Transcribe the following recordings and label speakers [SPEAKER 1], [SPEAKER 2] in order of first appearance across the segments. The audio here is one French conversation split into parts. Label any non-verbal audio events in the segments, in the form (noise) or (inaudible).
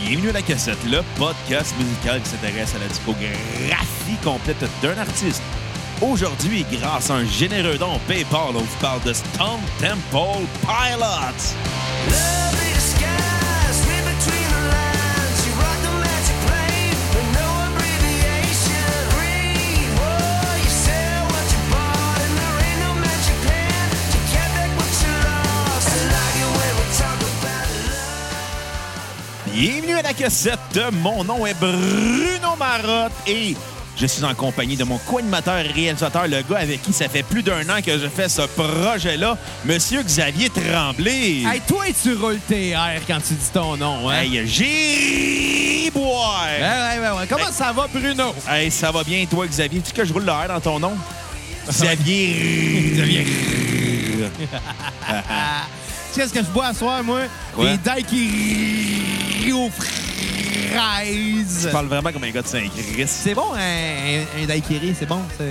[SPEAKER 1] Bienvenue à la cassette, le podcast musical qui s'intéresse à la discographie complète d'un artiste. Aujourd'hui, grâce à un généreux don PayPal, on vous parle de Stone Temple Pilots. Bienvenue à la cassette. Mon nom est Bruno Marotte et je suis en compagnie de mon co-animateur et réalisateur, le gars avec qui ça fait plus d'un an que je fais ce projet-là, Monsieur Xavier Tremblay.
[SPEAKER 2] Hey, toi, tu roules TR quand tu dis ton nom, hein?
[SPEAKER 1] Hey, euh, j'ai boire.
[SPEAKER 2] Ouais, ouais, ouais, ouais. Comment
[SPEAKER 1] ben,
[SPEAKER 2] ça va, Bruno?
[SPEAKER 1] Hey, ça va bien, toi, Xavier? Tu que je roule le R dans ton nom?
[SPEAKER 2] (laughs)
[SPEAKER 1] Xavier. Xavier.
[SPEAKER 2] Qu'est-ce que je bois à soir, moi?
[SPEAKER 1] Quoi?
[SPEAKER 2] Des daiquiris aux fraises.
[SPEAKER 1] Je parle vraiment comme un gars de Saint-Christ.
[SPEAKER 2] C'est bon, un, un, un daiquiri, c'est bon. c'est-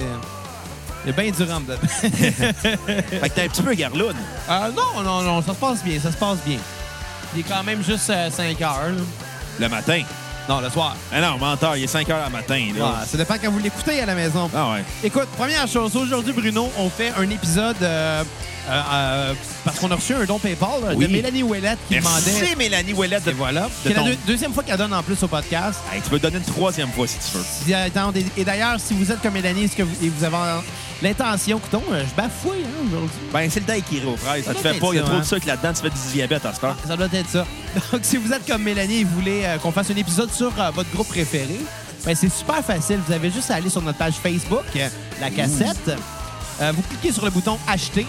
[SPEAKER 2] Il y a bien du rhum dedans. (laughs)
[SPEAKER 1] Fait que t'es un petit peu garloune.
[SPEAKER 2] Euh, non, non, non, ça se passe bien, ça se passe bien. Il est quand même juste 5 heures. là.
[SPEAKER 1] Le matin.
[SPEAKER 2] Non, le soir.
[SPEAKER 1] Ah non, menteur, il est 5 heures le matin.
[SPEAKER 2] Ouais,
[SPEAKER 1] Là.
[SPEAKER 2] ça dépend quand vous l'écoutez à la maison.
[SPEAKER 1] Ah ouais.
[SPEAKER 2] Écoute, première chose, aujourd'hui, Bruno, on fait un épisode euh, euh, euh, parce qu'on a reçu un don PayPal là,
[SPEAKER 1] Oui.
[SPEAKER 2] de Mélanie Ouellette qui
[SPEAKER 1] Merci,
[SPEAKER 2] demandait.
[SPEAKER 1] Mélanie Ouellette.
[SPEAKER 2] Et
[SPEAKER 1] De...
[SPEAKER 2] voilà.
[SPEAKER 1] de
[SPEAKER 2] C'est la
[SPEAKER 1] ton-
[SPEAKER 2] deux- deuxième fois qu'elle donne en plus au podcast.
[SPEAKER 1] Hey, tu peux donner une troisième fois si tu veux.
[SPEAKER 2] Puis, euh, attends, Et et d'ailleurs, si vous êtes comme Mélanie est-ce que vous, et vous avez euh, l'intention, coudon, euh, je bafouille hein, aujourd'hui.
[SPEAKER 1] Ben, c'est le daiquiri aux fraises. Ça,
[SPEAKER 2] Ça
[SPEAKER 1] te
[SPEAKER 2] doit
[SPEAKER 1] fait
[SPEAKER 2] être
[SPEAKER 1] pas. Il y a
[SPEAKER 2] ça,
[SPEAKER 1] trop
[SPEAKER 2] hein.
[SPEAKER 1] de sucre là-dedans. Tu fais du diabète à ce temps.
[SPEAKER 2] Ça doit être ça. (laughs) Donc, si vous êtes comme Mélanie et vous voulez euh, qu'on fasse un épisode sur euh, votre groupe préféré, ben, c'est super facile. Vous avez juste à aller sur notre page Facebook, euh, La Cassette. Euh, vous cliquez sur le bouton Acheter.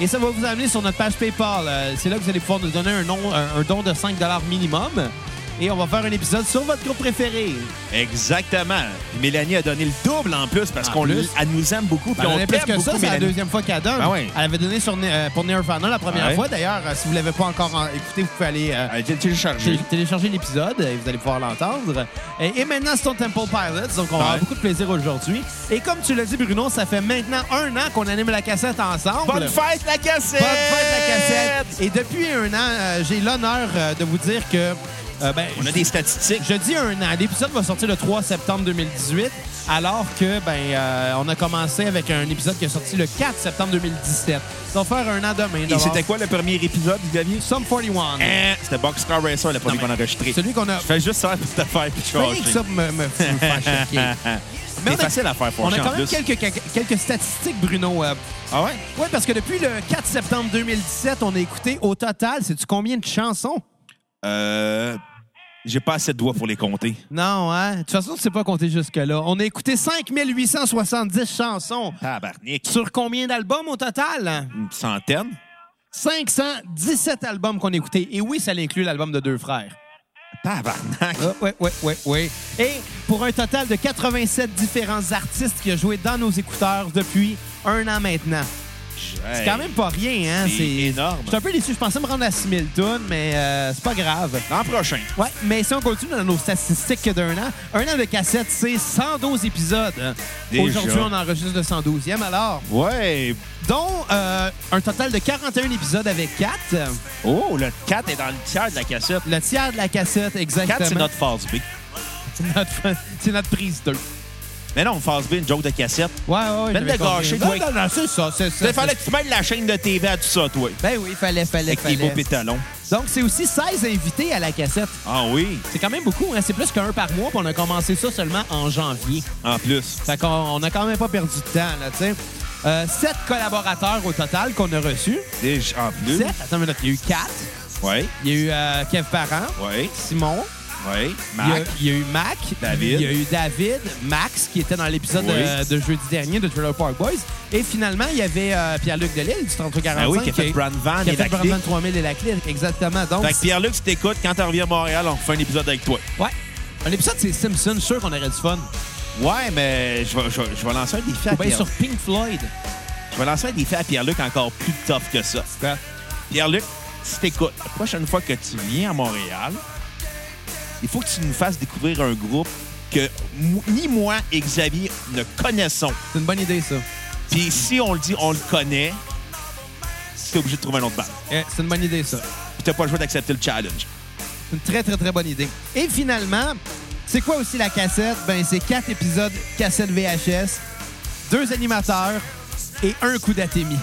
[SPEAKER 2] Et ça va vous amener sur notre page PayPal. Euh, c'est là que vous allez pouvoir nous donner un, nom- un- un don de 5 minimum. Et on va faire un épisode sur votre groupe préféré.
[SPEAKER 1] Exactement. Puis Mélanie a donné le double en plus parce
[SPEAKER 2] En
[SPEAKER 1] qu'on
[SPEAKER 2] plus.
[SPEAKER 1] l- elle nous aime beaucoup. Puis
[SPEAKER 2] Ben,
[SPEAKER 1] on
[SPEAKER 2] on a plus
[SPEAKER 1] t'aime
[SPEAKER 2] que
[SPEAKER 1] beaucoup,
[SPEAKER 2] ça, c'est la
[SPEAKER 1] Mélanie.
[SPEAKER 2] deuxième fois qu'elle donne.
[SPEAKER 1] Ben oui.
[SPEAKER 2] Elle avait donné sur, Ne- euh, pour Nirvana la première
[SPEAKER 1] Ouais.
[SPEAKER 2] fois. D'ailleurs, euh, si vous ne l'avez pas encore en- écouté, vous pouvez aller euh,
[SPEAKER 1] Elle était téléchargée.
[SPEAKER 2] Tél- télécharger l'épisode et vous allez pouvoir l'entendre. Et, et maintenant, c'est ton Temple Pilots, donc on va avoir
[SPEAKER 1] Ouais.
[SPEAKER 2] beaucoup de plaisir aujourd'hui. Et comme tu l'as dit, Bruno, ça fait maintenant un an qu'on anime la cassette ensemble.
[SPEAKER 1] Bonne fête, la cassette!
[SPEAKER 2] Bonne fête, la cassette! Et depuis un an, euh, j'ai l'honneur euh, de vous dire que... euh, ben,
[SPEAKER 1] On a
[SPEAKER 2] je-
[SPEAKER 1] des statistiques.
[SPEAKER 2] Je dis un an. L'épisode va sortir le 3 septembre 2018, alors que ben euh, on a commencé avec un épisode qui est sorti le 4 septembre 2017. Ça va faire un an demain.
[SPEAKER 1] Et
[SPEAKER 2] d'avoir
[SPEAKER 1] c'était quoi le premier épisode, Xavier?
[SPEAKER 2] Sum 41.
[SPEAKER 1] Hein? C'était Boxcar Racer, le premier
[SPEAKER 2] Non, mais
[SPEAKER 1] qu'on a enregistré.
[SPEAKER 2] Celui qu'on a
[SPEAKER 1] Je fais juste ça pour te faire puis te
[SPEAKER 2] Rien que
[SPEAKER 1] fâcher.
[SPEAKER 2] ça me, me- me fait (laughs) choquer.
[SPEAKER 1] C'est
[SPEAKER 2] Mais on a-
[SPEAKER 1] facile à faire
[SPEAKER 2] On
[SPEAKER 1] fâcher
[SPEAKER 2] a
[SPEAKER 1] en
[SPEAKER 2] quand même
[SPEAKER 1] plus.
[SPEAKER 2] quelques, quelques statistiques, Bruno. Euh,
[SPEAKER 1] Ah ouais?
[SPEAKER 2] ouais, parce que depuis le 4 septembre 2017, on a écouté au total, sais-tu combien de chansons?
[SPEAKER 1] Euh, J'ai pas assez de doigts pour les compter.
[SPEAKER 2] Non, hein? De toute façon, tu sais pas compter jusque-là. On a écouté 5870 chansons.
[SPEAKER 1] Tabarnak.
[SPEAKER 2] Sur combien d'albums au total?
[SPEAKER 1] Une centaine?
[SPEAKER 2] 517 albums qu'on a écoutés. Et oui, ça l'inclut l'album de deux frères.
[SPEAKER 1] Tabarnak.
[SPEAKER 2] Ah, ouais, ouais, ouais, ouais. Et pour un total de 87 différents artistes qui ont joué dans nos écouteurs depuis un an maintenant. C'est quand même pas rien, hein?
[SPEAKER 1] C'est énorme.
[SPEAKER 2] Je suis un peu déçu. Je pensais me rendre à 6000 tonnes, mais euh, c'est pas grave.
[SPEAKER 1] L'an prochain.
[SPEAKER 2] Ouais, mais si on continue dans nos statistiques d'un an, un an de cassette, c'est 112 épisodes.
[SPEAKER 1] Déjà.
[SPEAKER 2] Aujourd'hui, on enregistre le 112e, alors.
[SPEAKER 1] Ouais.
[SPEAKER 2] Dont euh, un total de 41 épisodes avec 4.
[SPEAKER 1] Oh, le 4 est dans le tiers de la cassette.
[SPEAKER 2] Le tiers de la
[SPEAKER 1] 4,
[SPEAKER 2] cassette,
[SPEAKER 1] c'est
[SPEAKER 2] exactement.
[SPEAKER 1] notre phase B.
[SPEAKER 2] C'est (laughs) notre... c'est notre prise 2. Ouais,
[SPEAKER 1] Mais non, phase B, une joke de cassette.
[SPEAKER 2] ouais, ouais.
[SPEAKER 1] Ben
[SPEAKER 2] j'avais
[SPEAKER 1] de gâcher,
[SPEAKER 2] compris.
[SPEAKER 1] toi.
[SPEAKER 2] Non, non, non, c'est ça, c'est ça.
[SPEAKER 1] Il fallait que tu mêles la chaîne de TV à tout ça, toi.
[SPEAKER 2] Ben oui, fallait, fallait,
[SPEAKER 1] Avec tes beaux
[SPEAKER 2] fallait.
[SPEAKER 1] pétalons.
[SPEAKER 2] Donc, c'est aussi 16 invités à la cassette.
[SPEAKER 1] Ah oui,
[SPEAKER 2] C'est quand même beaucoup, hein? c'est plus qu'un par mois, puis on a commencé ça seulement en janvier.
[SPEAKER 1] en plus.
[SPEAKER 2] Fait qu'on on a quand même pas perdu de temps, là, tu sais. Euh, sept collaborateurs au total qu'on a reçus.
[SPEAKER 1] Déjà, en plus.
[SPEAKER 2] Sept? Attends une minute, il y a eu quatre.
[SPEAKER 1] Ouais,
[SPEAKER 2] Il y a eu euh, Kev Parent,
[SPEAKER 1] ouais,
[SPEAKER 2] Simon,
[SPEAKER 1] ouais.
[SPEAKER 2] il y, a,
[SPEAKER 1] Mac.
[SPEAKER 2] il y a eu Mac,
[SPEAKER 1] David.
[SPEAKER 2] il y a eu David, Max, qui était dans l'épisode
[SPEAKER 1] Oui.
[SPEAKER 2] euh, de, jeudi dernier de Trailer Park Boys. Et finalement, il y avait euh, Pierre-Luc Delisle du 3345.
[SPEAKER 1] Ah oui, qui a fait Brand Van
[SPEAKER 2] qui a
[SPEAKER 1] et
[SPEAKER 2] fait
[SPEAKER 1] la
[SPEAKER 2] Brand
[SPEAKER 1] clique.
[SPEAKER 2] Van 3000 et la clique, exactement. Donc,
[SPEAKER 1] Fait que Pierre-Luc, si t'écoutes, quand t'en reviens à Montréal, on fait un épisode avec toi.
[SPEAKER 2] ouais. Un épisode, c'est Simpson, je suis sûr qu'on aurait du fun.
[SPEAKER 1] Ouais, mais je vais, je vais- je vais lancer un défi à
[SPEAKER 2] Ou bien
[SPEAKER 1] Pierre.
[SPEAKER 2] sur Pink Floyd.
[SPEAKER 1] Je vais lancer un défi à Pierre-Luc encore plus tough que ça. Pierre-Luc, si t'écoutes, la prochaine fois que tu viens à Montréal, il faut que tu nous fasses découvrir un groupe que mou- ni moi et Xavier ne connaissons.
[SPEAKER 2] C'est une bonne idée, ça.
[SPEAKER 1] Puis si on le dit, on le connaît, t'es obligé de trouver un autre band.
[SPEAKER 2] Eh, c'est une bonne idée, ça.
[SPEAKER 1] Puis t'as pas le choix d'accepter le challenge.
[SPEAKER 2] Une très, très, très bonne idée. Et finalement, c'est quoi aussi la cassette? Ben, c'est quatre épisodes cassette VHS, deux animateurs et un coup d'atémie.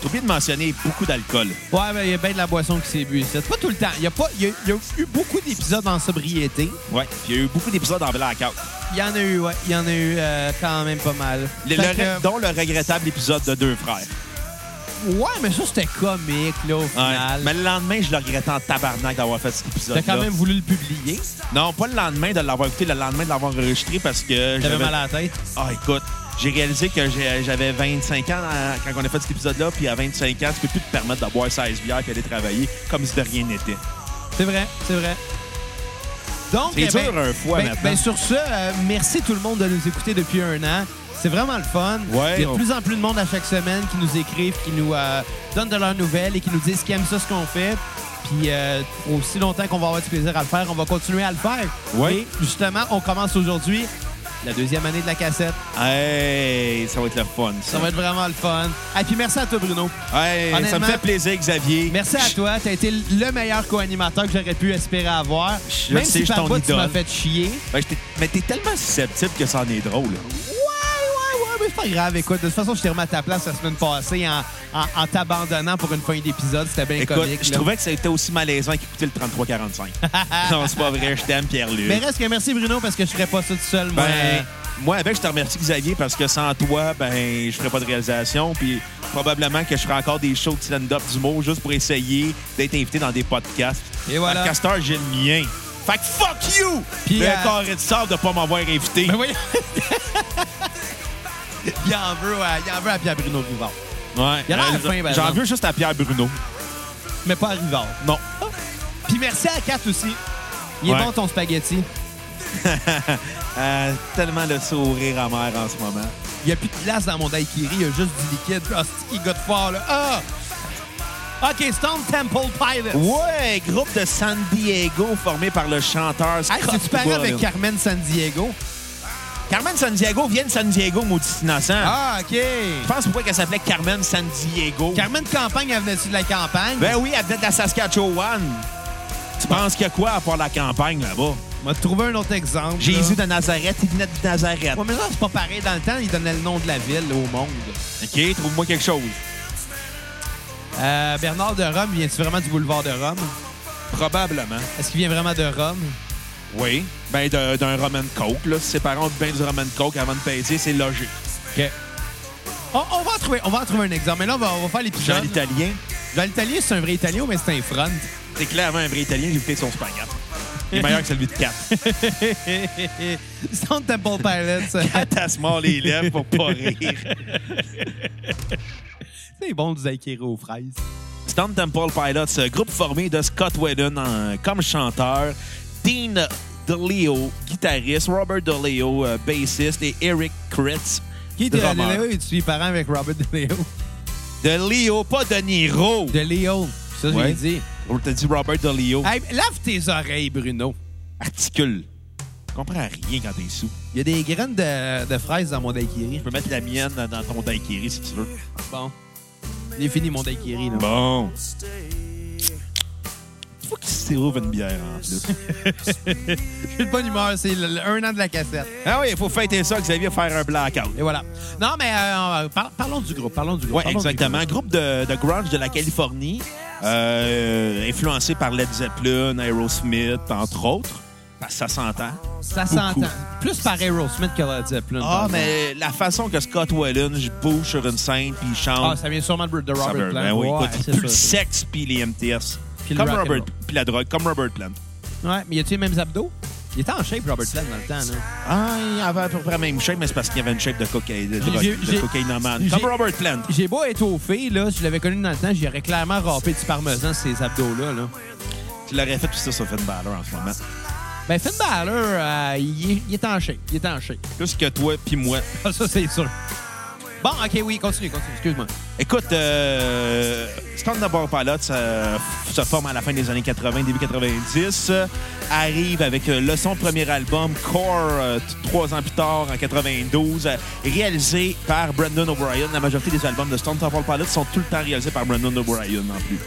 [SPEAKER 1] T'as oublié de mentionner beaucoup d'alcool.
[SPEAKER 2] Ouais, ben, il y a bien de la boisson qui s'est bu ici. Pas tout le temps. Il y, a pas- il y a- il y a eu beaucoup d'épisodes en sobriété.
[SPEAKER 1] Ouais. Puis il y a eu beaucoup d'épisodes en blackout.
[SPEAKER 2] Il y en a eu, ouais. Il y en a eu euh, quand même pas mal.
[SPEAKER 1] Le-
[SPEAKER 2] Fait
[SPEAKER 1] le-
[SPEAKER 2] que-
[SPEAKER 1] Dont le regrettable épisode de Deux Frères.
[SPEAKER 2] Ouais, mais ça, c'était comique, là, au
[SPEAKER 1] Ouais.
[SPEAKER 2] final.
[SPEAKER 1] Mais le lendemain, je le regrettais en tabarnak d'avoir fait cet
[SPEAKER 2] T'as
[SPEAKER 1] épisode-là.
[SPEAKER 2] quand même voulu le publier.
[SPEAKER 1] Non, pas le lendemain de l'avoir écouté, le lendemain de l'avoir enregistré parce que
[SPEAKER 2] T'avais mal à la tête.
[SPEAKER 1] Ah, écoute, j'ai réalisé que j'ai- j'avais 25 ans euh, quand on a fait cet épisode-là, puis à 25 ans, tu peux plus te permettre de boire 16 bières et d'aller travailler comme si de rien n'était.
[SPEAKER 2] C'est vrai, c'est vrai. Donc,
[SPEAKER 1] C'est
[SPEAKER 2] eh ben,
[SPEAKER 1] dur un fois
[SPEAKER 2] ben-
[SPEAKER 1] maintenant.
[SPEAKER 2] ben, sur ce, euh, merci tout le monde de nous écouter depuis un an. C'est vraiment le fun.
[SPEAKER 1] Ouais,
[SPEAKER 2] Il y a de
[SPEAKER 1] on-
[SPEAKER 2] plus en plus de monde à chaque semaine qui nous écrivent, qui nous euh, donnent de leurs nouvelles et qui nous disent qu'ils aiment ça, ce qu'on fait. Puis euh, aussi longtemps qu'on va avoir du plaisir à le faire, on va continuer à le faire.
[SPEAKER 1] Ouais.
[SPEAKER 2] Et justement, on commence aujourd'hui la deuxième année de la cassette.
[SPEAKER 1] Hey, ça va être le fun, ça.
[SPEAKER 2] Ça va être vraiment le fun. Et puis merci à toi, Bruno.
[SPEAKER 1] Hey, ça me
[SPEAKER 2] Honnêtement-
[SPEAKER 1] fait plaisir, Xavier.
[SPEAKER 2] Merci à toi. T'as été le meilleur co-animateur que j'aurais pu espérer avoir.
[SPEAKER 1] Je
[SPEAKER 2] Même
[SPEAKER 1] sais,
[SPEAKER 2] si
[SPEAKER 1] je suis
[SPEAKER 2] par
[SPEAKER 1] ton
[SPEAKER 2] bout, tu m'as
[SPEAKER 1] idole.
[SPEAKER 2] fait chier.
[SPEAKER 1] Ben, je t'ai- mais t'es tellement susceptible que ça en est drôle.
[SPEAKER 2] Ouais, ouais, ouais, mais c'est pas grave. Écoute, de toute façon, je t'ai remis à ta place la semaine passée en, en- en t'abandonnant pour une fin d'épisode. C'était bien
[SPEAKER 1] Écoute,
[SPEAKER 2] comique.
[SPEAKER 1] je
[SPEAKER 2] là.
[SPEAKER 1] trouvais que ça était aussi malaisant qu'écouter le
[SPEAKER 2] (laughs)
[SPEAKER 1] 3345. non, c'est pas vrai, je t'aime, Pierre-Luc.
[SPEAKER 2] Mais reste que merci, Bruno, parce que je ferais pas ça tout seul, moi.
[SPEAKER 1] Ben,
[SPEAKER 2] Euh,
[SPEAKER 1] moi, avec, je te remercie, Xavier, parce que sans toi, ben, je ferais pas de réalisation. Puis probablement que je ferais encore des shows de stand-up du mot juste pour essayer d'être invité dans des podcasts.
[SPEAKER 2] Et voilà.
[SPEAKER 1] Podcasteur, j'ai le mien. Fait que fuck you!
[SPEAKER 2] Puis,
[SPEAKER 1] le
[SPEAKER 2] euh,
[SPEAKER 1] carré de sable de pas m'avoir invité.
[SPEAKER 2] Ben voyons. (laughs) il, en veut à, il en veut à Pierre Bruno Rivard.
[SPEAKER 1] Ouais. Euh,
[SPEAKER 2] Il y en a à la fin, ben, par
[SPEAKER 1] J'en
[SPEAKER 2] exemple.
[SPEAKER 1] veux juste à Pierre Bruno.
[SPEAKER 2] Mais pas à Rivard.
[SPEAKER 1] Non.
[SPEAKER 2] Puis merci à Kat aussi. Il
[SPEAKER 1] Ouais.
[SPEAKER 2] est bon ton spaghetti.
[SPEAKER 1] Euh, tellement le sourire amer en ce moment.
[SPEAKER 2] Il n'y a plus de glace dans mon daiquiri, il y a juste du liquide. Ah, c'est qui goûte fort, là. Ah! OK, Stone Temple Pilots.
[SPEAKER 1] Ouais, groupe de San Diego formé par le chanteur Scott
[SPEAKER 2] Hey, c'est-tu pareil
[SPEAKER 1] Weiland.
[SPEAKER 2] avec Carmen San Diego?
[SPEAKER 1] Carmen San Diego vient de San Diego, maudit innocent.
[SPEAKER 2] Ah, OK.
[SPEAKER 1] Je pense pourquoi qu'elle s'appelait Carmen San Diego.
[SPEAKER 2] Carmen Campagne, elle venait-tu de la campagne?
[SPEAKER 1] ben oui, elle venait de la Saskatchewan. Tu penses qu'il y a quoi à part la campagne là-bas?
[SPEAKER 2] m'a trouvé un autre exemple.
[SPEAKER 1] Jésus
[SPEAKER 2] là.
[SPEAKER 1] de Nazareth, il venait de Nazareth.
[SPEAKER 2] Ouais, mais ça, c'est pas pareil. Dans le temps, il donnait le nom de la ville au monde.
[SPEAKER 1] OK, trouve-moi quelque chose.
[SPEAKER 2] Euh, Bernard de Rome, vient-tu vraiment du boulevard de Rome?
[SPEAKER 1] Probablement.
[SPEAKER 2] Est-ce qu'il vient vraiment de Rome?
[SPEAKER 1] Oui. Ben, de- d'un Roman Coke, là. Si ses parents ont bien du Roman Coke avant de payer, c'est logique.
[SPEAKER 2] OK. On, on va en trouver, on va en trouver un exemple. Mais là, on va, on va faire
[SPEAKER 1] Jean
[SPEAKER 2] l'épisode.
[SPEAKER 1] l'Italien,
[SPEAKER 2] Dans l'italien, c'est un vrai italien, mais c'est un front. (laughs)
[SPEAKER 1] c'est clairement un vrai Italien, j'ai écouté son spaghette. Il est meilleur que celui de Kat.
[SPEAKER 2] Stone Temple Pilots.
[SPEAKER 1] (laughs) Kat, elle se mord les lèvres pour pas rire. (laughs)
[SPEAKER 2] c'est bon du daiquiri aux fraises.
[SPEAKER 1] Stone Temple Pilots, euh, groupe formé de Scott Whedon en- comme chanteur, Dean DeLeo, guitariste, Robert DeLeo, euh, bassiste et Eric Kritz,
[SPEAKER 2] Qui est de
[SPEAKER 1] drummer.
[SPEAKER 2] Léo? Et tu es parent avec Robert De Léo.
[SPEAKER 1] DeLeo, pas De Niro.
[SPEAKER 2] De Léo. Ça, je
[SPEAKER 1] Ouais.
[SPEAKER 2] l'ai dit.
[SPEAKER 1] On t'a dit Robert DeLeo.
[SPEAKER 2] Hey, lave tes oreilles, Bruno.
[SPEAKER 1] Articule. Je comprends rien quand t'es sous.
[SPEAKER 2] Il y a des graines de, de fraises dans mon daiquiri.
[SPEAKER 1] Je peux mettre la mienne dans ton daiquiri si tu veux.
[SPEAKER 2] Bon. Il est fini, mon daiquiri, là.
[SPEAKER 1] Bon. Faut qu'il s'ouvre une bière en plus.
[SPEAKER 2] Je suis de bonne humeur. C'est le- le- un an de la cassette.
[SPEAKER 1] ah oui, il faut fêter ça, Xavier, faire un blackout.
[SPEAKER 2] Et voilà. Non, mais euh, par- parlons du groupe. Parlons du groupe.
[SPEAKER 1] Oui,
[SPEAKER 2] parlons du
[SPEAKER 1] exactement. Groupe de, de grunge de la Californie, euh, influencé par Led Zeppelin, Aerosmith, entre autres. Parce que ça s'entend.
[SPEAKER 2] groupe. Ça
[SPEAKER 1] Beaucoup.
[SPEAKER 2] s'entend. Plus par Aerosmith que la Zeppelin.
[SPEAKER 1] Ah,
[SPEAKER 2] par exemple.
[SPEAKER 1] mais la façon que Scott Whelan bouge sur une scène puis il
[SPEAKER 2] Ah,
[SPEAKER 1] chante,
[SPEAKER 2] ça vient sûrement de de
[SPEAKER 1] ça
[SPEAKER 2] Robert
[SPEAKER 1] veut-
[SPEAKER 2] Plant.
[SPEAKER 1] ben oui,
[SPEAKER 2] Ouais,
[SPEAKER 1] écoute,
[SPEAKER 2] c'est
[SPEAKER 1] plus le
[SPEAKER 2] ça, c'est
[SPEAKER 1] sexe puis les MTS.
[SPEAKER 2] Puis le
[SPEAKER 1] comme
[SPEAKER 2] rock and
[SPEAKER 1] Robert,
[SPEAKER 2] roll.
[SPEAKER 1] puis la drogue, comme Robert Plant.
[SPEAKER 2] Ouais, mais y a-tu les mêmes abdos? Il était en shape, Robert Plant, dans le temps. Là.
[SPEAKER 1] Ah, il avait à peu près la même shape, mais c'est parce qu'il avait une shape de cocaïne, de,
[SPEAKER 2] J'ai-
[SPEAKER 1] drogue, de
[SPEAKER 2] j'ai-
[SPEAKER 1] cocaïnomane.
[SPEAKER 2] j'ai-
[SPEAKER 1] Comme Robert Plant.
[SPEAKER 2] J'ai beau être au fait, là, si je l'avais connu dans le temps, j'aurais clairement râpé du parmesan sur ces abdos-là. Là.
[SPEAKER 1] Tu l'aurais fait tout ça sur Finn Balor en ce moment.
[SPEAKER 2] Ben, Finn Balor, euh, il, est- il est en shape. Il est en shape. (laughs)
[SPEAKER 1] Plus que toi puis moi.
[SPEAKER 2] Ah, ça, c'est sûr. Bon, OK, oui, continue, continue. Excuse-moi.
[SPEAKER 1] Écoute, euh, Standard Pilot se forme à la fin des années 80, début 90. euh, arrive avec euh, le son premier album, Core, euh, t- trois ans plus tard, en 92, euh, réalisé par Brendan O'Brien. La majorité des albums de Stone Temple Pilots sont tout le temps réalisés par Brendan O'Brien, en plus.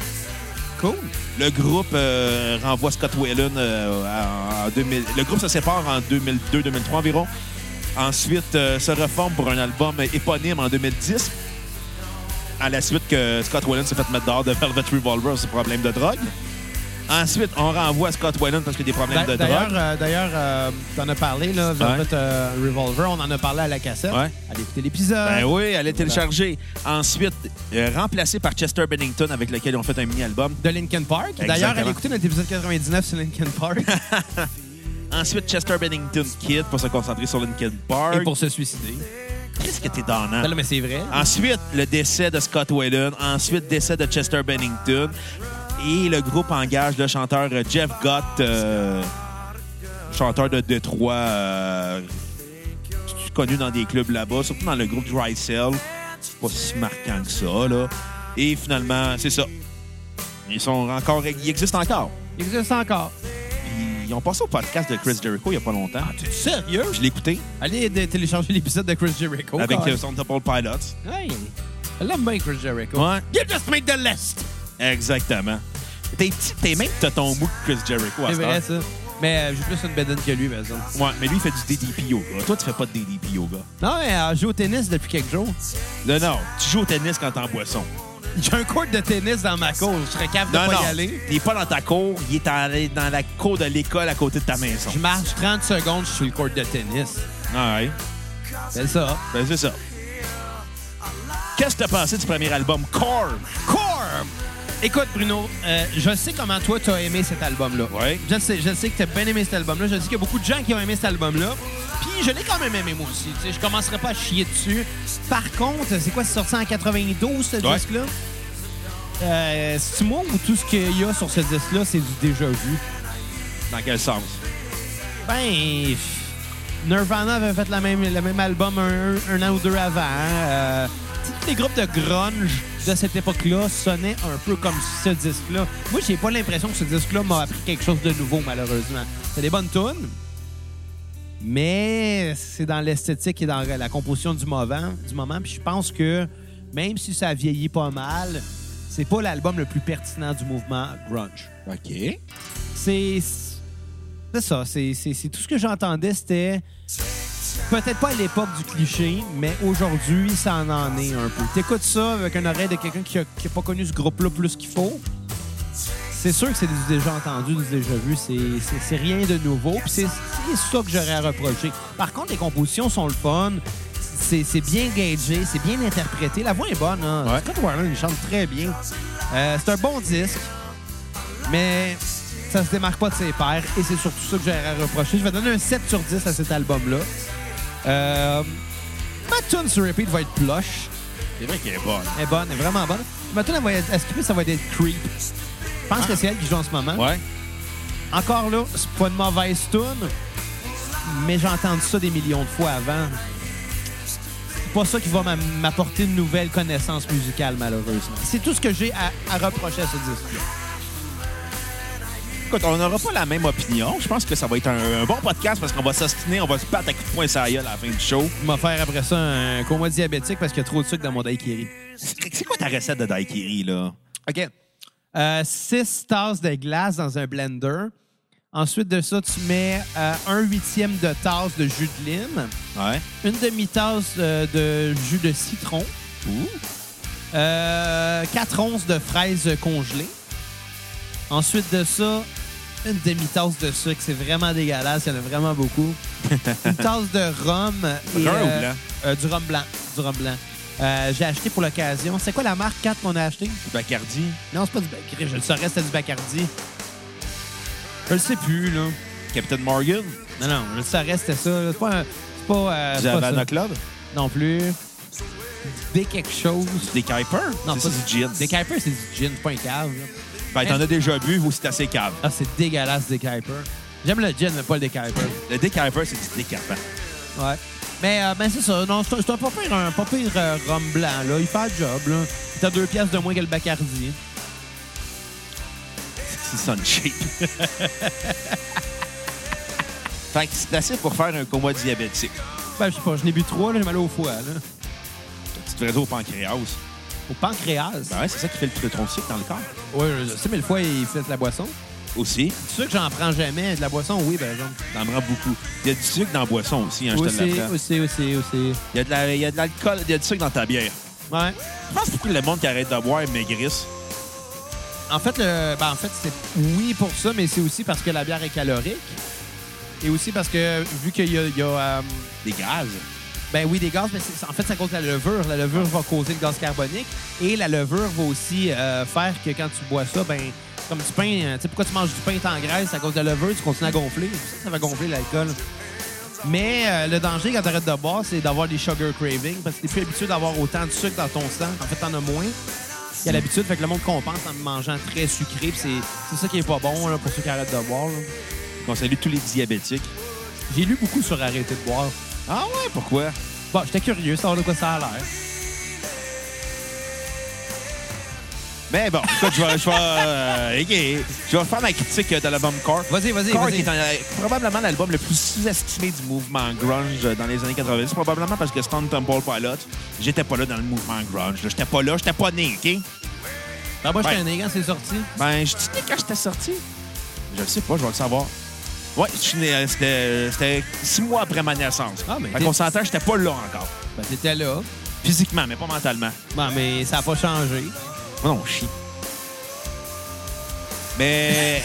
[SPEAKER 2] Cool.
[SPEAKER 1] Le groupe euh, renvoie Scott Whalen euh, en 2000. Le groupe se sépare en 2002-2003 environ. Ensuite, euh, se reforme pour un album éponyme en 2010. À la suite que Scott Whalen s'est fait mettre dehors de Velvet Revolver, ses problèmes de drogue. Ensuite, on renvoie Scott Whalen parce qu'il y a des problèmes
[SPEAKER 2] D'a-
[SPEAKER 1] de
[SPEAKER 2] D'ailleurs,
[SPEAKER 1] drogue.
[SPEAKER 2] euh, d'ailleurs, euh, t'en as parlé, là, Velvet
[SPEAKER 1] Ouais.
[SPEAKER 2] euh, Revolver, on en a parlé à la cassette.
[SPEAKER 1] Ouais.
[SPEAKER 2] Allez écouter l'épisode.
[SPEAKER 1] Ben oui, elle est téléchargée. Ensuite, euh, remplacée par Chester Bennington, avec lequel ils ont fait un mini-album.
[SPEAKER 2] De Linkin Park. D'ailleurs, allez
[SPEAKER 1] Exactement.
[SPEAKER 2] écouter notre épisode 99 sur Linkin Park.
[SPEAKER 1] (laughs) Ensuite, Chester Bennington Kid pour se concentrer sur Linkin Park.
[SPEAKER 2] et pour se suicider.
[SPEAKER 1] Qu'est-ce que t'es donnant?
[SPEAKER 2] Non, non, mais c'est vrai.
[SPEAKER 1] Ensuite, le décès de Scott Whalen. Ensuite, décès de Chester Bennington. Et le groupe engage le chanteur euh, Jeff Gott, euh, chanteur de Détroit, euh, connu dans des clubs là-bas, surtout dans le groupe Dry Cell. C'est pas si marquant que ça, là. Et finalement, c'est ça. Ils sont encore, ils existent encore.
[SPEAKER 2] Il existe encore.
[SPEAKER 1] Puis, Ils ont passé au podcast de Chris Jericho il y a pas longtemps.
[SPEAKER 2] T'es sérieux?
[SPEAKER 1] Je l'ai écouté
[SPEAKER 2] Allez de- télécharger l'épisode de Chris Jericho.
[SPEAKER 1] avec
[SPEAKER 2] Carl.
[SPEAKER 1] le son Temple Pilots.
[SPEAKER 2] Hey, elle l'aime bien, Chris Jericho.
[SPEAKER 1] Ouais.
[SPEAKER 2] You just made the list!
[SPEAKER 1] Exactement. T'es petit, t'es même t'as ton mou que Chris Jericho à
[SPEAKER 2] C'est
[SPEAKER 1] cette
[SPEAKER 2] vrai,
[SPEAKER 1] heure.
[SPEAKER 2] ça. Mais euh, j'ai plus une bedaine que lui, par exemple.
[SPEAKER 1] Ouais, mais lui, il fait du DDP yoga. Toi, tu fais pas de DDP yoga.
[SPEAKER 2] Non, mais euh, je joue au tennis depuis quelques jours.
[SPEAKER 1] Non, non, tu joues au tennis quand t'es en boisson.
[SPEAKER 2] J'ai un court de tennis dans ma cour. Je serais capable de
[SPEAKER 1] Non,
[SPEAKER 2] pas
[SPEAKER 1] non,
[SPEAKER 2] y aller.
[SPEAKER 1] il est pas dans ta cour, il est en- dans la cour de l'école à côté de ta maison. Ah
[SPEAKER 2] Je marche 30 secondes, je suis le court de tennis.
[SPEAKER 1] Ouais,
[SPEAKER 2] C'est ça.
[SPEAKER 1] ben c'est ça. Qu'est-ce que t'as pensé du premier album, Core?
[SPEAKER 2] Corm! Écoute, Bruno, euh, je sais comment toi, tu as aimé cet album-là.
[SPEAKER 1] Ouais.
[SPEAKER 2] Je le sais, je le sais que tu as bien aimé cet album-là. Je sais qu'il y a beaucoup de gens qui ont aimé cet album-là. Puis je l'ai quand même aimé, moi aussi. Tu sais, je commencerai pas à chier dessus. Par contre, c'est quoi, c'est sorti en 92, ce
[SPEAKER 1] Ouais.
[SPEAKER 2] disque-là? Euh, c'est moi ou tout ce qu'il y a sur ce disque-là, c'est du déjà vu?
[SPEAKER 1] Dans quel sens?
[SPEAKER 2] Ben, pff, Nirvana avait fait la même, le même album un, un an ou deux avant. Euh, tous les groupes de grunge de cette époque-là sonnaient un peu comme ce disque-là. Moi, j'ai pas l'impression que ce disque-là m'a appris quelque chose de nouveau, malheureusement. C'est des bonnes tunes, mais c'est dans l'esthétique et dans la composition du moment. Du moment puis je pense que même si ça vieillit pas mal, c'est pas l'album le plus pertinent du mouvement grunge.
[SPEAKER 1] OK.
[SPEAKER 2] C'est. C'est ça. C'est c'est- c'est tout ce que j'entendais, c'était. Peut-être pas à l'époque du cliché, mais aujourd'hui, ça en en est un peu. T'écoutes ça avec un oreille de quelqu'un qui a, qui a pas connu ce groupe-là plus qu'il faut. C'est sûr que c'est du déjà entendu, du déjà vu. C'est- C'est c'est rien de nouveau. Puis c'est c'est ça que j'aurais à reprocher. Par contre, les compositions sont le fun. C'est c'est bien gagé, c'est bien interprété. La voix est bonne. Hein?
[SPEAKER 1] Ouais.
[SPEAKER 2] Scott Warner, il chante très bien. Euh, c'est un bon disque mais ça se démarque pas de ses pairs et c'est surtout ça que j'ai à reprocher. Je vais donner un 7 sur 10 à cet album-là. Euh, ma tune sur repeat va être plush.
[SPEAKER 1] C'est vrai qu'il est bon.
[SPEAKER 2] Elle est bonne, elle est vraiment bonne. Ma tune, elle va être, à skipper, ça va être Creep. Je pense que c'est elle qui joue en ce moment.
[SPEAKER 1] Ouais.
[SPEAKER 2] Encore là, c'est pas une mauvaise tune, mais j'ai entendu ça des millions de fois avant. C'est pas ça qui va m'a- m'apporter une nouvelle connaissance musicale, malheureusement. C'est tout ce que j'ai à, à reprocher à ce disque.
[SPEAKER 1] Écoute, on n'aura pas la même opinion. Je pense que ça va être un, un bon podcast parce qu'on va s'ostiner, on va se battre à coups de poing sur la gueule à la fin du show.
[SPEAKER 2] m'a faire après ça un coma diabétique parce qu'il y a trop de sucre dans mon daiquiri.
[SPEAKER 1] C'est c'est quoi ta recette de daiquiri, là?
[SPEAKER 2] OK. Euh, six tasses de glace dans un blender. Ensuite de ça, tu mets euh, un huitième de tasse de jus de lime,
[SPEAKER 1] Ouais.
[SPEAKER 2] une demi-tasse euh, de jus de citron,
[SPEAKER 1] Ouh.
[SPEAKER 2] euh, quatre onces de fraises congelées. Ensuite de ça, une demi-tasse de sucre. C'est vraiment dégueulasse. Il y en a
[SPEAKER 1] (laughs)
[SPEAKER 2] vraiment beaucoup. une tasse de rhum. et,
[SPEAKER 1] Brun ou
[SPEAKER 2] euh,
[SPEAKER 1] blanc?
[SPEAKER 2] euh, du rhum blanc. Du rhum blanc. Euh, J'ai acheté pour l'occasion. C'est quoi la marque 4 qu'on a acheté?
[SPEAKER 1] Bacardi.
[SPEAKER 2] Non, c'est pas du Bacardi. Je le saurais, c'était du Bacardi. Je le sais plus, là.
[SPEAKER 1] Captain Morgan.
[SPEAKER 2] Non, non, je le saurais, c'était ça. là. C'est pas un- C'est pas, euh, c'est pas ça.
[SPEAKER 1] Havana Club.
[SPEAKER 2] Non plus. Des quelque chose.
[SPEAKER 1] Des Kuiper.
[SPEAKER 2] Non,
[SPEAKER 1] C'est
[SPEAKER 2] pas
[SPEAKER 1] du gin.
[SPEAKER 2] Des Kuiper, c'est du gin, c'est pas un cave. là.
[SPEAKER 1] Ben,
[SPEAKER 2] Hein?
[SPEAKER 1] t'en as déjà bu, vous, c'est assez cave.
[SPEAKER 2] Ah, c'est dégueulasse, des Kuiper. J'aime le gin, mais pas le des Kuiper.
[SPEAKER 1] Le Dick Kuiper, c'est du (laughs) décapant.
[SPEAKER 2] Ouais. Mais euh, ben, c'est ça. Non, c'est un- c'est un pas pire, un pas pire euh, rhum blanc, là. Il fait le job, là. T'as deux pièces de moins que le Bacardi.
[SPEAKER 1] C'est sun
[SPEAKER 2] (laughs)
[SPEAKER 1] cheap. fait que c'est assez pour faire un coma diabétique.
[SPEAKER 2] Ben, je sais pas, je n'ai bu trois, là, j'ai mal au foie, là.
[SPEAKER 1] Tu devrais dire au pancréas.
[SPEAKER 2] au pancréas.
[SPEAKER 1] Ben ouais, c'est ça qui fait le tronc sucre dans le corps.
[SPEAKER 2] Oui, je sais, mais le foie, il fait de la boisson.
[SPEAKER 1] Aussi,
[SPEAKER 2] C'est sûr que j'en prends jamais. De la boisson, oui, par exemple.
[SPEAKER 1] t'en prends beaucoup. Il y a du sucre dans la boisson aussi, hein, je te
[SPEAKER 2] Aussi,
[SPEAKER 1] l'apprends.
[SPEAKER 2] aussi, aussi, aussi.
[SPEAKER 1] Il y a de la- il y a de l'alcool, il y a du sucre dans ta bière.
[SPEAKER 2] Ouais.
[SPEAKER 1] Je pense que le monde qui arrête de boire maigrisse.
[SPEAKER 2] En fait, le, ben, en fait c'est oui pour ça, mais c'est aussi parce que la bière est calorique. Et aussi parce que, vu qu'il y a, il y a, euh,
[SPEAKER 1] Des gaz.
[SPEAKER 2] ben oui, des gaz, mais c'est- en fait, ça cause de la levure. La levure va causer le gaz carbonique. Et la levure va aussi euh, faire que quand tu bois ça, ben comme du pain, euh, tu sais, pourquoi tu manges du pain et t'engraisses? C'est à cause de la levure, tu continues à gonfler. C'est pour Ça, que ça va gonfler l'alcool. Mais euh, le danger quand t'arrêtes de boire, c'est d'avoir des sugar cravings parce que t'es plus habitué d'avoir autant de sucre dans ton sang. En fait, t'en as moins qu'à l'habitude. Fait que le monde compense en mangeant très sucré. puis c'est, c'est ça qui est pas bon là, pour ceux qui arrêtent de boire. là.
[SPEAKER 1] On salue tous les diabétiques.
[SPEAKER 2] J'ai lu beaucoup sur arrêter de boire.
[SPEAKER 1] Ah ouais, pourquoi?
[SPEAKER 2] Bon, j'étais curieux, savoir de quoi ça a l'air.
[SPEAKER 1] Mais Ben bon, écoute, je vais, je vais, euh, ok, je vais faire ma critique euh, de l'album Core.
[SPEAKER 2] Vas-y, vas-y,
[SPEAKER 1] Core,
[SPEAKER 2] vas-y.
[SPEAKER 1] qui est un- probablement l'album le plus sous-estimé du mouvement grunge euh, dans les années 90. Probablement parce que Stone Temple Pilot, j'étais pas là dans le mouvement grunge. là. J'étais pas là, j'étais pas né, OK?
[SPEAKER 2] Ben, moi, j'étais
[SPEAKER 1] Ouais.
[SPEAKER 2] un né quand c'est sorti.
[SPEAKER 1] Ben, je dis quand j'étais sorti. Je le sais pas, je vais le savoir. Ouais, je suis né, euh, c'était c'était six mois après ma naissance.
[SPEAKER 2] Ah, mais
[SPEAKER 1] Fait
[SPEAKER 2] t'es-
[SPEAKER 1] qu'on s'entend, j'étais pas là encore.
[SPEAKER 2] Ben, t'étais là.
[SPEAKER 1] Physiquement, mais pas mentalement.
[SPEAKER 2] Bon, mais ça n'a pas changé.
[SPEAKER 1] Oh non, chie. Mais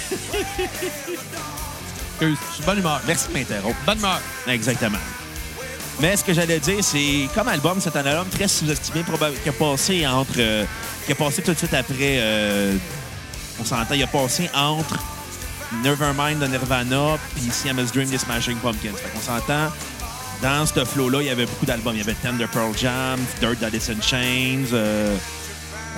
[SPEAKER 2] Excuse, je suis de bonne humeur.
[SPEAKER 1] merci de m'interrompre.
[SPEAKER 2] Bonne humeur.
[SPEAKER 1] Exactement. Mais ce que j'allais dire, c'est comme album, c'est un album très sous-estimé, probable- qui a passé entre, euh, qui a passé tout de suite après. euh, on s'entend, il a passé entre Nevermind de Nirvana puis CMS Dream des Smashing Pumpkins. Fait qu'on s'entend. Dans ce flow-là, il y avait beaucoup d'albums. Il y avait Tender Pearl Jam, Dirt d'Alice in Chains, euh,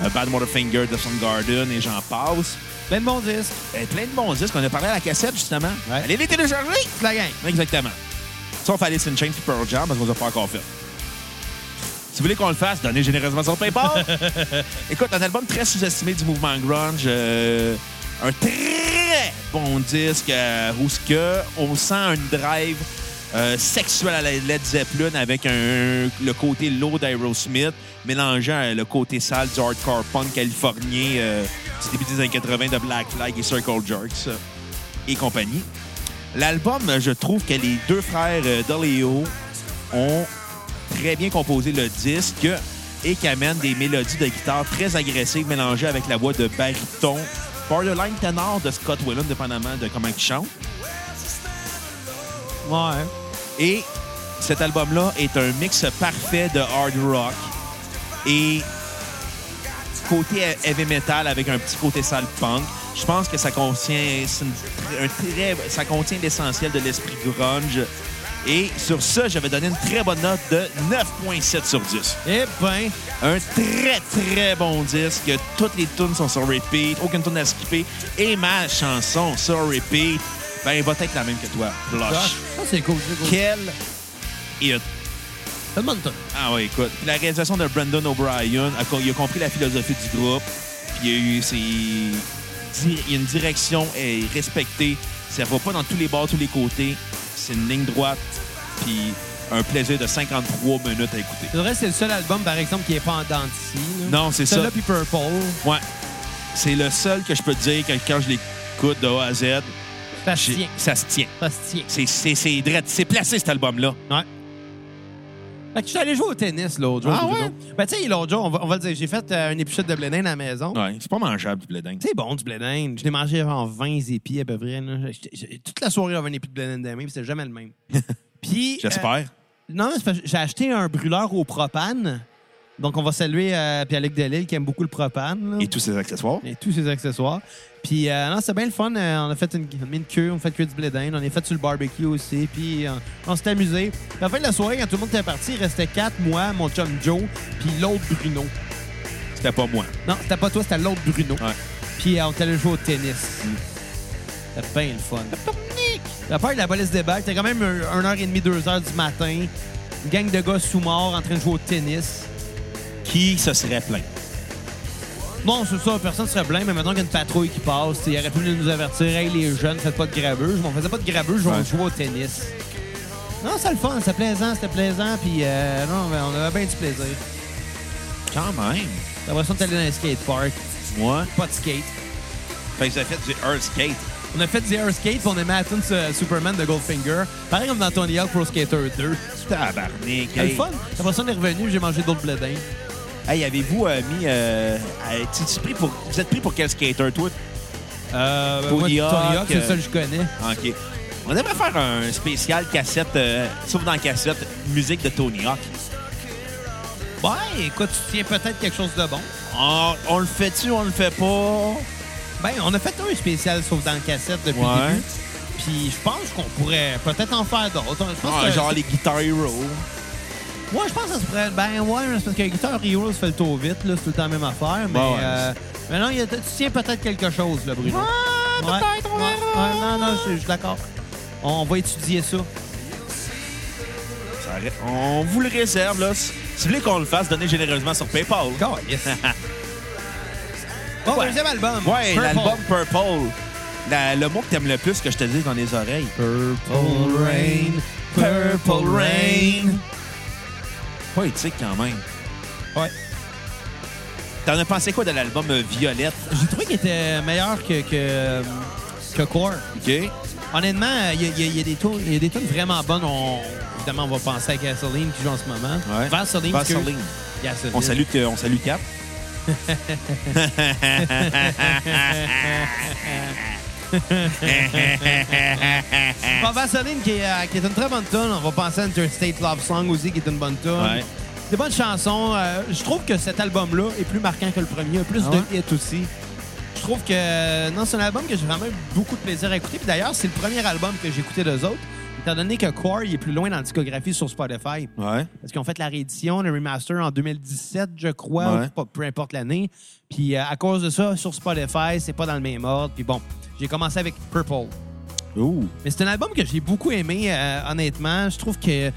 [SPEAKER 1] euh, Bad Waterfinger de Soundgarden et j'en passe.
[SPEAKER 2] Plein de bons disques.
[SPEAKER 1] Euh, plein de bons disques. On a parlé à la cassette, justement.
[SPEAKER 2] Ouais.
[SPEAKER 1] Allez les télécharger!
[SPEAKER 2] Toute la gang.
[SPEAKER 1] Exactement. Sauf Alice in Chains et Pearl Jam, parce qu'on les a pas encore fait. Si vous voulez qu'on le fasse, donnez généreusement sur PayPal. Écoute, un album très sous-estimé du mouvement grunge. euh, un très bon disque euh, où ce que on sent une drive euh, sexuelle à la Led Zeppelin avec un- le côté low d'Aerosmith mélangeant euh, le côté sale du hardcore punk californien euh, du début des années 80 de Black Flag et Circle Jerks euh, et compagnie. L'album, euh, je trouve que les deux frères euh, Doléo ont très bien composé le disque et qui amènent des mélodies de guitare très agressives mélangées avec la voix de baryton, borderline ténor de Scott Whelan, dépendamment de comment il chante.
[SPEAKER 2] Ouais.
[SPEAKER 1] Et cet album-là est un mix parfait de hard rock et côté heavy metal avec un petit côté sale punk. Je pense que ça contient, c'est une- un très, ça contient l'essentiel de l'esprit grunge. Et sur ça, j'avais donné une très bonne note de 9.7 sur 10.
[SPEAKER 2] Eh ben,
[SPEAKER 1] Un très, très bon disque. Toutes les tunes sont sur repeat. Aucune tune à skipper. Et ma chanson sur repeat, ben, elle va être la même que toi. Blush.
[SPEAKER 2] ça, c'est cool. C'est cool.
[SPEAKER 1] Ah, Quel hit.
[SPEAKER 2] Ça demande tout.
[SPEAKER 1] Ah oui, écoute. La réalisation de Brandon O'Brien, a co- il a compris la philosophie du groupe. Puis il y a eu ses- di- il y a une direction eh, respectée. Ça va pas dans tous les bords, tous les côtés. C'est une ligne droite. Puis un plaisir de 53 minutes à écouter.
[SPEAKER 2] C'est vrai, c'est le seul album, par exemple, qui est pas en dents de scie, là.
[SPEAKER 1] Non, c'est ça.
[SPEAKER 2] Celui-là, puis Purple.
[SPEAKER 1] Ouais. C'est le seul que je peux te dire que quand je l'écoute de A à Z,
[SPEAKER 2] Ça se
[SPEAKER 1] j'ai-
[SPEAKER 2] tient.
[SPEAKER 1] ça se tient.
[SPEAKER 2] Ça se tient.
[SPEAKER 1] C'est- C'est c'est drette. C'est placé cet album-là.
[SPEAKER 2] Ouais. Fait que je suis allé jouer au tennis l'autre jour.
[SPEAKER 1] Ah
[SPEAKER 2] Bruno.
[SPEAKER 1] ouais?
[SPEAKER 2] Ben, tu sais, l'autre jour, on va, on va le dire, j'ai fait euh, un épisode de Blédin à la maison.
[SPEAKER 1] Ouais. C'est pas mangeable, du blé d'Inde.
[SPEAKER 2] C'est bon, du Blédin. Je l'ai mangé en 20 épis à peu près. là. J'étais- j'ai- Toute la soirée, j'avais un épi de Blédin dans la main, puis c'était jamais le
[SPEAKER 1] (laughs)
[SPEAKER 2] même. Puis. euh,
[SPEAKER 1] J'espère.
[SPEAKER 2] non, c'est parce que j'ai acheté un brûleur au propane. Donc, on va saluer euh, Pierre-Luc Delille qui aime beaucoup le propane. là.
[SPEAKER 1] Et tous ses accessoires.
[SPEAKER 2] et tous ses accessoires. Puis euh, non, c'est bien le fun. Euh, on a fait une, on a mis une queue, on a fait cuire du blé d'Inde, on est fait sur le barbecue aussi. Puis euh, on s'est amusé. Puis à la fin de la soirée, quand tout le monde était parti, il restait quatre, moi, mon chum Joe, puis l'autre Bruno.
[SPEAKER 1] C'était pas moi.
[SPEAKER 2] Non, c'était pas toi, c'était l'autre Bruno.
[SPEAKER 1] Ouais. Mm.
[SPEAKER 2] Puis euh, on est allé jouer au tennis. C'était bien le fun. La peur de la police débarque. C'était quand même 1h30, 2h du matin. Une gang de gars sous-morts en train de jouer au tennis.
[SPEAKER 1] Qui se serait plaint?
[SPEAKER 2] Non, c'est ça, personne ne serait blême, mais maintenant qu'il y a une patrouille qui passe, il aurait pu venir nous avertir, hey les jeunes, faites pas de grabuge. On faisait pas de grabuge, on
[SPEAKER 1] Ouais.
[SPEAKER 2] jouait au tennis. Non, c'est le fun, c'était plaisant, c'était plaisant, puis euh, non, mais on avait bien du plaisir.
[SPEAKER 1] Quand même.
[SPEAKER 2] T'as l'impression d'aller dans un skatepark.
[SPEAKER 1] Moi.
[SPEAKER 2] Pas de skate.
[SPEAKER 1] Fait que j'ai fait du Earth Skate.
[SPEAKER 2] On a fait du air skate, puis on aimait la tune sur Superman de Goldfinger. Pareil comme dans Tony Hawk Pro Skater 2.
[SPEAKER 1] Tabarnak.
[SPEAKER 2] C'était le
[SPEAKER 1] hey.
[SPEAKER 2] fun. Après ça, on est revenu, j'ai mangé d'autres bledins.
[SPEAKER 1] Hey, avez-vous euh, mis. euh, euh, tu- tu pris pour- vous êtes pris pour quel skater, toi?
[SPEAKER 2] Euh,
[SPEAKER 1] Tony
[SPEAKER 2] moi, Tony
[SPEAKER 1] Hawk,
[SPEAKER 2] Hawk, c'est
[SPEAKER 1] euh,
[SPEAKER 2] le seul que je connais.
[SPEAKER 1] OK. On aimerait faire un spécial cassette, euh, sauf dans cassette, musique de Tony Hawk.
[SPEAKER 2] Ouais, écoute, tu tiens peut-être quelque chose de bon.
[SPEAKER 1] On, Ah, on le fait-tu, on le fait pas?
[SPEAKER 2] Ben, on a fait un spécial sauf dans le cassette depuis
[SPEAKER 1] Ouais.
[SPEAKER 2] le début. Puis je pense qu'on pourrait peut-être en faire d'autres. Je pense
[SPEAKER 1] Ah,
[SPEAKER 2] que-
[SPEAKER 1] genre les Guitar Hero.
[SPEAKER 2] Ouais, je pense que ça se pourrait. Ben ouais, c'est parce que Guitar Hero se fait le tour vite, là, c'est tout le temps la même affaire. Mais,
[SPEAKER 1] Bon, ouais.
[SPEAKER 2] euh, mais non, il y a- tu tiens peut-être quelque chose, là, Bruno. Ouais, ouais, ouais, non, non, je je suis d'accord. On va étudier ça.
[SPEAKER 1] Ça arrête- on vous le réserve, là. Si si vous voulez qu'on le fasse, donnez généreusement sur PayPal.
[SPEAKER 2] D'accord, yes. Bon,
[SPEAKER 1] Ouais.
[SPEAKER 2] deuxième album.
[SPEAKER 1] Ouais,
[SPEAKER 2] Purple.
[SPEAKER 1] l'album Purple. La- le mot que t'aimes le plus que je te dis dans les oreilles.
[SPEAKER 2] Purple Rain, Purple Rain.
[SPEAKER 1] Poétique quand même.
[SPEAKER 2] Ouais.
[SPEAKER 1] T'en as pensé quoi de l'album euh, Violette?
[SPEAKER 2] J'ai trouvé qu'il était meilleur que, que, que Core.
[SPEAKER 1] OK.
[SPEAKER 2] Honnêtement, euh, il y a- il y, a- il y a des tunes- il y a des tunes vraiment bonnes. On- évidemment, on va penser à Gasoline qui joue en ce moment.
[SPEAKER 1] Ouais.
[SPEAKER 2] Vaseline. excuse.
[SPEAKER 1] Vaseline.
[SPEAKER 2] Gasoline.
[SPEAKER 1] On salue, que- on salue Cap.
[SPEAKER 2] Bon, Vaseline qui est, euh, qui est une très bonne tune. On va penser à Interstate Love Song aussi qui est une bonne tune.
[SPEAKER 1] Ouais.
[SPEAKER 2] Des bonnes chansons. Euh, je trouve que cet album-là est plus marquant que le premier. Il y a plus
[SPEAKER 1] Ah
[SPEAKER 2] de hits aussi. Je trouve que euh, non, c'est un album que j'ai vraiment eu beaucoup de plaisir à écouter. Puis d'ailleurs, c'est le premier album que j'ai écouté d'eux autres. Étant donné que Core il est plus loin dans la discographie sur Spotify.
[SPEAKER 1] Ouais.
[SPEAKER 2] Parce qu'ils ont fait la réédition, le remaster en 2017, je crois,
[SPEAKER 1] Ouais.
[SPEAKER 2] ou pas- peu importe l'année. Puis euh, à cause de ça, sur Spotify, c'est pas dans le même ordre. Puis bon, j'ai commencé avec Purple.
[SPEAKER 1] Ouh.
[SPEAKER 2] Mais c'est un album que j'ai beaucoup aimé, euh, honnêtement. Je trouve que.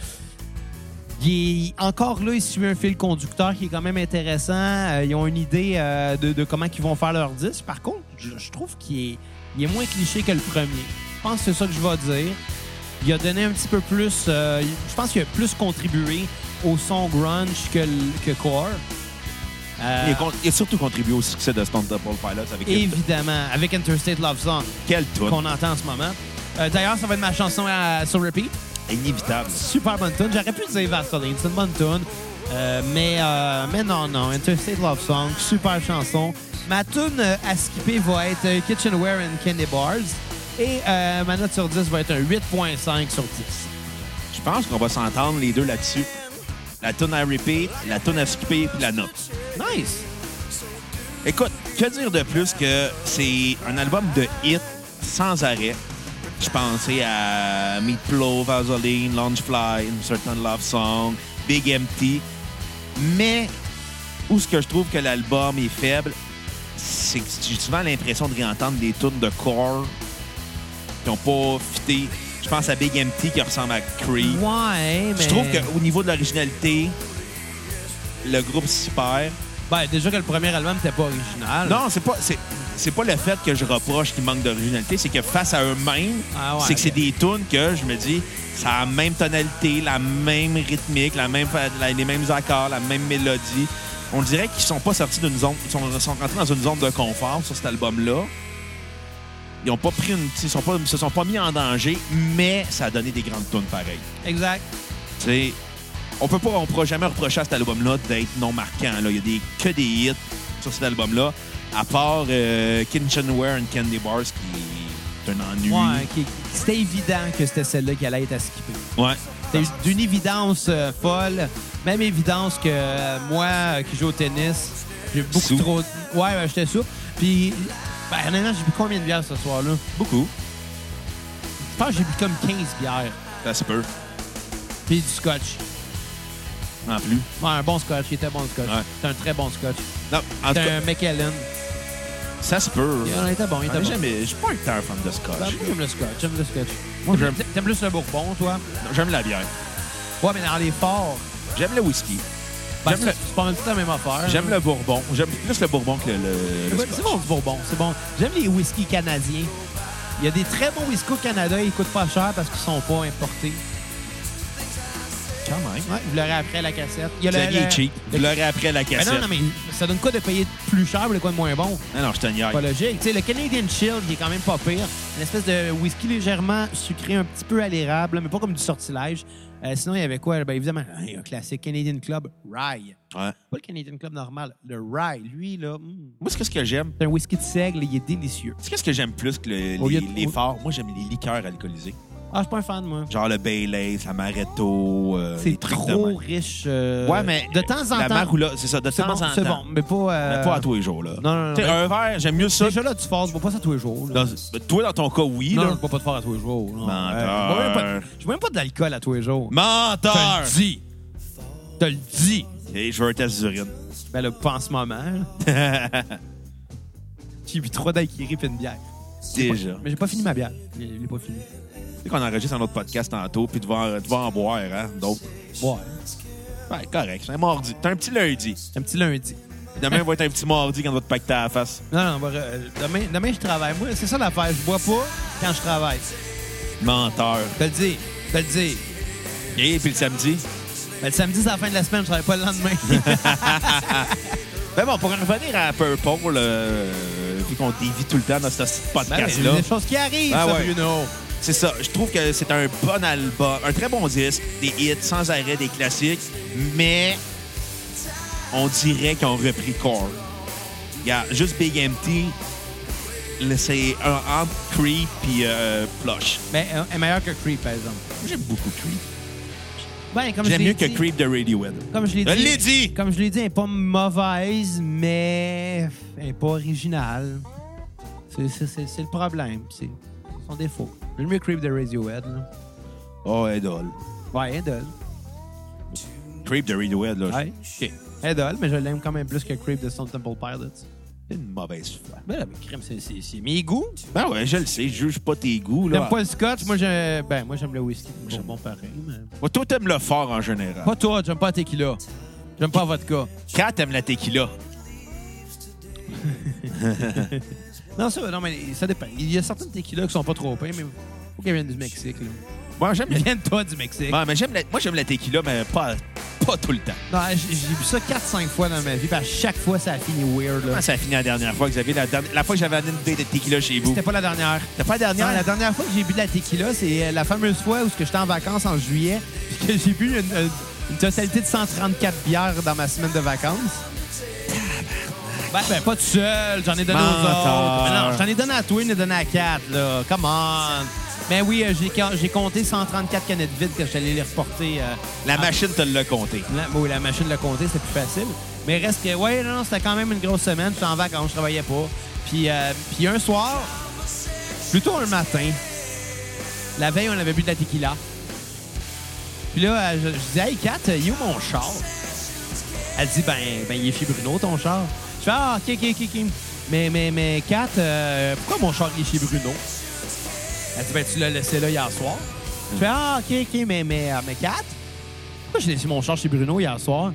[SPEAKER 2] Il est- encore là, il suit un fil conducteur qui est quand même intéressant. Euh, ils ont une idée euh, de, de comment ils vont faire leur disque. Par contre, je, je trouve qu'il est, il est moins cliché que le premier. Je pense que c'est ça que je vais dire. Il a donné un petit peu plus. euh, je pense qu'il a plus contribué au son grunge que, le- que Core. Euh,
[SPEAKER 1] Il, a con- il a surtout contribué au succès de Stone Temple Pilots avec
[SPEAKER 2] évidemment, avec Interstate Love Song
[SPEAKER 1] quel tour.
[SPEAKER 2] qu'on entend en ce moment. Euh, D'ailleurs, ça va être ma chanson à, sur repeat.
[SPEAKER 1] Inévitable.
[SPEAKER 2] super bonne tune. J'aurais pu dire Vaseline, c'est une bonne tune. Euh, mais, euh, mais non, non. Interstate Love Song, super chanson. Ma tune euh, à skipper va être euh, Kitchenware and Candy Bars. Et euh, ma note sur 10 va être un 8.5 sur 10.
[SPEAKER 1] Je pense qu'on va s'entendre les deux là-dessus. La tonne à repeat, la tonne à skipper, puis la note.
[SPEAKER 2] Nice!
[SPEAKER 1] Écoute, que dire de plus que c'est un album de hits sans arrêt. Je pensais à Meat Plow, Vaseline, Launchfly, Certain Love Song, Big Empty. Mais où ce que je trouve que l'album est faible, c'est que j'ai souvent l'impression de réentendre des tunes de core qui n'ont pas fité. Je pense à Big Empty qui ressemble à Creep.
[SPEAKER 2] Ouais, mais.
[SPEAKER 1] Je trouve qu'au niveau de l'originalité, le groupe s'y perd.
[SPEAKER 2] Ben, déjà que le premier album n'était pas original.
[SPEAKER 1] Non, c'est pas. C'est... C'est pas le fait que je reproche qu'ils manquent d'originalité, c'est que face à eux-mêmes,
[SPEAKER 2] Ah ouais,
[SPEAKER 1] c'est que c'est
[SPEAKER 2] ok.
[SPEAKER 1] des tunes que je me dis, ça a la même tonalité, la même rythmique, la même, la- les mêmes accords, la même mélodie. On dirait qu'ils sont pas sortis d'une zone, ils sont, ils sont rentrés dans une zone de confort sur cet album-là. Ils ont pas pris une, ils sont pas, ils se sont pas mis en danger, mais ça a donné des grandes tunes pareilles.
[SPEAKER 2] Exact.
[SPEAKER 1] Tu sais, on peut pas, on pourra jamais reprocher à cet album-là d'être non marquant. là. Il y a des, que des hits sur cet album-là, à part euh, Kitchenware and Candy Bars, qui est un ennui.
[SPEAKER 2] Ouais, qui- c'était évident que c'était celle-là qui allait être à skipper.
[SPEAKER 1] Ouais.
[SPEAKER 2] C'était d'une évidence euh, folle, même évidence que euh, moi euh, qui joue au tennis, j'ai beaucoup
[SPEAKER 1] Sous.
[SPEAKER 2] trop. Ouais, ben, j'étais sourd. Puis, ben, honnêtement, j'ai bu combien de bières ce soir-là?
[SPEAKER 1] Beaucoup.
[SPEAKER 2] Je pense que j'ai bu comme 15 bières.
[SPEAKER 1] Ça se peut.
[SPEAKER 2] Puis du scotch.
[SPEAKER 1] En plus.
[SPEAKER 2] Ouais, un bon scotch, il était bon le scotch.
[SPEAKER 1] Ouais.
[SPEAKER 2] C'était un très bon scotch.
[SPEAKER 1] Non, en tout
[SPEAKER 2] C'était
[SPEAKER 1] cas,
[SPEAKER 2] un McAllen.
[SPEAKER 1] ça se peut.
[SPEAKER 2] Il était bon,
[SPEAKER 1] On
[SPEAKER 2] il était
[SPEAKER 1] est
[SPEAKER 2] bon.
[SPEAKER 1] jamais- Je suis pas un grand fan de Scotch.
[SPEAKER 2] Ben, moi, j'aime le scotch, j'aime le scotch.
[SPEAKER 1] Moi, j'aime-
[SPEAKER 2] T'a- T'aimes plus le bourbon, toi?
[SPEAKER 1] Non, J'aime la bière.
[SPEAKER 2] Ouais, mais dans les forts,
[SPEAKER 1] J'aime le whisky.
[SPEAKER 2] ben,
[SPEAKER 1] J'aime
[SPEAKER 2] c'est
[SPEAKER 1] le-
[SPEAKER 2] c'est pas mal tout la même affaire.
[SPEAKER 1] J'aime le bourbon. J'aime plus le bourbon que le, le- le
[SPEAKER 2] Ouais,
[SPEAKER 1] Scotch.
[SPEAKER 2] C'est bon du bourbon, c'est bon. J'aime les whisky canadiens. Il y a des très bons whisky au Canada, ils coûtent pas cher parce qu'ils sont pas importés.
[SPEAKER 1] Quand même.
[SPEAKER 2] Ouais, vous l'aurez après la cassette. Il y a
[SPEAKER 1] Le
[SPEAKER 2] le-
[SPEAKER 1] gag est
[SPEAKER 2] le-
[SPEAKER 1] cheap.
[SPEAKER 2] le-
[SPEAKER 1] Vous l'aurez après la
[SPEAKER 2] Mais
[SPEAKER 1] cassette.
[SPEAKER 2] non, non, mais ça donne quoi de payer plus cher pour le coin moins bon?
[SPEAKER 1] Non, non, je te niaise.
[SPEAKER 2] Pas logique. Tu sais, le Canadian Shield, il est quand même pas pire. Une espèce de whisky légèrement sucré, un petit peu à l'érable, mais pas comme du sortilège. Euh, sinon, il y avait quoi? Ben, évidemment, un classique Canadian Club Rye.
[SPEAKER 1] Ouais.
[SPEAKER 2] Pas le Canadian Club normal, le Rye. Lui, là, hmm,
[SPEAKER 1] Moi, c'est qu'est-ce que j'aime.
[SPEAKER 2] c'est un whisky de seigle, il est délicieux.
[SPEAKER 1] C'est qu'est-ce que j'aime plus que le-
[SPEAKER 2] Au
[SPEAKER 1] les,
[SPEAKER 2] lieu de-
[SPEAKER 1] les forts. Moi, j'aime les liqueurs alcoolisées.
[SPEAKER 2] Ah, je suis pas un fan, moi.
[SPEAKER 1] Genre le Baileys, l'amaretto. euh, des
[SPEAKER 2] C'est
[SPEAKER 1] trucs de
[SPEAKER 2] trop
[SPEAKER 1] même.
[SPEAKER 2] riche. euh,
[SPEAKER 1] Ouais, mais.
[SPEAKER 2] De temps en
[SPEAKER 1] La
[SPEAKER 2] temps.
[SPEAKER 1] maroula, c'est ça, de
[SPEAKER 2] C'est
[SPEAKER 1] temps
[SPEAKER 2] bon,
[SPEAKER 1] en
[SPEAKER 2] c'est
[SPEAKER 1] temps.
[SPEAKER 2] bon, mais pas. euh,
[SPEAKER 1] Mais pas à tous les jours, là.
[SPEAKER 2] Non, non, non.
[SPEAKER 1] T'sais,
[SPEAKER 2] ben-
[SPEAKER 1] un verre, j'aime mieux ça.
[SPEAKER 2] Déjà là, tu fasses, je bois pas ça tous les jours.
[SPEAKER 1] Dans-
[SPEAKER 2] là.
[SPEAKER 1] ben, toi, dans ton cas, oui.
[SPEAKER 2] non,
[SPEAKER 1] là.
[SPEAKER 2] je bois pas de phare à tous les jours. Non.
[SPEAKER 1] Menteur.
[SPEAKER 2] Euh, je bois même pas de- je bois même pas d'alcool à tous les jours.
[SPEAKER 1] Menteur!
[SPEAKER 2] Te le dis. Te le dis.
[SPEAKER 1] Et je veux un test d'urine. (laughs)
[SPEAKER 2] Ben là, pas en ce moment. là. (laughs) J'ai bu trois daiquiris puis une bière.
[SPEAKER 1] Déjà.
[SPEAKER 2] Mais j'ai pas fini ma bière. Je l'ai pas fini.
[SPEAKER 1] Tu sais qu'on enregistre un autre podcast tantôt, puis tu vas, tu vas en boire, hein, d'autres.
[SPEAKER 2] Ouais.
[SPEAKER 1] Ouais, correct. C'est un mardi. T'as un petit lundi.
[SPEAKER 2] Un petit lundi.
[SPEAKER 1] Puis Demain va être un petit mardi quand on va te pacter à la face.
[SPEAKER 2] Non, non, on va re- euh, demain, demain, je travaille. Moi, c'est ça l'affaire. Je bois pas quand je travaille.
[SPEAKER 1] Menteur.
[SPEAKER 2] Te le dis. Te le dis.
[SPEAKER 1] Et puis le samedi.
[SPEAKER 2] Ben, le samedi, c'est la fin de la semaine. Je travaille pas
[SPEAKER 1] (laughs)
[SPEAKER 2] le lendemain.
[SPEAKER 1] Ben bon, pour en revenir à Purple, euh, vu qu'on dévie tout le temps dans ce petit
[SPEAKER 2] ben,
[SPEAKER 1] podcast-là,
[SPEAKER 2] c'est des choses qui arrivent,
[SPEAKER 1] Ah
[SPEAKER 2] ça,
[SPEAKER 1] ouais.
[SPEAKER 2] Bruno.
[SPEAKER 1] c'est ça. Je trouve que c'est un bon album, un très bon disque, des hits sans arrêt, des classiques, mais on dirait qu'on repris Korn. Regarde, juste Big Empty, là, c'est un entre Creep puis euh, Plush.
[SPEAKER 2] Mais euh, est meilleur que Creep, par exemple.
[SPEAKER 1] Moi, J'aime beaucoup Creep.
[SPEAKER 2] Ben, comme je
[SPEAKER 1] J'aime
[SPEAKER 2] l'ai
[SPEAKER 1] mieux que
[SPEAKER 2] dit-
[SPEAKER 1] Creep de Radiohead.
[SPEAKER 2] Comme je l'ai
[SPEAKER 1] Je
[SPEAKER 2] dit.
[SPEAKER 1] l'ai dit!
[SPEAKER 2] Comme je l'ai dit, elle n'est pas mauvaise, mais elle n'est pas originale. C'est- C'est c'est- c'est le problème. C'est son défaut. J'aime mieux Creep de Radiohead. Là.
[SPEAKER 1] Oh, Edol.
[SPEAKER 2] Ouais, elle est dolle.
[SPEAKER 1] Creep de Radiohead, là.
[SPEAKER 2] Ouais.
[SPEAKER 1] je- Ok.
[SPEAKER 2] Elle est dolle, mais je l'aime quand même plus que Creep de Stone Temple Pilots.
[SPEAKER 1] C'est une mauvaise foi.
[SPEAKER 2] Ben là, mais crème, c'est- c'est c'est mes goûts.
[SPEAKER 1] Ben ouais, je le sais, je juge pas tes goûts, là.
[SPEAKER 2] T'aimes pas le scotch? Moi, je- ben, moi j'aime le whisky.
[SPEAKER 1] j'aime-
[SPEAKER 2] Bon, bon pareil. mais-
[SPEAKER 1] Moi, toi, t'aimes le fort en général.
[SPEAKER 2] Pas toi, j'aime pas la tequila. J'aime pas la vodka.
[SPEAKER 1] Quand t'aimes la tequila.
[SPEAKER 2] Non, ça, non, mais ça dépend. Il y a certaines tequilas qui sont pas trop pires, mais faut qu'elles viennent du Mexique. Là.
[SPEAKER 1] Moi, j'aime la...
[SPEAKER 2] Elles viennent toi du
[SPEAKER 1] (laughs)
[SPEAKER 2] Mexique.
[SPEAKER 1] Ouais, mais j'aime la... Moi, j'aime la tequila, mais pas, pas tout le temps.
[SPEAKER 2] Non, j'ai j'ai vu ça 4-5 fois dans ma vie, puis à chaque fois, ça a fini weird.
[SPEAKER 1] Comment
[SPEAKER 2] Là.
[SPEAKER 1] Ah, ça a fini la dernière fois que vous avez la, dernière- la fois que j'avais amené une bouteille de tequila chez vous?
[SPEAKER 2] C'était pas la dernière.
[SPEAKER 1] C'était pas la dernière?
[SPEAKER 2] Non, la dernière fois que j'ai bu de la tequila, c'est euh, la fameuse fois où ce que j'étais en vacances en juillet, (laughs) puis que j'ai bu une, une- une totalité de 134 bières dans ma semaine de vacances. Ben, ben, pas tout seul, j'en ai donné aux
[SPEAKER 1] Menteur.
[SPEAKER 2] autres. Mais Non, j'en ai donné à toi, j'en ai donné à 4, là. Come on. Mais oui, euh, j'ai j'ai compté 134 canettes vides que j'allais les reporter euh,
[SPEAKER 1] La machine te l'a compté.
[SPEAKER 2] La, bon, la machine l'a compté, c'était plus facile. Mais reste que, ouais, non, non, c'était quand même une grosse semaine. J'étais en vacances, je travaillais pas. Puis, euh, puis un soir, plutôt un matin, la veille, on avait bu de la tequila. Puis là, euh, je, je dis, hey, Kat, euh, il est où mon char? Elle dit, ben, ben il est chez Bruno, ton char. Je fais, ah, ok, ok, ok, ok. Mais, mais, mais, Kat, euh, pourquoi mon char il est chez Bruno? Elle dit, ben, tu l'as laissé là hier soir. Je fais, ah, ok, ok, mais, mais, euh, mais Kat, pourquoi j'ai laissé mon char chez Bruno hier soir?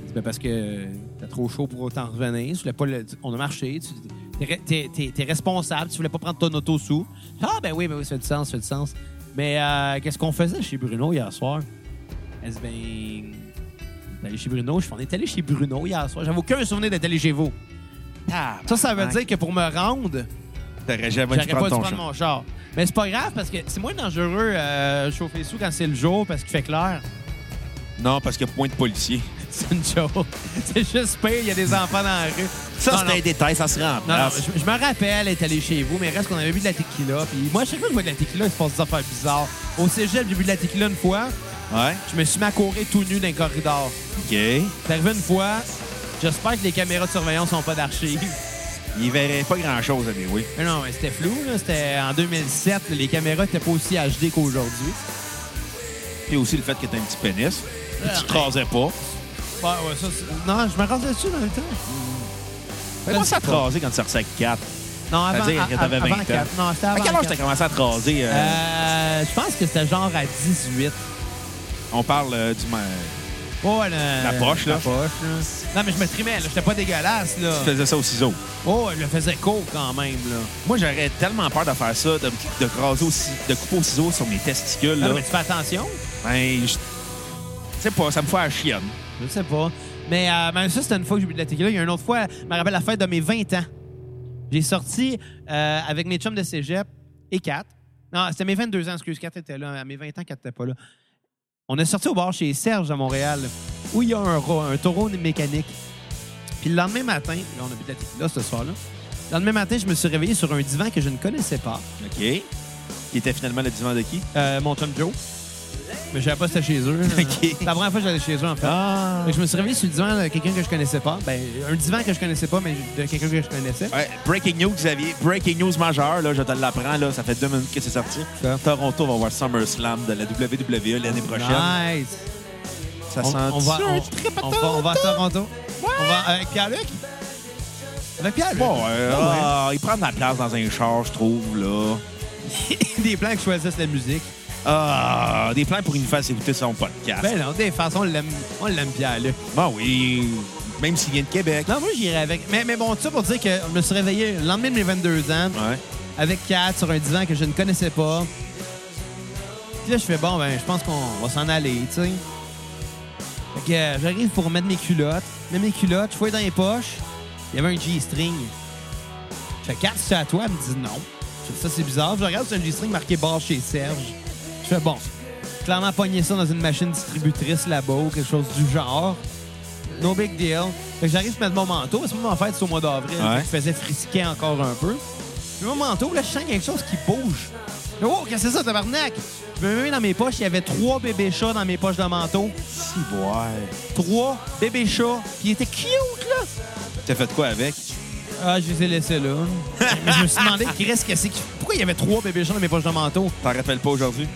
[SPEAKER 2] Elle dit, ben, parce que t'as trop chaud pour autant revenir. Tu voulais pas le- On a marché. Tu... T'es, t'es- t'es- t'es responsable. Tu voulais pas prendre ton auto sous. Ah, ben oui, ben oui, ça fait du sens, ça fait du sens. Mais euh, qu'est-ce qu'on faisait chez Bruno hier soir? Elle dit, ben. on est allé chez Bruno. Je fais, on est allé chez Bruno hier soir. J'avais aucun souvenir d'être allé chez vous.
[SPEAKER 1] Ah.
[SPEAKER 2] Ça, ça veut dire que pour me rendre,
[SPEAKER 1] T'aurais jamais dû
[SPEAKER 2] J'aurais
[SPEAKER 1] prendre
[SPEAKER 2] pas dû
[SPEAKER 1] ton
[SPEAKER 2] prendre
[SPEAKER 1] char.
[SPEAKER 2] mon char. Mais c'est pas grave parce que c'est moins dangereux euh, chauffer sous quand c'est le jour parce qu'il fait clair.
[SPEAKER 1] Non, parce qu'il y a point de policier.
[SPEAKER 2] C'est une joke. (laughs) C'est juste pire, il y a des enfants dans la rue.
[SPEAKER 1] Ça,
[SPEAKER 2] Non,
[SPEAKER 1] c'était un détail, ça se rend.
[SPEAKER 2] non, non, non, je, je me rappelle être allé chez vous, mais reste qu'on avait bu de la tequila. Puis moi, à chaque fois que je bois de la tequila, il se passe des affaires bizarres. Au cégep, j'ai bu de la tequila une fois.
[SPEAKER 1] Ouais,
[SPEAKER 2] Je me suis mis à courir tout nu dans le corridor.
[SPEAKER 1] OK.
[SPEAKER 2] C'est arrivé une fois. J'espère que les caméras de surveillance sont pas d'archives. (laughs)
[SPEAKER 1] Il verrait pas grand-chose, mais oui.
[SPEAKER 2] Mais non, mais c'était flou. là. C'était en 2007. Les caméras étaient pas aussi HD qu'aujourd'hui.
[SPEAKER 1] Puis aussi le fait que t'as un petit pénis. Tu te rasais pas.
[SPEAKER 2] Ouais, ouais, ça, c'est- non, je me rase dessus dans le temps.
[SPEAKER 1] Mais
[SPEAKER 2] Je
[SPEAKER 1] moi,
[SPEAKER 2] sais
[SPEAKER 1] ça te
[SPEAKER 2] pas.
[SPEAKER 1] rasait quand tu sortais avec 4.
[SPEAKER 2] Non, avant,
[SPEAKER 1] C'est-à-dire que
[SPEAKER 2] à-
[SPEAKER 1] t'avais
[SPEAKER 2] avant
[SPEAKER 1] 20 ans.
[SPEAKER 2] quatre. Non, c'était
[SPEAKER 1] À
[SPEAKER 2] avant
[SPEAKER 1] quel âge
[SPEAKER 2] quatre.
[SPEAKER 1] t'as commencé à te raser? Ah, ben, euh,
[SPEAKER 2] Euh, je pense que c'était genre à 18.
[SPEAKER 1] On parle euh, du... ma-
[SPEAKER 2] Oh, le-
[SPEAKER 1] La poche, là.
[SPEAKER 2] La poche, là. Non, mais je me trimais, là. J'étais pas dégueulasse, là.
[SPEAKER 1] Tu faisais ça au ciseau.
[SPEAKER 2] Oh, je le faisais court quand même, là.
[SPEAKER 1] Moi, j'aurais tellement peur de faire ça, de, de, raser au ci- de couper au ciseau sur mes testicules.
[SPEAKER 2] Ah,
[SPEAKER 1] Là.
[SPEAKER 2] mais tu fais attention.
[SPEAKER 1] Ben, je- sais pas, ça me fait la chienne.
[SPEAKER 2] Je sais pas. Mais euh, mais ça, c'était une fois que j'ai bu de la tequila. Il y a une autre fois, je me rappelle la fête de mes 20 ans. J'ai sorti euh, avec mes chums de cégep et 4. Non, c'était mes 22 ans, excuse. 4 était là. À mes 20 ans, 4 n'était pas là. On est sorti au bar chez Serge à Montréal, où il y a un rat, un taureau mécanique. Puis le lendemain matin, là, on a bu de la tequila ce soir-là. Le lendemain matin, je me suis réveillé sur un divan que je ne connaissais pas.
[SPEAKER 1] OK. Qui était finalement le divan de qui?
[SPEAKER 2] Euh, mon chum Joe. Mais je savais pas si c'était chez eux.
[SPEAKER 1] (laughs) OK.
[SPEAKER 2] C'est la première fois que j'allais chez eux, en fait.
[SPEAKER 1] Ah!
[SPEAKER 2] Fait que Je me suis réveillé sur le divan de quelqu'un que je connaissais pas. Ben, un divan que je connaissais pas, mais de quelqu'un que je connaissais.
[SPEAKER 1] Ouais, breaking news, Xavier. Breaking news majeur, là, je te l'apprends, là, ça fait deux minutes que c'est sorti.
[SPEAKER 2] Ça.
[SPEAKER 1] Toronto va voir SummerSlam de la WWE l'année prochaine.
[SPEAKER 2] Nice.
[SPEAKER 1] Ça
[SPEAKER 2] On,
[SPEAKER 1] sent
[SPEAKER 2] on va, on, on va, on va à Toronto. On va avec Pierre-Luc. Avec Pierre-Luc.
[SPEAKER 1] Bon, euh,
[SPEAKER 2] Ah
[SPEAKER 1] ah, il prend de la place dans un char, je trouve, là.
[SPEAKER 2] ouais. des plans qui choisissent la musique.
[SPEAKER 1] Ah, des plans pour une fasse écouter son podcast.
[SPEAKER 2] Ben non, des façons, on l'aime, on l'aime Pierre-Luc.
[SPEAKER 1] bon, Ben oui, même s'il vient de Québec.
[SPEAKER 2] Non, moi, j'irai avec. Mais, mais bon, tout ça pour dire que je me suis réveillé le lendemain de mes 22 ans.
[SPEAKER 1] Ouais.
[SPEAKER 2] avec Kat sur un divan que je ne connaissais pas. Puis là, je fais bon, ben, je pense qu'on va s'en aller, tu sais. Fait que euh, j'arrive pour mettre mes culottes. Je mets mes culottes, je fouille dans les poches. Il y avait un G-string. Je fais Kat, c'est à toi? Elle me dit non. Je fais ça, c'est bizarre. Je regarde, c'est un G-string marqué bar chez Serge. Je fais bon, clairement pogné ça dans une machine distributrice là-bas ou quelque chose du genre. No big deal. Fait que j'arrive, je mets mon manteau. À ce moment, en fait, c'est au mois d'avril.
[SPEAKER 1] Ouais.
[SPEAKER 2] Fait que Je faisais frisquer encore un peu. Je mets mon manteau, là, je sens quelque chose qui bouge. Je fais, Oh, qu'est-ce que c'est ça, tabarnak? Je me mets dans mes poches. Il y avait trois bébés chats dans mes poches de manteau.
[SPEAKER 1] Si, ouais.
[SPEAKER 2] Trois bébés chats. Puis ils étaient cute, là.
[SPEAKER 1] T'as fait quoi avec?
[SPEAKER 2] Ah, je les ai laissés là. Mais (laughs) je me suis demandé, Chris, qu'est-ce que c'est qui- Pourquoi il y avait trois bébés chats dans mes poches de manteau?
[SPEAKER 1] T'en rappelles pas aujourd'hui?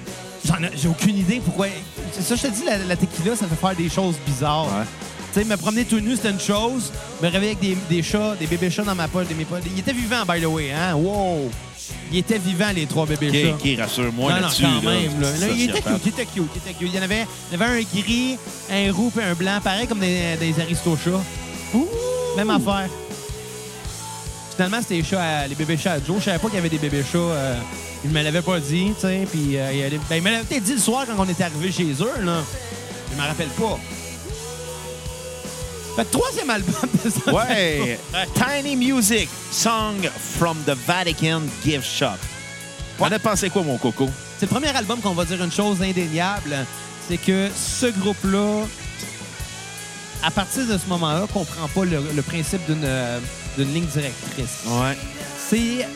[SPEAKER 2] J'en ai- J'ai aucune idée pourquoi. C'est ça, je te dis, la, la tequila, ça fait faire des choses bizarres.
[SPEAKER 1] Ouais.
[SPEAKER 2] Tu sais, me promener tout nu, c'était une chose. Me réveiller avec des, des chats, des bébés chats dans ma poche, des mes poches. Ils étaient vivants, by the way, hein? Wow! Ils étaient vivants, les trois bébés
[SPEAKER 1] Qui,
[SPEAKER 2] chats.
[SPEAKER 1] qui rassure-moi
[SPEAKER 2] non, non,
[SPEAKER 1] là-dessus.
[SPEAKER 2] quand
[SPEAKER 1] là.
[SPEAKER 2] même. Là. Là, il était
[SPEAKER 1] Sociopathe.
[SPEAKER 2] (laughs) cute, il était cute, il était cute. Il y en avait, il y avait un gris, un roux et un blanc, pareil comme des, des aristochats.
[SPEAKER 1] Ouh!
[SPEAKER 2] Même affaire. Finalement, c'était les, chats à- les bébés chats à Joe. Je savais pas qu'il y avait des bébés chats. euh, il me l'avait pas dit, tu sais. Puis euh, il, y a des- ben, il me l'avait peut-être dit le soir quand on était arrivé chez eux, là. Je me rappelle pas. Fait que troisième album (laughs) de ça.
[SPEAKER 1] Ouais! Tiny Music, Song from the Vatican Gift Shop. On a pensé quoi, mon coco?
[SPEAKER 2] C'est le premier album qu'on va dire une chose indéniable. C'est que ce groupe-là, à partir de ce moment-là, comprend pas le, le principe d'une euh, d'une ligne directrice.
[SPEAKER 1] Ouais.
[SPEAKER 2] c'est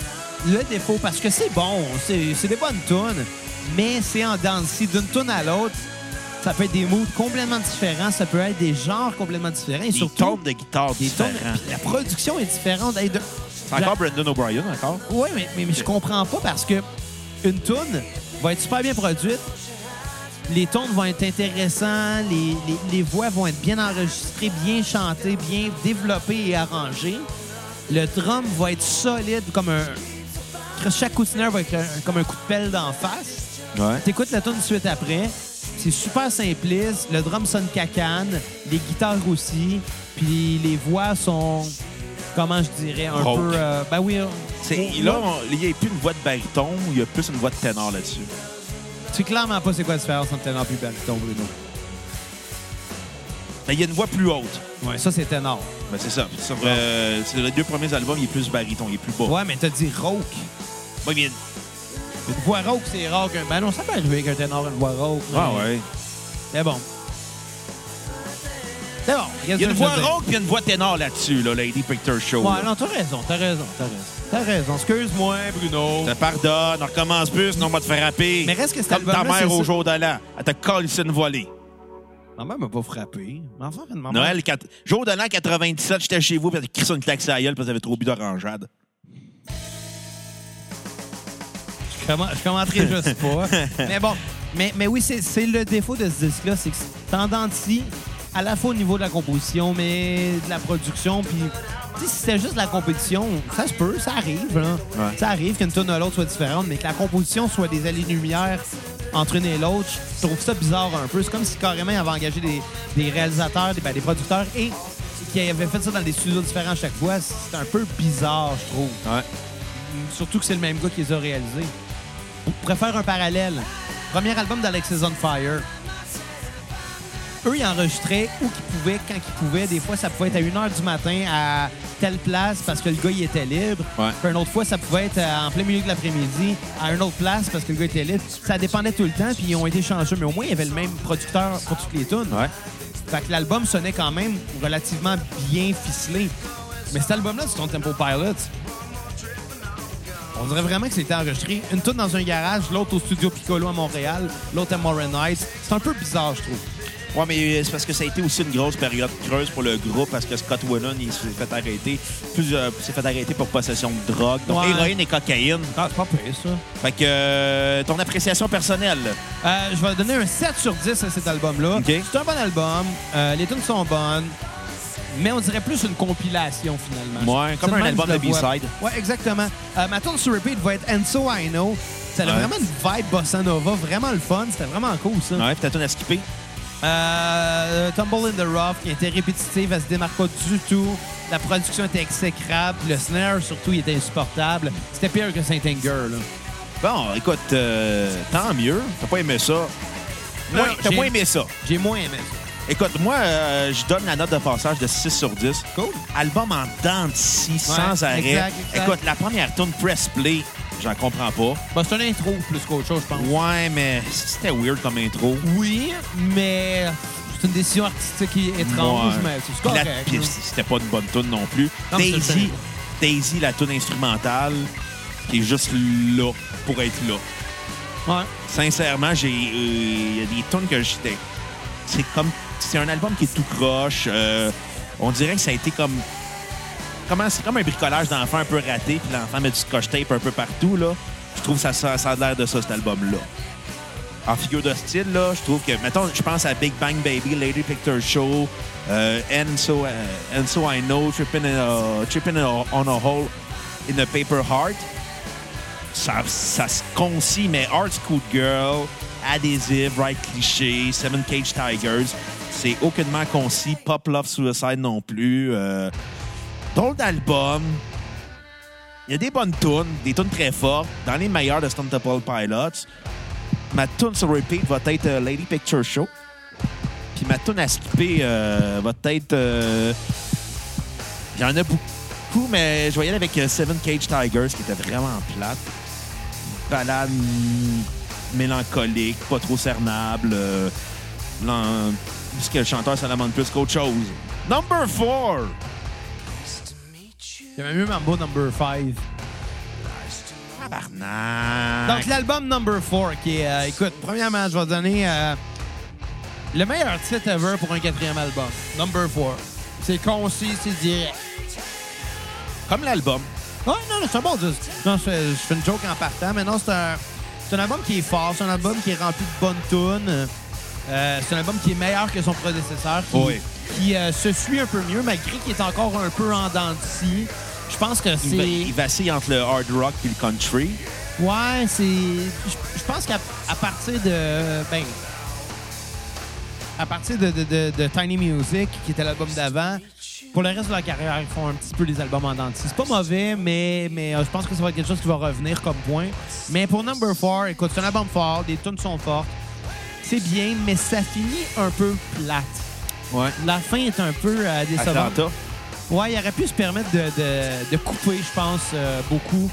[SPEAKER 2] le défaut parce que c'est bon, c'est c'est des bonnes tunes, mais c'est en danse. Si d'une tune à l'autre, ça peut être des moods complètement différents, ça peut être des genres complètement différents et
[SPEAKER 1] Des
[SPEAKER 2] surtout
[SPEAKER 1] tombes de guitare
[SPEAKER 2] des tunes-
[SPEAKER 1] différents.
[SPEAKER 2] puis la production est différente. Hey, de-
[SPEAKER 1] C'est encore Brendan O'Brien, encore?
[SPEAKER 2] Ouais, mais, mais, mais je comprends pas parce que une tune va être super bien produite. Les tons vont être intéressants, les, les- les voix vont être bien enregistrées, bien chantées, bien développées et arrangées. Le drum va être solide comme un. Chaque coup de snare va être un- comme un coup de pelle d'en face.
[SPEAKER 1] Ouais.
[SPEAKER 2] T'écoutes la tune tout de suite après. C'est super simpliste. Le drum sonne cacane, les guitares aussi. Puis les voix sont, comment je dirais, un
[SPEAKER 1] Rauques.
[SPEAKER 2] peu. euh, ben oui.
[SPEAKER 1] C'est-
[SPEAKER 2] rauques.
[SPEAKER 1] là, on- il n'y a plus une voix de baryton, il y a plus une voix de ténor là-dessus.
[SPEAKER 2] Tu sais clairement pas c'est quoi se faire entre ténor et baryton, Bruno.
[SPEAKER 1] Mais il y a une voix plus haute.
[SPEAKER 2] Ouais. Ça, c'est ténor.
[SPEAKER 1] Ben, c'est ça. Sur, euh, sur les deux premiers albums, il est plus baryton, il est plus bas.
[SPEAKER 2] Ouais, mais t'as dit rauque.
[SPEAKER 1] Ouais, mais-
[SPEAKER 2] Une voix rauque, c'est rare qu'un. Ben non, ça peut arriver qu'un ténor ait une voix rauque.
[SPEAKER 1] Ah
[SPEAKER 2] mais-
[SPEAKER 1] ouais.
[SPEAKER 2] Mais bon. C'est bon.
[SPEAKER 1] Il y a une voix rauque puis il y a une voix ténor là-dessus, là, Lady Picture Show.
[SPEAKER 2] Ouais,
[SPEAKER 1] là.
[SPEAKER 2] non, t'as raison, t'as raison, t'as raison. T'as raison. Excuse-moi, Bruno.
[SPEAKER 1] Ça pardonne, on recommence plus, sinon on va te faire rapper.
[SPEAKER 2] Mais reste que cet
[SPEAKER 1] Comme ta
[SPEAKER 2] album-là,
[SPEAKER 1] mère
[SPEAKER 2] c'est
[SPEAKER 1] au
[SPEAKER 2] ça. Ah
[SPEAKER 1] jour de l'an. Elle t'a collé une volée.
[SPEAKER 2] Ma mère m'a pas frappé. Ma enfant, elle m'a
[SPEAKER 1] Noël, quatre- jour de l'an 97, j'étais chez vous, puis elle a crissé une claque sur la gueule, parce que vous avez trop bu d'orangeade.
[SPEAKER 2] Je, commen- je commenterai juste pas. mais bon, mais, mais oui, c'est c'est le défaut de ce disque-là, c'est que c'est tendancier à la fois au niveau de la composition, mais de la production. Puis, tu sais, si c'était juste la compétition, ça se peut, ça arrive. là.
[SPEAKER 1] Ouais.
[SPEAKER 2] Ça arrive qu'une tonne à l'autre soit différente, mais que la composition soit des allées-lumière entre une et l'autre, je trouve ça bizarre un peu. C'est comme si carrément ils avaient engagé des, des réalisateurs, des, ben, des producteurs et qui avaient fait ça dans des studios différents à chaque fois. C'est un peu bizarre, je trouve.
[SPEAKER 1] Ouais.
[SPEAKER 2] Surtout que c'est le même gars qui les a réalisés. On pourrait faire un parallèle. Premier album d'Alexis on Fire. eux, ils enregistraient où qu'ils pouvaient, quand ils pouvaient. Des fois, ça pouvait être à 1h du matin à telle place parce que le gars, il était libre.
[SPEAKER 1] Ouais.
[SPEAKER 2] Puis une autre fois, ça pouvait être euh, en plein milieu de l'après-midi à une autre place parce que le gars était libre. Ça dépendait tout le temps, puis ils ont été chanceux. Mais au moins, il y avait le même producteur pour toutes les tunes.
[SPEAKER 1] Ouais.
[SPEAKER 2] Fait que l'album sonnait quand même relativement bien ficelé. Mais cet album-là, c'est ton Tempo Pilots. On dirait vraiment que c'était enregistré. Une toute dans un garage, l'autre au studio Piccolo à Montréal, l'autre à Morin Heights. C'est un peu bizarre, je trouve.
[SPEAKER 1] Ouais, mais euh, c'est parce que ça a été aussi une grosse période creuse pour le groupe parce que Scott Whelan, il s'est fait arrêter. Plus, euh, s'est fait arrêter pour possession de drogue, donc
[SPEAKER 2] Ouais.
[SPEAKER 1] héroïne et cocaïne.
[SPEAKER 2] Ah, c'est pas pire, ça.
[SPEAKER 1] Fait que euh, ton appréciation personnelle.
[SPEAKER 2] Euh, je vais donner un 7 sur 10 à cet album-là.
[SPEAKER 1] OK.
[SPEAKER 2] C'est un bon album. Euh, les tunes sont bonnes. Mais on dirait plus une compilation, finalement.
[SPEAKER 1] Ouais,
[SPEAKER 2] C'est
[SPEAKER 1] comme un
[SPEAKER 2] même que
[SPEAKER 1] album
[SPEAKER 2] je le
[SPEAKER 1] de
[SPEAKER 2] vois.
[SPEAKER 1] B-side.
[SPEAKER 2] Ouais, exactement. Euh, ma tune sur repeat va être And So I Know. Ça a
[SPEAKER 1] Ouais.
[SPEAKER 2] vraiment une vibe bossa nova, vraiment le fun. C'était vraiment cool, ça.
[SPEAKER 1] Ouais, puis t'as ton à skipper.
[SPEAKER 2] Euh, Tumble in the Rough, qui était répétitive, elle se démarque pas du tout. La production était exécrable. Le snare, surtout, il était insupportable. C'était pire que Saint Anger, là.
[SPEAKER 1] Bon, écoute, euh, tant mieux. T'as pas aimé ça. Moi,
[SPEAKER 2] Non,
[SPEAKER 1] t'as
[SPEAKER 2] j'ai-
[SPEAKER 1] moins aimé ça.
[SPEAKER 2] J'ai moins aimé ça.
[SPEAKER 1] Écoute, moi, euh, je donne la note de passage de 6 sur 10.
[SPEAKER 2] Cool.
[SPEAKER 1] Album en dents de scie, sans
[SPEAKER 2] exact,
[SPEAKER 1] arrêt.
[SPEAKER 2] exact.
[SPEAKER 1] Écoute, la première tune, Press Play, j'en comprends pas.
[SPEAKER 2] Bah, c'est une intro plus qu'autre chose, je pense.
[SPEAKER 1] Ouais, mais c'était weird comme intro.
[SPEAKER 2] Oui, mais c'est une décision artistique qui est étrange,
[SPEAKER 1] Ouais.
[SPEAKER 2] mais c'est
[SPEAKER 1] Puis la-
[SPEAKER 2] correct.
[SPEAKER 1] puis
[SPEAKER 2] là.
[SPEAKER 1] c'était pas une bonne tune non plus.
[SPEAKER 2] Non, mais c'est
[SPEAKER 1] Daisy,
[SPEAKER 2] le
[SPEAKER 1] Daisy, la tune instrumentale, qui est juste là pour être là.
[SPEAKER 2] Ouais.
[SPEAKER 1] Sincèrement, j'ai euh, il y a des tunes que j'étais. C'est comme c'est un album qui est tout croche. euh, on dirait que ça a été comme comment c'est comme un bricolage d'enfant un peu raté, puis l'enfant met du scotch tape un peu partout là. Je trouve que ça ça, ça a l'air de ça cet album là. En figure de style là, je trouve que mettons je pense à Big Bang Baby, Lady Picture Show, euh, and so euh, and so I know, Tripping in a- Trippin' in a- on a hole in a paper heart ça, ça se concis, mais Hard School Girl, Adhesive, Right Cliché, Seven Cage Tigers, c'est aucunement concis. Pop Love Suicide non plus. Euh, drôle d'album. Il y a des bonnes tunes, des tunes très fortes, dans les meilleures de Stone Temple Pilots. Ma tune sur repeat va être euh, Lady Picture Show. Puis ma tune à skipper euh, va être... euh, Il y en a beaucoup, mais je vais y aller avec euh, Seven Cage Tigers, qui était vraiment plate balade mm, mélancolique, pas trop cernable. euh, l'en- Parce que le chanteur, ça demande plus qu'autre chose. Number 4!
[SPEAKER 2] J'aimais mieux Mambo Number 5. Donc,
[SPEAKER 1] Tabarnak!
[SPEAKER 2] l'album Number 4, qui est. euh, écoute, premièrement, je vais donner euh, le meilleur titre ever pour un quatrième album. Number 4. C'est concis, c'est direct.
[SPEAKER 1] Comme l'album.
[SPEAKER 2] Ouais, non, non, c'est un bon disque. Non, je fais, je fais une joke en partant, mais non, c'est un, c'est un album qui est fort, c'est un album qui est rempli de bonnes tunes. Euh, c'est un album qui est meilleur que son prédécesseur, qui,
[SPEAKER 1] Oui.
[SPEAKER 2] qui, euh, se suit un peu mieux, malgré qu'il est encore un peu en dents de scie. Je pense que
[SPEAKER 1] Il, va- il
[SPEAKER 2] c'est...
[SPEAKER 1] vacille entre le hard rock et le country.
[SPEAKER 2] Ouais, c'est... je- Je pense qu'à à partir de... Ben, à partir de, de- de- de Tiny Music, qui était l'album d'avant, pour le reste de leur carrière, ils font un petit peu les albums en dentiste. C'est pas mauvais, mais, mais euh, je pense que ça va être quelque chose qui va revenir comme point. Mais pour Number 4, écoute, c'est un album fort, les tunes sont fortes. C'est bien, mais ça finit un peu plate.
[SPEAKER 1] Ouais.
[SPEAKER 2] La fin est un peu euh, décevante.
[SPEAKER 1] Atlanta.
[SPEAKER 2] Ouais, il aurait pu se permettre de, de- de couper, je pense, euh, beaucoup.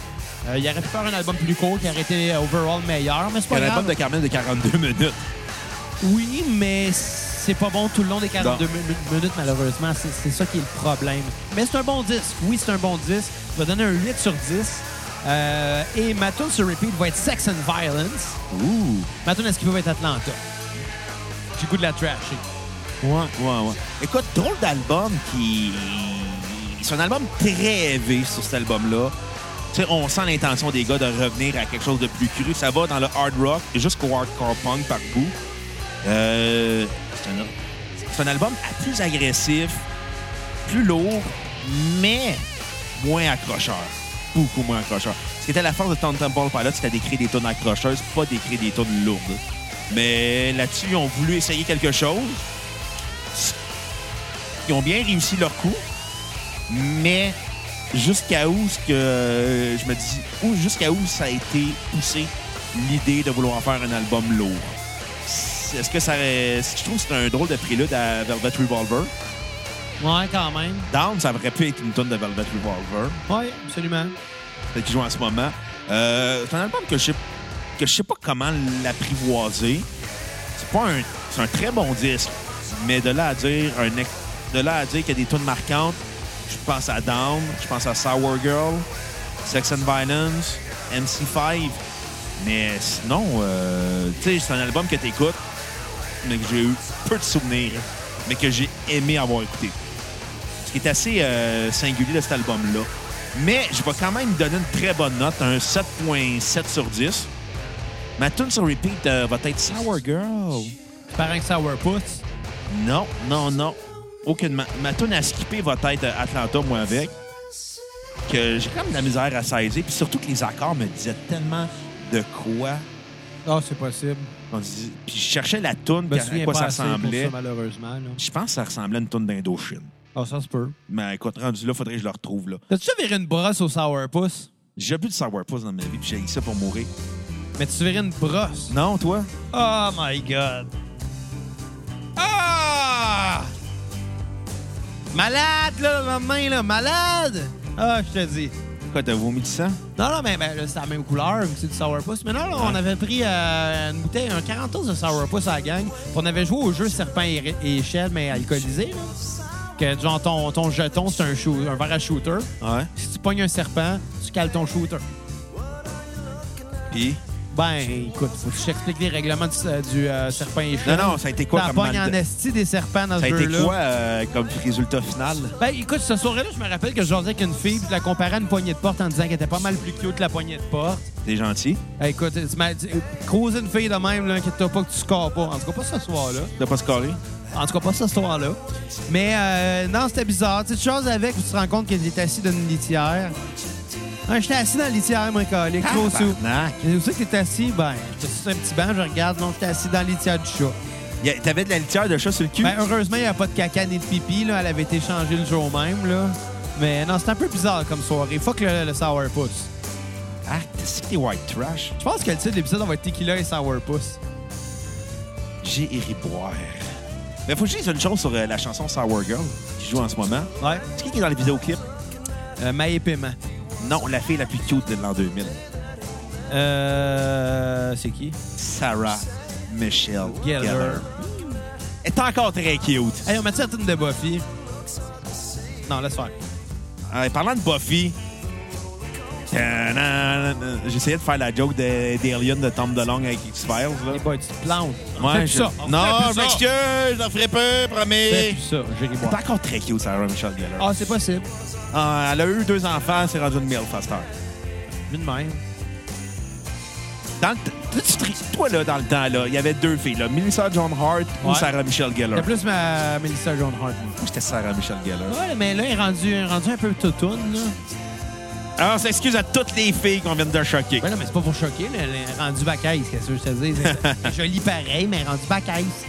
[SPEAKER 2] Euh, il aurait pu faire un album plus court qui aurait été euh, overall meilleur, mais c'est pas
[SPEAKER 1] Un
[SPEAKER 2] grave.
[SPEAKER 1] album de Carmen de 42 minutes.
[SPEAKER 2] Oui, mais c'est pas bon tout le long des 42
[SPEAKER 1] Non.
[SPEAKER 2] mi- mi- minutes, malheureusement. C'est c'est ça qui est le problème. Mais c'est un bon disque. Oui, c'est un bon disque. Je vais donner un 8 sur 10. Euh, et ma tune sur repeat va être Sex and Violence.
[SPEAKER 1] Ouh!
[SPEAKER 2] Ma tune, est-ce qu'il va être Atlanta? J'ai le goût de la trash.
[SPEAKER 1] Ouais, ouais, ouais. Écoute, drôle d'album qui. C'est un album très élevé sur cet album-là. Tu sais, on sent l'intention des gars de revenir à quelque chose de plus cru. Ça va dans le hard rock jusqu'au hardcore punk par bout. Euh, c'est un, c'est un album à plus agressif, plus lourd, mais moins accrocheur. Beaucoup moins accrocheur. Ce qui était la force de Tom Temple Pilot, c'était d'écrire des tonnes accrocheuses, pas d'écrire des tonnes lourdes. Mais là-dessus, ils ont voulu essayer quelque chose. Ils ont bien réussi leur coup, mais jusqu'à où ce que euh, je me dis où jusqu'à où ça a été poussé l'idée de vouloir faire un album lourd. C'est- est-ce que ça. aurait- Je trouve que c'est un drôle de prélude à Velvet Revolver.
[SPEAKER 2] Ouais, quand même.
[SPEAKER 1] Down, ça aurait pu être une tonne de Velvet Revolver.
[SPEAKER 2] Ouais, absolument.
[SPEAKER 1] Celle qui joue en ce moment. Euh, c'est un album que je sais, que je sais pas comment l'apprivoiser. C'est pas un, c'est un très bon disque, mais de là à dire un, ex- de là à dire qu'il y a des tunes marquantes, je pense à Down, je pense à Sour Girl, Sex and Violence, MC5. Mais sinon, euh, tu sais, c'est un album que t'écoutes, mais que j'ai eu peu de souvenirs, mais que j'ai aimé avoir écouté ce qui est assez euh, singulier de cet album-là. Mais je vais quand même donner une très bonne note, un 7.7 sur 10. Ma tune sur repeat euh, va être Sour Girl.
[SPEAKER 2] Parent que Sourpuss.
[SPEAKER 1] Non, non, non. Aucunement. Ma tune à skipper va être euh, Atlanta, moi, avec. Que j'ai quand même de la misère à saisir. Puis surtout que les accords me disaient tellement de quoi.
[SPEAKER 2] Ah, c'est possible.
[SPEAKER 1] On disait- Puis je cherchais la tune,
[SPEAKER 2] Je me
[SPEAKER 1] puis à
[SPEAKER 2] Ben, souviens
[SPEAKER 1] quoi
[SPEAKER 2] pas
[SPEAKER 1] ça
[SPEAKER 2] assez pour
[SPEAKER 1] ressemblait.
[SPEAKER 2] ça, malheureusement. là.
[SPEAKER 1] Je pense que ça ressemblait à une tune d'Indochine.
[SPEAKER 2] Ah, ça se peut.
[SPEAKER 1] Mais écoute, rendu là, faudrait que je le retrouve, là.
[SPEAKER 2] T'as-tu viré une brosse au Sourpuss?
[SPEAKER 1] J'ai plus de sourpuss dans ma vie, puis j'ai eu ça pour mourir.
[SPEAKER 2] Mais tu viré une brosse?
[SPEAKER 1] Non, toi?
[SPEAKER 2] Oh my god. Ah! Malade, là, le lendemain, là. Malade! Ah, je te dis.
[SPEAKER 1] Quoi, t'as vomi du sang?
[SPEAKER 2] Non, non, mais ben, là, c'est la même couleur, vu que c'est du sourpuss. Mais non, là, on avait pris euh, une bouteille, un 40 de sourpuss à la gang. Puis on avait joué au jeu Serpent et, et échelle, mais alcoolisé. Là. Que genre, ton, ton jeton, c'est un, shoo- un verre à shooter.
[SPEAKER 1] Ouais.
[SPEAKER 2] Si tu pognes un serpent, tu cales ton shooter.
[SPEAKER 1] Puis?
[SPEAKER 2] Ben, écoute, faut que je t'explique les règlements du, euh, du, euh, serpent et
[SPEAKER 1] Non,
[SPEAKER 2] échelle.
[SPEAKER 1] non, ça a été quoi
[SPEAKER 2] T'as
[SPEAKER 1] comme
[SPEAKER 2] pogne en
[SPEAKER 1] mal-
[SPEAKER 2] esti des serpents dans
[SPEAKER 1] Ça a
[SPEAKER 2] ce
[SPEAKER 1] été
[SPEAKER 2] jeu-là.
[SPEAKER 1] quoi euh, comme résultat final?
[SPEAKER 2] Ben, écoute, ce soir-là, je me rappelle que je jasais avec une fille, puis je la comparais à une poignée de porte en disant qu'elle était pas mal plus cute que la poignée de porte.
[SPEAKER 1] T'es gentil.
[SPEAKER 2] Eh, Écoute, tu m'as dit, croiser une fille de même, là, inquiète-toi pas que tu scores pas. En tout cas, pas ce soir-là.
[SPEAKER 1] T'as pas scoré?
[SPEAKER 2] En tout cas, pas ce soir-là. Mais euh, non, c'était bizarre. Tu sais, tu jases avec, puis tu te rends compte qu'elle est assise dans une litière. Ah, J'étais assis dans la litière, moi, collé, gros
[SPEAKER 1] Ah,
[SPEAKER 2] sou.
[SPEAKER 1] Tabarnak.
[SPEAKER 2] Et où c'est que t'es assis? Ben, j'étais sur un petit banc, je regarde, non, j'étais assis dans la litière du chat.
[SPEAKER 1] Y a- T'avais de la litière de chat sur le cul?
[SPEAKER 2] Ben, heureusement, il n'y a pas de caca ni de pipi. Là. Elle avait été changée le jour même. Là. Mais non, c'est un peu bizarre comme soirée. Fuck le, le sourpuss.
[SPEAKER 1] ah, c'est que t'es white trash.
[SPEAKER 2] Je pense que le titre de l'épisode, on va être Tequila et sourpuss.
[SPEAKER 1] J'ai iri boire. Mais faut que je dise une chose sur euh, la chanson Sour Girl qui joue en ce moment.
[SPEAKER 2] Ouais.
[SPEAKER 1] C'est qui qui est dans le vidéoclip?
[SPEAKER 2] Euh, Maï et Paiement.
[SPEAKER 1] Non, la fille la plus cute de l'an 2000.
[SPEAKER 2] Euh, c'est qui?
[SPEAKER 1] Sarah Michelle
[SPEAKER 2] Gellar.
[SPEAKER 1] Gellar. Elle est encore très cute.
[SPEAKER 2] Hey, on m'a dit la tune de Buffy. Non, laisse faire.
[SPEAKER 1] En parlant de Buffy, tadam, j'essayais de faire la joke de- d'Alien de Tom DeLonge avec X-Files. là.
[SPEAKER 2] Hey boy, tu te plantes. On fait
[SPEAKER 1] Bah. Ouais,
[SPEAKER 2] plus
[SPEAKER 1] je-
[SPEAKER 2] ça. on fait
[SPEAKER 1] Non,
[SPEAKER 2] plus
[SPEAKER 1] je
[SPEAKER 2] ça.
[SPEAKER 1] m'excuse, je n'en ferai peu,
[SPEAKER 2] On fait
[SPEAKER 1] promis.
[SPEAKER 2] plus ça, j'ai ri
[SPEAKER 1] C'est
[SPEAKER 2] boire.
[SPEAKER 1] pas encore très cute, Sarah Michelle Gellar.
[SPEAKER 2] Ah, c'est possible.
[SPEAKER 1] Ah, elle a eu deux enfants, c'est rendu une mille faster.
[SPEAKER 2] Vu de même.
[SPEAKER 1] Dans le t- toi, tu tri- toi, là, dans le temps, là, il y avait deux filles, là, Melissa John Hart ou
[SPEAKER 2] Ouais.
[SPEAKER 1] Sarah Michelle Gellar.
[SPEAKER 2] T'as plus ma Melissa Joan Hart. moi.
[SPEAKER 1] C'était Sarah Michelle Gellar.
[SPEAKER 2] Ouais, mais là, elle est rendue, elle est rendue un peu toutoune, là.
[SPEAKER 1] Alors, Ah, on s'excuse à toutes les filles qu'on vient de choquer.
[SPEAKER 2] Ben non, mais c'est pas pour choquer, là. Elle est rendue bacaise, qu'est-ce que je te dis? (laughs) C'est joli pareil, mais elle est rendue bacaise.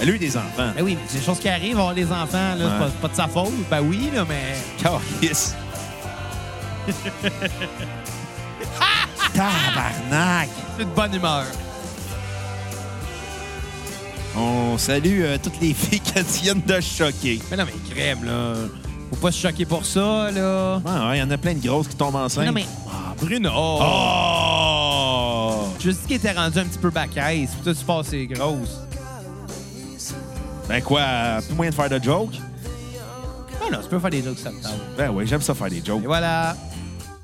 [SPEAKER 1] Elle a eu des enfants.
[SPEAKER 2] Ben oui, c'est des choses qui arrivent, avoir les enfants, là, c'est pas,
[SPEAKER 1] Ouais.
[SPEAKER 2] c'est pas de sa faute. Ben oui, là, mais.
[SPEAKER 1] Calice. Tabarnak!
[SPEAKER 2] C'est de bonne humeur.
[SPEAKER 1] On salue euh, toutes les filles qui viennent de choquer.
[SPEAKER 2] Mais non, mais crème, là. Faut pas se choquer pour ça, là.
[SPEAKER 1] Ouais, ouais, il y en a plein de grosses qui tombent
[SPEAKER 2] Mais
[SPEAKER 1] enceintes.
[SPEAKER 2] non, mais. Ah, Bruno!
[SPEAKER 1] Oh!
[SPEAKER 2] Je dis qu'il était rendu un petit peu bacaise, puis toi, tu passes les grosses.
[SPEAKER 1] Ben quoi, euh, plus moyen de faire de jokes?
[SPEAKER 2] Ah non, tu peux faire des jokes, ça me table.
[SPEAKER 1] Ben oui, j'aime ça faire des jokes.
[SPEAKER 2] Et voilà.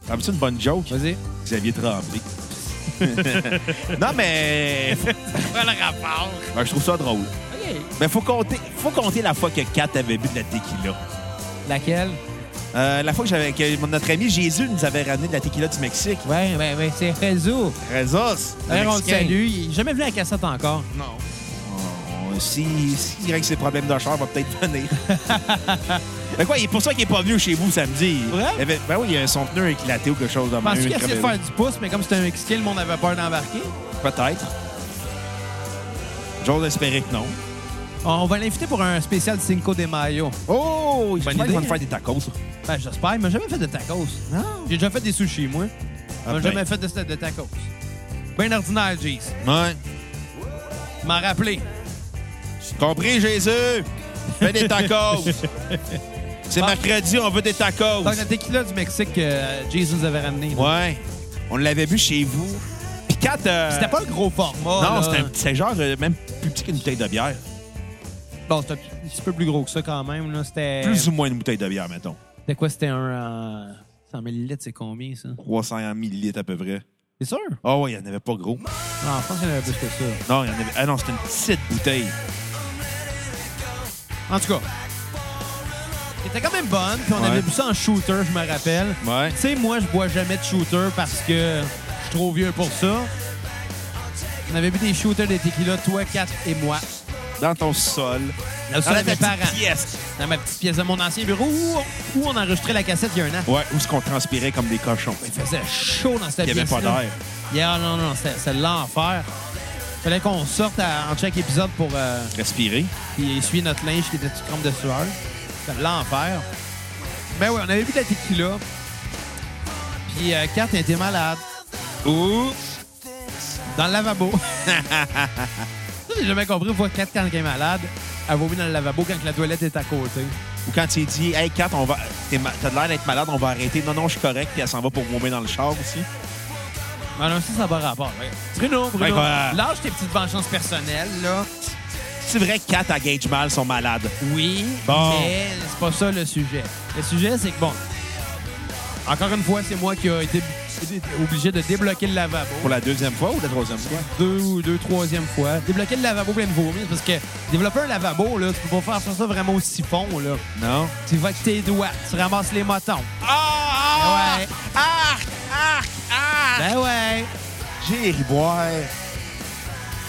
[SPEAKER 1] T'as-tu une bonne joke?
[SPEAKER 2] Vas-y.
[SPEAKER 1] Xavier
[SPEAKER 2] (laughs)
[SPEAKER 1] Tremblay. non, mais
[SPEAKER 2] Prends le rapport.
[SPEAKER 1] ben, je trouve ça drôle.
[SPEAKER 2] OK.
[SPEAKER 1] Mais faut compter, faut compter la fois que Kat avait bu de la tequila.
[SPEAKER 2] Laquelle?
[SPEAKER 1] Euh, la fois que, j'avais, que notre ami Jésus nous avait ramené de la tequila du Mexique.
[SPEAKER 2] Ouais, ouais, ouais, c'est réseau.
[SPEAKER 1] Rezos! le
[SPEAKER 2] D'ailleurs, on le
[SPEAKER 1] Mexicain.
[SPEAKER 2] salue. Il est jamais venu à la cassette encore.
[SPEAKER 1] Non. Oh, si, si il règle ses problèmes de char, il va peut-être (laughs)
[SPEAKER 2] (laughs)
[SPEAKER 1] venir. ben quoi, il est pour ça qu'il n'est pas venu chez vous samedi.
[SPEAKER 2] Vrai?
[SPEAKER 1] Il avait- ben oui, il y a son pneu éclaté ou quelque chose dans ma
[SPEAKER 2] Penses-tu qu'il essayait de faire du pouce, mais comme c'était un Mexicain, le monde avait peur d'embarquer?
[SPEAKER 1] Peut-être. J'ose espérer que non.
[SPEAKER 2] On va l'inviter pour un spécial Cinco de Mayo.
[SPEAKER 1] Oh!
[SPEAKER 2] Bonne
[SPEAKER 1] Bonne idée.
[SPEAKER 2] idée.
[SPEAKER 1] va te faire des tacos.
[SPEAKER 2] Ben, j'espère. Il m'a jamais fait de tacos.
[SPEAKER 1] Non.
[SPEAKER 2] J'ai déjà fait des sushis, moi. Il m'a
[SPEAKER 1] Ah, ben.
[SPEAKER 2] jamais fait de, de tacos. Ben ordinaire, Jeez.
[SPEAKER 1] Ouais.
[SPEAKER 2] M'en rappeler.
[SPEAKER 1] Compris, Jésus? Fais des tacos.
[SPEAKER 2] (laughs)
[SPEAKER 1] C'est mercredi, on veut des tacos.
[SPEAKER 2] Donc, la tequila du Mexique que euh, Jason nous avait ramené. là.
[SPEAKER 1] Ouais. On l'avait bu chez vous. Puis quand... euh,
[SPEAKER 2] C'était pas un gros format.
[SPEAKER 1] Non,
[SPEAKER 2] là.
[SPEAKER 1] c'était un petit- c'est genre euh, même plus petit qu'une bouteille de bière.
[SPEAKER 2] Bon, c'était un petit- un petit peu plus gros que ça quand même. là. C'était.
[SPEAKER 1] Plus ou moins une bouteille de bière, mettons.
[SPEAKER 2] C'était quoi? C'était un. euh, 100 millilitres, c'est combien ça?
[SPEAKER 1] 300 millilitres à peu près.
[SPEAKER 2] C'est sûr?
[SPEAKER 1] Ah ouais, il n'y en avait pas gros.
[SPEAKER 2] Non, je pense qu'il y en avait plus que ça.
[SPEAKER 1] Non, il y en avait... Ah non, c'était une petite bouteille.
[SPEAKER 2] En tout cas. Elle était quand même bonne, puis on
[SPEAKER 1] Ouais.
[SPEAKER 2] avait bu ça en shooter, je me rappelle.
[SPEAKER 1] Ouais.
[SPEAKER 2] Tu sais, moi, je bois jamais de shooter parce que je suis trop vieux pour ça. On avait bu des shooters de tequila, toi, Kat et moi.
[SPEAKER 1] Dans ton sol.
[SPEAKER 2] Là,
[SPEAKER 1] Dans
[SPEAKER 2] ça, mes
[SPEAKER 1] ta Ah, petite
[SPEAKER 2] parents.
[SPEAKER 1] pièce.
[SPEAKER 2] Dans ma petite pièce de mon ancien bureau où on, où on enregistrait la cassette il y a un an.
[SPEAKER 1] Ouais, où est-ce qu'on transpirait comme des cochons.
[SPEAKER 2] Il faisait chaud dans cette
[SPEAKER 1] Il n'y avait pas
[SPEAKER 2] pièce
[SPEAKER 1] d'air.
[SPEAKER 2] non, non, non, c'est c'est l'enfer. Fallait qu'on sorte à- en chaque épisode pour euh,
[SPEAKER 1] Respirer.
[SPEAKER 2] puis essuyer notre linge qui était tout trempe de sueur. C'était l'enfer. Ben oui, on avait bu de la tequila. Puis euh, Kat était malade.
[SPEAKER 1] Ouh!
[SPEAKER 2] Dans
[SPEAKER 1] (laughs)
[SPEAKER 2] le lavabo. Ça, j'ai jamais compris pourquoi 4 quand elle est malade, elle vomit dans le lavabo quand la toilette est à côté.
[SPEAKER 1] Ou quand tu dis, hey, Kat, on va... t'es ma- t'as de l'air d'être malade, on va arrêter. Non, non, je suis correct, puis elle s'en va pour vomir dans le char aussi.
[SPEAKER 2] Ah non, ça, ça n'a pas rapport. ouais. Bruno, Bruno,
[SPEAKER 1] Ouais, Ben, quoi?
[SPEAKER 2] lâche tes petites vengeances personnelles, là.
[SPEAKER 1] C'est vrai que Kat, elle gage mal son malade.
[SPEAKER 2] Oui,
[SPEAKER 1] Bon.
[SPEAKER 2] mais c'est pas ça le sujet. Le sujet, c'est que, bon, encore une fois, c'est moi qui a été obligé de débloquer le lavabo.
[SPEAKER 1] Pour la deuxième fois ou la troisième fois?
[SPEAKER 2] deux ou deux, troisième fois. Débloquer le lavabo plein de vomir, parce que développer un lavabo, là, tu peux pas faire ça vraiment au siphon, là.
[SPEAKER 1] Non.
[SPEAKER 2] Tu vas avec tes doigts, tu ramasses les motons.
[SPEAKER 1] Ah!
[SPEAKER 2] Ouais.
[SPEAKER 1] Arc! Arc! Arc!
[SPEAKER 2] Ben ouais!
[SPEAKER 1] J'ai riboire.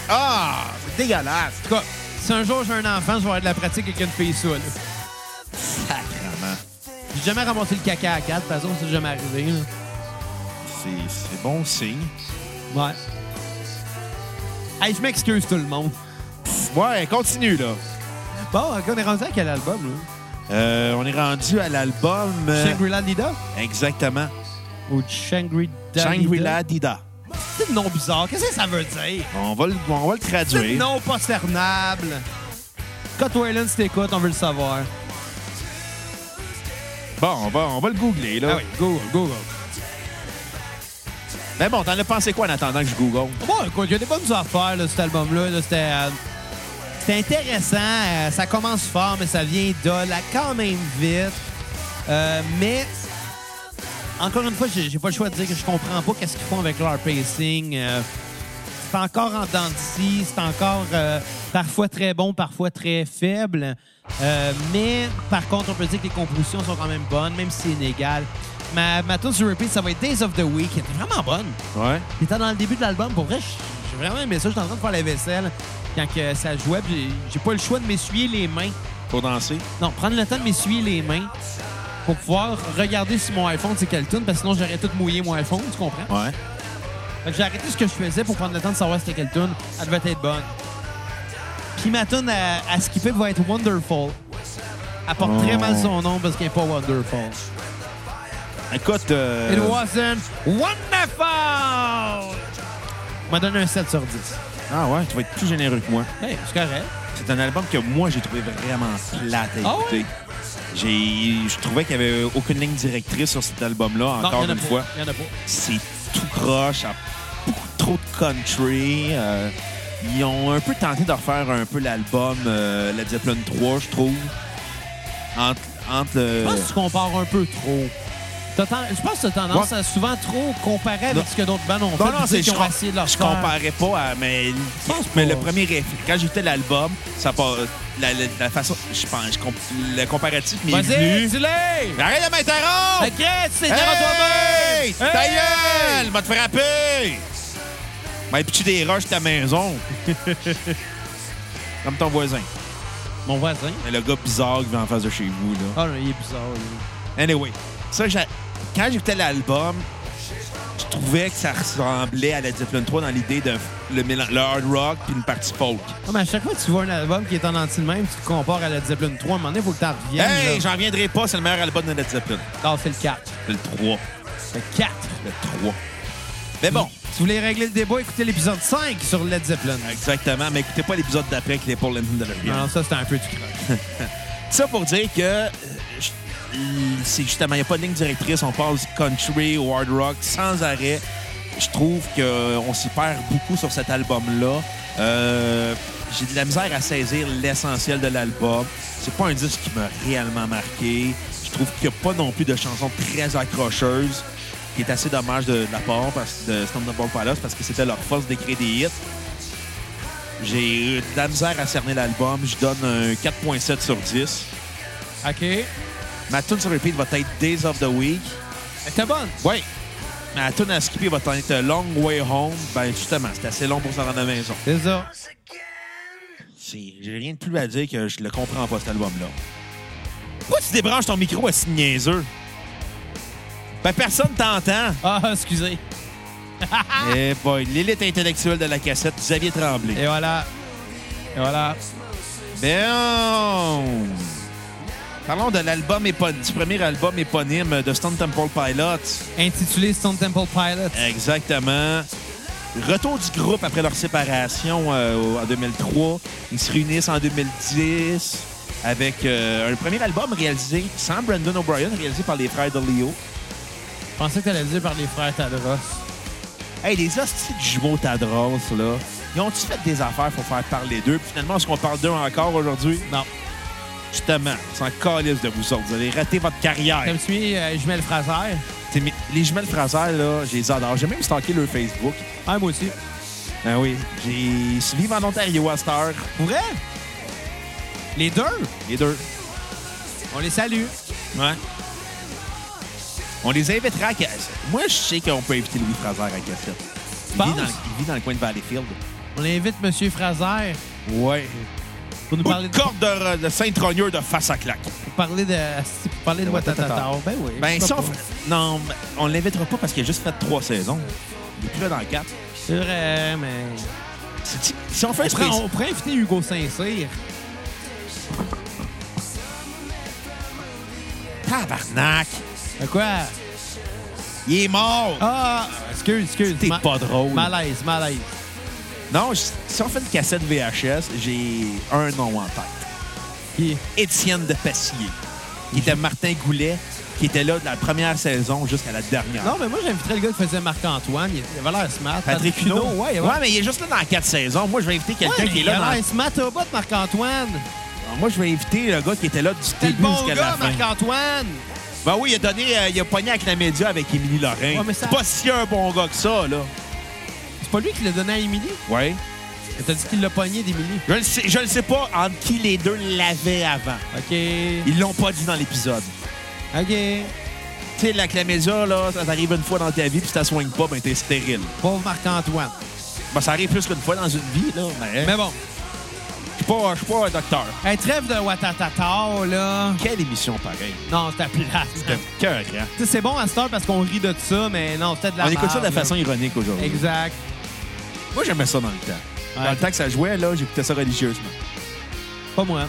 [SPEAKER 1] Ah! C'est dégueulasse!
[SPEAKER 2] En tout cas, si un jour j'ai un enfant, je vais avoir de la pratique avec une fille saoule.
[SPEAKER 1] Sacrement.
[SPEAKER 2] J'ai jamais ramassé le caca à quatre, par exemple, c'est jamais arrivé. là.
[SPEAKER 1] C'est c'est bon signe.
[SPEAKER 2] Ouais. Hey, je m'excuse tout le monde.
[SPEAKER 1] Ouais, continue, là.
[SPEAKER 2] Bon, ok, on est rendu à quel album, là?
[SPEAKER 1] Euh, on est rendu à l'album... euh,
[SPEAKER 2] Shangri-La Dida?
[SPEAKER 1] Exactement.
[SPEAKER 2] Ou Shangri-Da?
[SPEAKER 1] Shangri-La Dida.
[SPEAKER 2] C'est le nom bizarre. Qu'est-ce que ça veut dire?
[SPEAKER 1] On va le, on va le
[SPEAKER 2] C'est le
[SPEAKER 1] traduire.
[SPEAKER 2] nom pas cernable. Scott Wayland, si t'écoutes, on veut le savoir.
[SPEAKER 1] Bon, on va, on va le googler, là.
[SPEAKER 2] Ah oui, Google, Google.
[SPEAKER 1] Mais Ben bon, t'en as pensé quoi en attendant que je google?
[SPEAKER 2] Bon, écoute, il y a des bonnes affaires, là, cet album-là. là. C'était euh, c'était intéressant. Euh, ça commence fort, mais ça vient dol à quand même vite. Euh, mais, encore une fois, j'ai j'ai pas le choix de dire que je comprends pas qu'est-ce qu'ils font avec leur pacing. Euh, c'est encore en dents de scie, c'est encore euh, parfois très bon, parfois très faible. Euh, mais, par contre, on peut dire que les compositions sont quand même bonnes, même si c'est inégal. Ma, ma tune sur repeat, ça va être Days of the Week. Elle est vraiment bonne.
[SPEAKER 1] Ouais.
[SPEAKER 2] J'étais dans le début de l'album. Pour vrai, j'ai- j'ai vraiment aimé ça. J'étais en train de faire la vaisselle quand que ça jouait. puis j'ai- J'ai pas le choix de m'essuyer les mains.
[SPEAKER 1] Pour danser?
[SPEAKER 2] Non, prendre le temps de m'essuyer les mains pour pouvoir regarder si mon iPhone c'est quelle tune, parce que sinon j'aurais tout mouillé mon iPhone, tu comprends?
[SPEAKER 1] Ouais.
[SPEAKER 2] Fait que j'ai arrêté ce que je faisais pour prendre le temps de savoir c'était quelle tune. Elle devait être bonne. Puis ma tune à, à skipper va être Wonderful. Elle porte très
[SPEAKER 1] Oh.
[SPEAKER 2] mal son nom parce qu'elle n'est pas Wonderful.
[SPEAKER 1] Écoute, euh,
[SPEAKER 2] It wasn't Wonderful! On m'a donné un 7 sur 10.
[SPEAKER 1] ah ouais, tu vas être plus généreux que moi.
[SPEAKER 2] Hey, c'est correct.
[SPEAKER 1] C'est un album que moi j'ai trouvé vraiment plate à écouter.
[SPEAKER 2] Ah ouais?
[SPEAKER 1] J'ai, je trouvais qu'il n'y avait aucune ligne directrice sur cet album-là.
[SPEAKER 2] Non,
[SPEAKER 1] Encore
[SPEAKER 2] y en a
[SPEAKER 1] une
[SPEAKER 2] pas.
[SPEAKER 1] fois,
[SPEAKER 2] Y en a pas.
[SPEAKER 1] c'est tout croche, à beaucoup trop de country. euh, ils ont un peu tenté de refaire un peu l'album euh, La Zeppelin 3, je trouve. Entre, entre euh, le-
[SPEAKER 2] Je pense que tu compares un peu trop. T'as ten- Je pense que tu as tendance
[SPEAKER 1] Ouais.
[SPEAKER 2] à souvent trop comparer avec
[SPEAKER 1] Non.
[SPEAKER 2] ce que d'autres bandes ont fait.
[SPEAKER 1] Non, non,
[SPEAKER 2] puis
[SPEAKER 1] c'est
[SPEAKER 2] qu'ils
[SPEAKER 1] je,
[SPEAKER 2] ont
[SPEAKER 1] com-
[SPEAKER 2] essayé de leur
[SPEAKER 1] je
[SPEAKER 2] faire.
[SPEAKER 1] comparais pas à. Mais,
[SPEAKER 2] pense
[SPEAKER 1] mais
[SPEAKER 2] pas.
[SPEAKER 1] le premier réflexe, quand j'écoutais l'album, ça pas. La, la- la façon. Je pense. je comp- le comparatif m'est
[SPEAKER 2] Vas-y,
[SPEAKER 1] venu.
[SPEAKER 2] dis-le!
[SPEAKER 1] Mais Arrête de m'interrompre!
[SPEAKER 2] La Grèce, c'est dans
[SPEAKER 1] Hey!
[SPEAKER 2] toi-même!
[SPEAKER 1] Ta
[SPEAKER 2] Hey!
[SPEAKER 1] gueule! Va te frapper! Va pitcher des roches de ta (laughs) maison. Comme ton voisin.
[SPEAKER 2] Mon voisin.
[SPEAKER 1] Le gars bizarre qui vient en face de chez vous, là.
[SPEAKER 2] Ah, là, il est bizarre. lui.
[SPEAKER 1] Anyway, ça, j'a- quand j'écoutais l'album, je trouvais que ça ressemblait à la Zeppelin 3 dans l'idée de le, mélan- le hard rock puis une partie folk.
[SPEAKER 2] Non, Ah, mais à chaque fois que tu vois un album qui est en anti de même, tu le compares à la Zeppelin 3, à un moment donné, il faut que tu en reviennes.
[SPEAKER 1] Hey,
[SPEAKER 2] là.
[SPEAKER 1] j'en reviendrai pas, c'est le meilleur album de la Zeppelin.
[SPEAKER 2] Ah, c'est le 4.
[SPEAKER 1] Le 3.
[SPEAKER 2] Le 4.
[SPEAKER 1] Le 3. Mais bon,
[SPEAKER 2] Si vous voulez régler le débat, écoutez l'épisode 5 sur Led Zeppelin.
[SPEAKER 1] Ah, Exactement, mais écoutez pas l'épisode d'après avec les Paul and Mandalorian.
[SPEAKER 2] Alors ça, c'était un peu du croche.
[SPEAKER 1] Ça pour dire que euh, je- c'est justement, il n'y a pas de ligne directrice. On parle du country ou hard rock sans arrêt. Je trouve qu'on s'y perd beaucoup sur cet album-là. Euh, J'ai de la misère à saisir l'essentiel de l'album. C'est pas un disque qui m'a réellement marqué. Je trouve qu'il n'y a pas non plus de chansons très accrocheuses, qui est assez dommage de, de la part parce- de Stone Temple Pilots parce que c'était leur force d'écrire des hits. J'ai eu de la misère à cerner l'album. Je donne un 4.7 sur 10.
[SPEAKER 2] OK.
[SPEAKER 1] Ma tune sur repeat va être Days of the Week.
[SPEAKER 2] T'es bonne.
[SPEAKER 1] Oui. Ma tune à skipper va être Long Way Home. Ben justement, c'est assez long pour s'en rendre à la maison.
[SPEAKER 2] C'est ça.
[SPEAKER 1] C'est- J'ai rien de plus à dire que je le comprends pas, cet album-là. Pourquoi tu débranches ton micro à ce niaiseux? Ben personne t'entend.
[SPEAKER 2] Ah, (laughs) excusez.
[SPEAKER 1] Eh boy, l'élite intellectuelle de la cassette, Xavier Tremblay.
[SPEAKER 2] Et voilà. Et voilà.
[SPEAKER 1] Eh Bien. Parlons de l'album épo- du premier album éponyme de Stone Temple Pilots.
[SPEAKER 2] Intitulé Stone Temple Pilot.
[SPEAKER 1] Exactement. Retour du groupe après leur séparation euh, au- en 2003. Ils se réunissent en 2010 avec euh, un premier album réalisé sans Brandon O'Brien, réalisé par les frères de Leo.
[SPEAKER 2] Je pensais que t'allais le dire par les frères Tadros.
[SPEAKER 1] Hey, les hosties de jumeaux Tadros, là, ils ont-tu fait des affaires pour faire parler d'eux? Puis Finalement, est-ce qu'on parle d'eux encore aujourd'hui?
[SPEAKER 2] Non.
[SPEAKER 1] Justement, c'est un calice de vous autres. Vous avez raté votre carrière.
[SPEAKER 2] Comme suis euh, Jumelle Fraser.
[SPEAKER 1] T'sais, mais Les jumelles françaises, là, je les adore. J'ai même stalké leur Facebook.
[SPEAKER 2] Ah, moi aussi.
[SPEAKER 1] Ben oui. J'ai suivi en Ontario à cette heure.
[SPEAKER 2] Pour vrai? Les deux?
[SPEAKER 1] Les deux.
[SPEAKER 2] On les salue.
[SPEAKER 1] Ouais. On les invitera à cassette. Moi, je sais qu'on peut inviter Louis Fraser à cassette. Il
[SPEAKER 2] penses?
[SPEAKER 1] vit, dans, il vit dans le coin de Valleyfield.
[SPEAKER 2] On invite Monsieur Fraser
[SPEAKER 1] Ouais.
[SPEAKER 2] pour nous
[SPEAKER 1] Ou
[SPEAKER 2] parler
[SPEAKER 1] de
[SPEAKER 2] de,
[SPEAKER 1] corde de, de Saint-Rogneux de face à claque.
[SPEAKER 2] pour parler de, si, pour parler de
[SPEAKER 1] De
[SPEAKER 2] Watatata. Ben oui.
[SPEAKER 1] Ben,
[SPEAKER 2] pourquoi
[SPEAKER 1] si on
[SPEAKER 2] pas.
[SPEAKER 1] fait- Non, ben, on l'invitera pas parce qu'il a juste fait trois saisons. Il est plus là dans quatre.
[SPEAKER 2] C'est vrai, mais.
[SPEAKER 1] Si- Si on fait un
[SPEAKER 2] On pourrait,
[SPEAKER 1] spécial...
[SPEAKER 2] on pourrait inviter Hugo Saint-Cyr.
[SPEAKER 1] Tabarnak!
[SPEAKER 2] De quoi?
[SPEAKER 1] Il est mort!
[SPEAKER 2] Ah! Excuse, excuse.
[SPEAKER 1] T'es
[SPEAKER 2] Ma-
[SPEAKER 1] pas drôle.
[SPEAKER 2] Malaise, malaise.
[SPEAKER 1] Non, je- si on fait une cassette VHS, j'ai un nom en tête.
[SPEAKER 2] Qui?
[SPEAKER 1] Étienne de Passier. Il était Martin Goulet, qui était là de la première saison jusqu'à la dernière.
[SPEAKER 2] Non, mais moi, j'inviterais le gars qui faisait Marc-Antoine. Il il avait l'air smart.
[SPEAKER 1] Patrick Huneau.
[SPEAKER 2] ouais, il avait
[SPEAKER 1] ouais, mais il est juste là dans quatre saisons. Moi, je vais inviter quelqu'un
[SPEAKER 2] Ouais,
[SPEAKER 1] qui est
[SPEAKER 2] il
[SPEAKER 1] là
[SPEAKER 2] avait
[SPEAKER 1] dans...
[SPEAKER 2] l'air smart au bout, Marc-Antoine.
[SPEAKER 1] Moi, je vais inviter le gars qui était là du
[SPEAKER 2] T'es le
[SPEAKER 1] début
[SPEAKER 2] bon
[SPEAKER 1] jusqu'à
[SPEAKER 2] gars,
[SPEAKER 1] la fin.
[SPEAKER 2] Marc-Antoine.
[SPEAKER 1] Ben oui, il a donné... euh, il a pogné avec la média avec Émilie Lorrain.
[SPEAKER 2] mais ça-
[SPEAKER 1] C'est pas si un bon gars que ça, là.
[SPEAKER 2] C'est pas lui qui l'a donné à Émilie?
[SPEAKER 1] Ouais.
[SPEAKER 2] T'as dit qu'il l'a pogné d'Émilie.
[SPEAKER 1] Je le sais, je le sais pas entre qui les deux l'avaient avant.
[SPEAKER 2] OK.
[SPEAKER 1] Ils l'ont pas dit dans l'épisode.
[SPEAKER 2] OK.
[SPEAKER 1] Tu sais, la chlamydia, là, ça t'arrive une fois dans ta vie, puis si t'as soignes pas, ben t'es stérile.
[SPEAKER 2] Pauvre Marc-Antoine.
[SPEAKER 1] Ben, ça arrive plus qu'une fois dans une vie, là. Mais
[SPEAKER 2] Mais bon,
[SPEAKER 1] je suis pas, je suis pas un docteur.
[SPEAKER 2] un trêve de Watatata, là.
[SPEAKER 1] Quelle émission pareille.
[SPEAKER 2] Non, c'était plate.
[SPEAKER 1] C'était cœur, hein?
[SPEAKER 2] Tu sais, C'est bon à cette heure parce qu'on rit de ça, mais non, c'était de la
[SPEAKER 1] On écoute ça de la
[SPEAKER 2] merde,
[SPEAKER 1] façon
[SPEAKER 2] là.
[SPEAKER 1] ironique aujourd'hui.
[SPEAKER 2] Exact.
[SPEAKER 1] Moi, j'aimais ça dans le temps.
[SPEAKER 2] Ouais.
[SPEAKER 1] Dans le temps que ça jouait, là, j'écoutais ça religieusement.
[SPEAKER 2] Pas moi.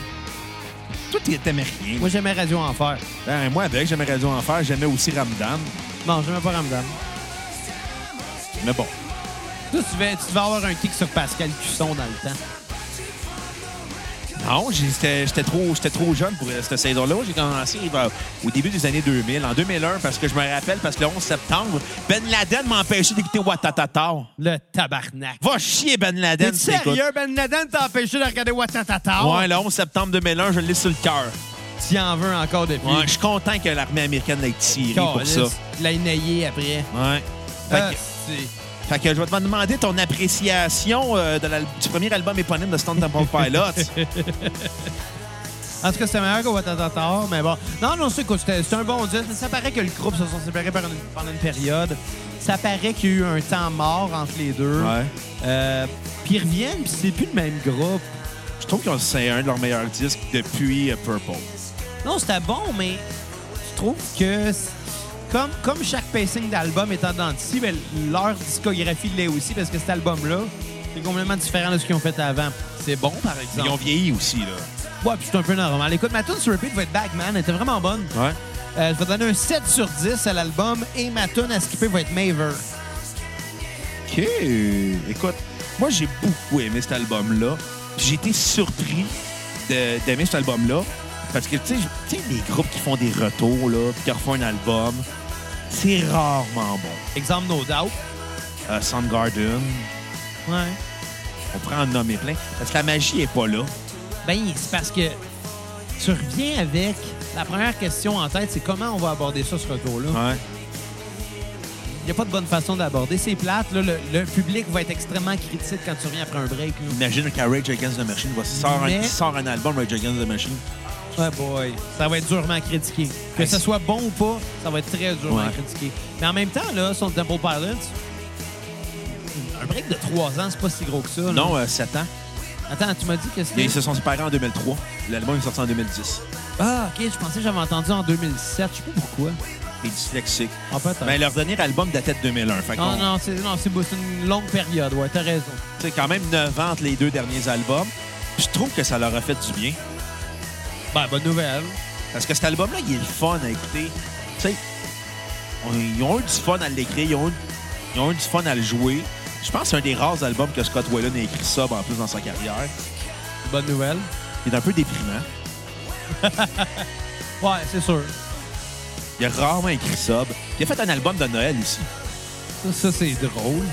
[SPEAKER 1] Toi, t'y- t'aimais rien.
[SPEAKER 2] Moi, j'aimais Radio Enfer.
[SPEAKER 1] Ben, moi, avec, j'aimais Radio Enfer, j'aimais aussi Ramdam.
[SPEAKER 2] Non, j'aimais pas Ramdam.
[SPEAKER 1] Mais bon,
[SPEAKER 2] Toi, tu devais, tu devais avoir un kick sur Pascal Cusson dans le temps.
[SPEAKER 1] non, j'ai- j'étais j'étais trop, j'étais trop jeune pour euh, cette saison-là. J'ai commencé euh, au début des années 2000, en 2001, parce que je me rappelle, parce que le 11 septembre, Ben Laden m'empêchait d'écouter Watatata.
[SPEAKER 2] Le tabarnak.
[SPEAKER 1] Va chier, Ben Laden.
[SPEAKER 2] T'es-tu
[SPEAKER 1] si t'écoutes.
[SPEAKER 2] sérieux, Ben Laden t'a empêché de regarder Watatata?
[SPEAKER 1] Ouais, le 11 septembre 2001, je l'ai sur le cœur.
[SPEAKER 2] Tu en veux encore depuis.
[SPEAKER 1] Ouais, je suis content que l'armée américaine l'ait tiré pour
[SPEAKER 2] Calisse,
[SPEAKER 1] ça.
[SPEAKER 2] Tu l'as énaillé après.
[SPEAKER 1] Ouais. Fait
[SPEAKER 2] Ah,
[SPEAKER 1] que,
[SPEAKER 2] c'est-
[SPEAKER 1] fait que je vais te demander ton appréciation euh, de l'al- du premier album éponyme de Stone Temple Pilots.
[SPEAKER 2] En tout cas, c'était meilleur que Watatata, mais bon. Non, non, c'est écoute, c'était- c'est un bon disque. Ça paraît que le groupe se sont séparés par une- pendant une période. Ça paraît qu'il y a eu un temps mort entre les deux.
[SPEAKER 1] (laughs) Ouais.
[SPEAKER 2] Euh, puis ils reviennent, puis c'est plus le même groupe.
[SPEAKER 1] je trouve que c'est un de leurs meilleurs disques depuis euh, Purple.
[SPEAKER 2] Non, c'était bon, mais je trouve que c'est- comme, comme chaque pacing d'album est tendancieux, ben, leur discographie l'est aussi parce que cet album-là, c'est complètement différent de ce qu'ils ont fait avant. C'est bon, par
[SPEAKER 1] Ils ont
[SPEAKER 2] exemple.
[SPEAKER 1] vieilli aussi, là.
[SPEAKER 2] Ouais, puis c'est un peu normal. Écoute, ma tune sur repeat va être Bagman. Elle était vraiment bonne.
[SPEAKER 1] Ouais.
[SPEAKER 2] Euh, je vais donner un 7 sur 10 à l'album et ma tune à skipper va être Maver.
[SPEAKER 1] OK. OK. Écoute, moi, j'ai beaucoup aimé cet album-là. Puis J'ai été surpris de- d'aimer cet album-là. Parce que, tu sais, je- tu sais, les groupes qui font des retours, là, puis qui refont un album, c'est rarement bon.
[SPEAKER 2] Exemple No Doubt.
[SPEAKER 1] Euh, Soundgarden,
[SPEAKER 2] Ouais.
[SPEAKER 1] on prend en nommer plein. Parce que la magie est pas là.
[SPEAKER 2] Ben, c'est parce que tu reviens avec. La première question en tête, c'est comment on va aborder ça, ce retour-là.
[SPEAKER 1] Ouais.
[SPEAKER 2] Il n'y a pas de bonne façon d'aborder. C'est plate. Là, le, le public va être extrêmement critique quand tu reviens après un break. là.
[SPEAKER 1] Imagine qu'à Rage Against the Machine, voici, sort, un,
[SPEAKER 2] Mais-
[SPEAKER 1] sort un album Rage Against the Machine.
[SPEAKER 2] Ouais, Ah, boy. Ça va être durement critiqué. Que
[SPEAKER 1] Hey,
[SPEAKER 2] ce
[SPEAKER 1] c'est-
[SPEAKER 2] soit bon ou pas, ça va être très durement
[SPEAKER 1] Ouais.
[SPEAKER 2] critiqué. Mais en même temps, là, son Temple Pilots, un break de trois ans, c'est pas si gros que ça. là.
[SPEAKER 1] Non, euh, 7 ans.
[SPEAKER 2] Attends, tu m'as dit que c'était.
[SPEAKER 1] Ils se sont séparés en 2003. L'album est sorti en 2010.
[SPEAKER 2] Ah, ok, je pensais que j'avais entendu en 2007. Je sais pas pourquoi.
[SPEAKER 1] Les dyslexiques.
[SPEAKER 2] Ah, peut-être.
[SPEAKER 1] Mais leur dernier album datait de 2001. Fait
[SPEAKER 2] Non,
[SPEAKER 1] qu'on-
[SPEAKER 2] non, c'est non, c'est beau, c'est une longue période, ouais, t'as raison.
[SPEAKER 1] C'est quand même 9 ans entre les deux derniers albums. Puis Je trouve que ça leur a fait du bien.
[SPEAKER 2] Ben, bonne nouvelle.
[SPEAKER 1] Parce que cet album-là, il est le fun à écouter. Tu sais, on- ils ont eu du fun à l'écrire, ils ont, eu, ils ont eu du fun à le jouer. Je pense que c'est un des rares albums que Scott Weiland a écrit sobre en plus dans sa carrière.
[SPEAKER 2] Bonne nouvelle.
[SPEAKER 1] Il est un peu déprimant.
[SPEAKER 2] Ouais, c'est sûr.
[SPEAKER 1] Il a rarement écrit sobre. Il a fait un album de Noël aussi.
[SPEAKER 2] Ça, ça, c'est drôle.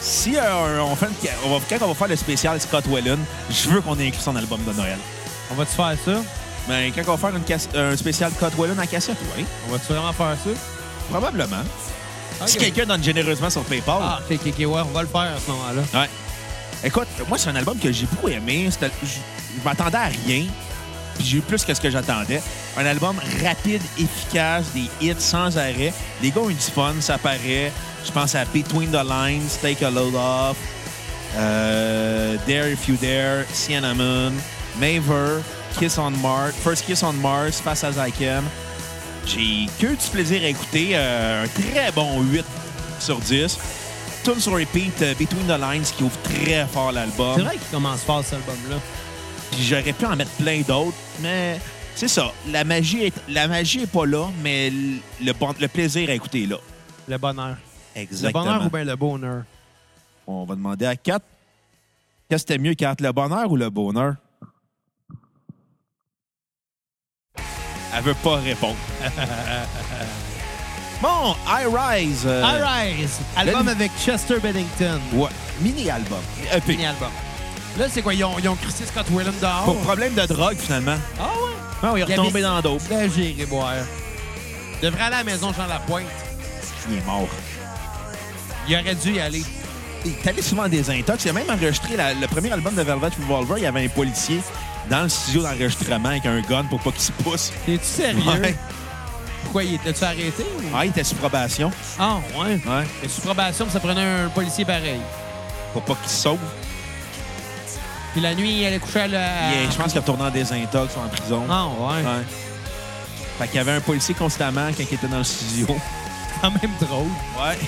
[SPEAKER 1] Si euh, on fait une- on va, quand on va faire le spécial Scott Weiland, je veux qu'on ait écrit son album de Noël.
[SPEAKER 2] On va-tu faire ça?
[SPEAKER 1] Mais quand on va faire une cas- un spécial Scott Weiland en cassette, oui.
[SPEAKER 2] On va-tu vraiment faire ça?
[SPEAKER 1] Probablement. Si
[SPEAKER 2] Ok.
[SPEAKER 1] quelqu'un donne généreusement sur PayPal,
[SPEAKER 2] Ah, ok, ok, ok, ouais, on va le faire à ce moment-là.
[SPEAKER 1] Ouais. Écoute, moi, c'est un album que j'ai beaucoup aimé. C'était- Je, je m'attendais à rien. Puis j'ai eu plus que ce que j'attendais. Un album rapide, efficace, des hits sans arrêt. Les gars ont eu du fun, ça paraît. Je pense à Between the Lines, Take a Load Off, euh, Dare If You Dare, Cinnamon, Maver, Kiss on Mars, First Kiss on Mars, Fast As I Can. J'ai que du plaisir à écouter. euh, un très bon 8 sur 10. Tune sur repeat, euh, Between the Lines, qui ouvre très fort l'album.
[SPEAKER 2] C'est vrai qu'il commence fort, cet album-là.
[SPEAKER 1] Puis j'aurais pu en mettre plein d'autres, mais c'est ça. La magie est, la magie est pas là, mais l- le, bon- le plaisir à écouter est là.
[SPEAKER 2] Le bonheur.
[SPEAKER 1] Exactement.
[SPEAKER 2] Le bonheur ou bien le bonheur?
[SPEAKER 1] On va demander à Kat. Qu'est-ce que c'était mieux, Kat, le bonheur ou le bonheur? Elle veut pas répondre. (laughs) bon, I Rise. euh, Ben-
[SPEAKER 2] I Rise, album avec Chester Bennington.
[SPEAKER 1] Ouais, mini-album. EP.
[SPEAKER 2] Mini-album. Là, c'est quoi? Ils ont, ils ont crissé Scott Whelan dehors?
[SPEAKER 1] Pour problème de drogue, finalement.
[SPEAKER 2] Ah ouais?
[SPEAKER 1] Non, il est
[SPEAKER 2] Il y
[SPEAKER 1] retombé
[SPEAKER 2] avait-
[SPEAKER 1] dans l'eau.
[SPEAKER 2] Là, j'irai boire. Devrait aller à la maison Jean Lapointe.
[SPEAKER 1] Il est mort.
[SPEAKER 2] Il aurait dû y aller.
[SPEAKER 1] Il est allé souvent à des intox. Il a même enregistré la- le premier album de Velvet Revolver. Il y avait un policier dans le studio d'enregistrement avec un gun pour pas qu'il se pousse.
[SPEAKER 2] T'es-tu sérieux?
[SPEAKER 1] Ouais.
[SPEAKER 2] Pourquoi? il était- T'as-tu arrêté? ou-
[SPEAKER 1] Ah, il était sous probation.
[SPEAKER 2] Ah, ouais.
[SPEAKER 1] Ouais.
[SPEAKER 2] Et sous probation, ça prenait un policier pareil.
[SPEAKER 1] Pour pas qu'il se sauve.
[SPEAKER 2] Puis la nuit, il allait coucher à la...
[SPEAKER 1] Il est- je pense qu'il a tourné en désintox ou en prison.
[SPEAKER 2] Ah, ouais.
[SPEAKER 1] Ouais. Fait qu'il y avait un policier constamment quand il était dans le studio.
[SPEAKER 2] Quand même drôle.
[SPEAKER 1] Ouais.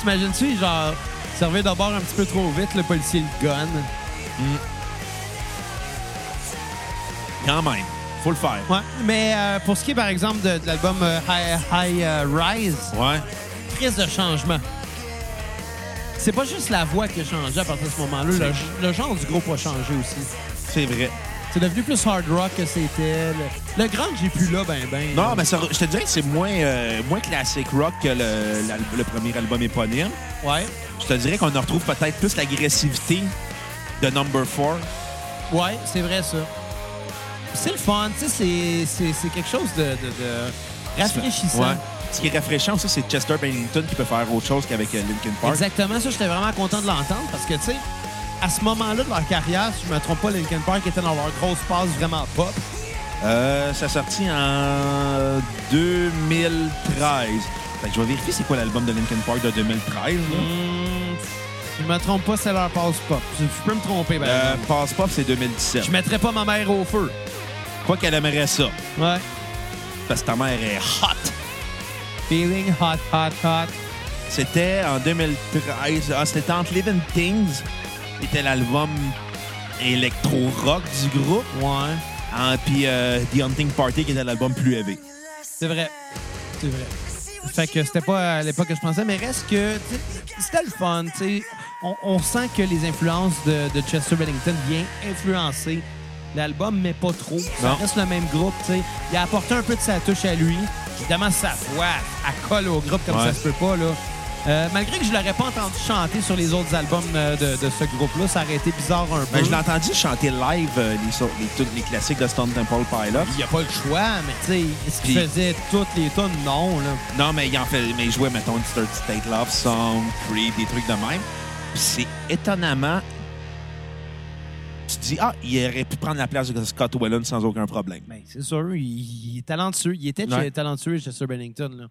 [SPEAKER 2] T'imagines-tu, genre, servait d'abord un petit peu trop vite, le policier le gun.
[SPEAKER 1] Quand même. Faut le faire.
[SPEAKER 2] Ouais. Mais euh, pour ce qui est, par exemple, de, de l'album euh, High, High, euh, Rise,
[SPEAKER 1] Ouais.
[SPEAKER 2] prise de changement. C'est pas juste la voix qui a changé à partir de ce moment-là. Le, le genre du groupe a changé aussi.
[SPEAKER 1] C'est vrai.
[SPEAKER 2] C'est devenu plus hard rock que c'était. Le, grand grunge, j'ai plus là, ben, ben.
[SPEAKER 1] Non, mais ça- je te dirais que c'est moins, euh, moins classique rock que le, l'al- le premier album éponyme.
[SPEAKER 2] Ouais.
[SPEAKER 1] Je te dirais qu'on en retrouve peut-être plus l'agressivité de Number 4.
[SPEAKER 2] Ouais, c'est vrai, ça. Puis C'est le fun, tu sais, c'est- c'est c'est quelque chose de, de- de rafraîchissant.
[SPEAKER 1] Ouais. Ce qui est rafraîchant aussi, c'est Chester Bennington qui peut faire autre chose qu'avec euh, Linkin Park.
[SPEAKER 2] Exactement, ça, j'étais vraiment content de l'entendre parce que, tu sais, à ce moment-là de leur carrière, si je me trompe pas, Linkin Park était dans leur grosse phase vraiment pop.
[SPEAKER 1] Euh, ça a sorti en 2013. Fait que je vais vérifier c'est quoi l'album de Linkin Park de 2013. là.
[SPEAKER 2] Mmh, si je me trompe pas, c'est leur phase pop. Je, je peux me tromper, ben.
[SPEAKER 1] Euh, Passe Pop, c'est 2017.
[SPEAKER 2] Je mettrais pas ma mère au feu.
[SPEAKER 1] Quoi qu'elle aimerait ça,
[SPEAKER 2] Ouais.
[SPEAKER 1] parce que ta mère est hot.
[SPEAKER 2] Feeling hot, hot, hot.
[SPEAKER 1] C'était en 2013. Ah, c'était entre Living Things, qui était l'album électro-rock du groupe,
[SPEAKER 2] Ouais.
[SPEAKER 1] hein, puis euh, The Hunting Party, qui était l'album plus élevé.
[SPEAKER 2] C'est vrai. C'est vrai. Fait que c'était pas à l'époque que je pensais, mais reste que tu sais, c'était le fun. tu sais. On, on sent que les influences de, de Chester Bennington viennent influencer l'album, mais pas trop. Ça
[SPEAKER 1] Non.
[SPEAKER 2] reste le même groupe. tu sais. Il a apporté un peu de sa touche à lui. Évidemment, sa voix, elle colle au groupe comme
[SPEAKER 1] Ouais.
[SPEAKER 2] ça se peut pas. là. Euh, malgré que je l'aurais pas entendu chanter sur les autres albums euh, de, de ce groupe-là, ça aurait été bizarre un peu.
[SPEAKER 3] Ben, je l'ai entendu chanter live euh, les, so- les, tous les classiques de Stone Temple Pilots.
[SPEAKER 2] Il n'y a pas le choix, mais tu sais, est-ce qu'il
[SPEAKER 1] Puis-
[SPEAKER 2] faisait toutes les tonnes? Non, là.
[SPEAKER 1] Non, mais il en fait, mais il jouait, mettons, une Third State Love Song, Creep, des trucs de même. Puis c'est étonnamment. Tu te dis, ah, il aurait pu prendre la place de Scott Whelan sans aucun problème.
[SPEAKER 2] Ben, c'est sûr, il, il est talentueux. Il était
[SPEAKER 1] Ouais.
[SPEAKER 2] talentueux, Chester Bennington, là.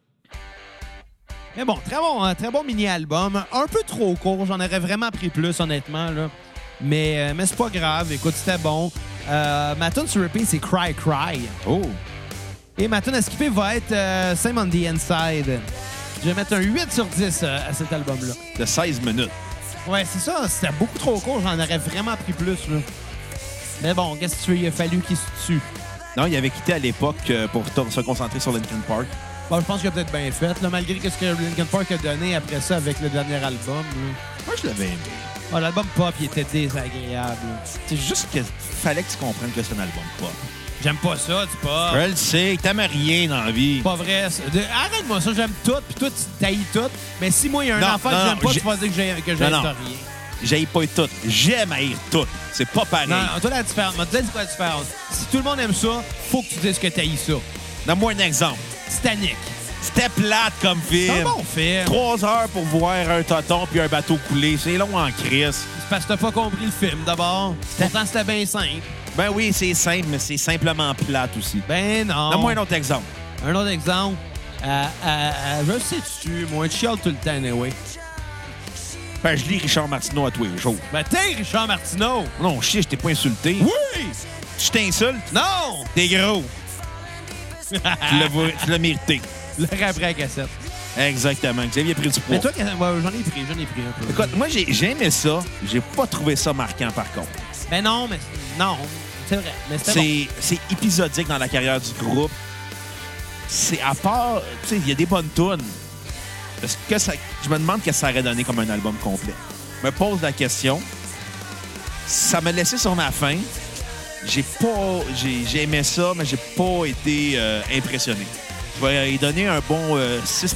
[SPEAKER 2] Mais bon, très bon, hein, très bon mini-album. Un peu trop court, j'en aurais vraiment pris plus, honnêtement, là. Mais, euh, mais c'est pas grave, écoute, c'était bon. Euh, ma tune sur repeat, c'est Cry Cry.
[SPEAKER 1] Oh!
[SPEAKER 2] Et ma tune à skipper va être euh, Same on the Inside. Je vais mettre un 8 sur 10 euh, à cet album-là.
[SPEAKER 1] De 16 minutes.
[SPEAKER 2] Ouais, c'est ça. C'était beaucoup trop court. J'en aurais vraiment pris plus, là. Mais bon, qu'est-ce que tu veux? Il a fallu qu'il se tue.
[SPEAKER 1] Non, il avait quitté à l'époque euh, pour to- se concentrer sur Linkin Park.
[SPEAKER 2] Bon, je pense qu'il a peut-être bien fait, là, malgré que ce que Linkin Park a donné après ça avec le dernier album. là.
[SPEAKER 1] Moi, je l'avais aimé.
[SPEAKER 2] Ah, L'album pop, il était désagréable. là.
[SPEAKER 1] C'est juste qu'il fallait que tu comprennes que c'est un album pop.
[SPEAKER 2] J'aime pas ça, du pop.
[SPEAKER 1] Je le sais, t'aimes rien dans la vie.
[SPEAKER 2] Pas vrai. c'est- de- Arrête-moi ça, j'aime tout, puis toi, tu taillis tout. Mais si moi, il y a un
[SPEAKER 1] Non,
[SPEAKER 2] enfant
[SPEAKER 1] non,
[SPEAKER 2] que j'aime
[SPEAKER 1] non,
[SPEAKER 2] pas,
[SPEAKER 1] j'ai-
[SPEAKER 2] tu vas dire que j'ai- que
[SPEAKER 1] Non,
[SPEAKER 2] j'aime
[SPEAKER 1] non.
[SPEAKER 2] rien.
[SPEAKER 1] J'aille pas tout. J'aime haïr tout. C'est pas pareil.
[SPEAKER 2] Non, non, toi, la différence. Moi, tu sais, c'est quoi la différence? Si tout le monde aime ça, faut que tu dises que t'haïs ça.
[SPEAKER 1] Donne-moi un exemple.
[SPEAKER 2] Titanic.
[SPEAKER 1] C'était plate comme
[SPEAKER 2] C'est
[SPEAKER 1] film.
[SPEAKER 2] un bon film.
[SPEAKER 1] Trois heures pour voir un tonton puis un bateau couler. C'est long en crise.
[SPEAKER 2] C'est parce que t'as pas compris le film, d'abord. Pourtant, c'était bien simple.
[SPEAKER 1] Ben oui, c'est simple, mais c'est simplement plate aussi.
[SPEAKER 2] Ben non.
[SPEAKER 1] Donne-moi un autre exemple.
[SPEAKER 2] Un autre exemple. Euh, euh, euh, je sais-tu, moi, je chiale tout le temps, anyway.
[SPEAKER 1] Ben, je lis Richard Martineau à tous les jours.
[SPEAKER 2] Ben, t'es Richard Martineau!
[SPEAKER 1] Non, chier, je t'ai pas insulté.
[SPEAKER 2] Oui!
[SPEAKER 1] Tu t'insultes,
[SPEAKER 2] Non!
[SPEAKER 1] t'es gros. tu l'as vou- tu l'as mérité.
[SPEAKER 2] Le après la cassette.
[SPEAKER 1] Exactement. Xavier a pris du poids.
[SPEAKER 2] Mais toi, quand- ouais, j'en ai pris, j'en ai pris un peu.
[SPEAKER 1] Écoute, moi, j'ai j'ai aimé ça. J'ai pas trouvé ça marquant, par contre.
[SPEAKER 2] Ben non, mais non, c'est vrai. Mais c'était bon.
[SPEAKER 1] C'est c'est épisodique dans la carrière du groupe. C'est à part, tu sais, il y a des bonnes tunes. Est-ce que ça, je me demande qu'est-ce que ça aurait donné comme un album complet. Je me pose la question. Ça m'a laissé sur ma faim. J'ai pas, j'ai j'ai aimé ça, mais j'ai pas été euh, impressionné. Je vais y donner un bon euh, 6.7.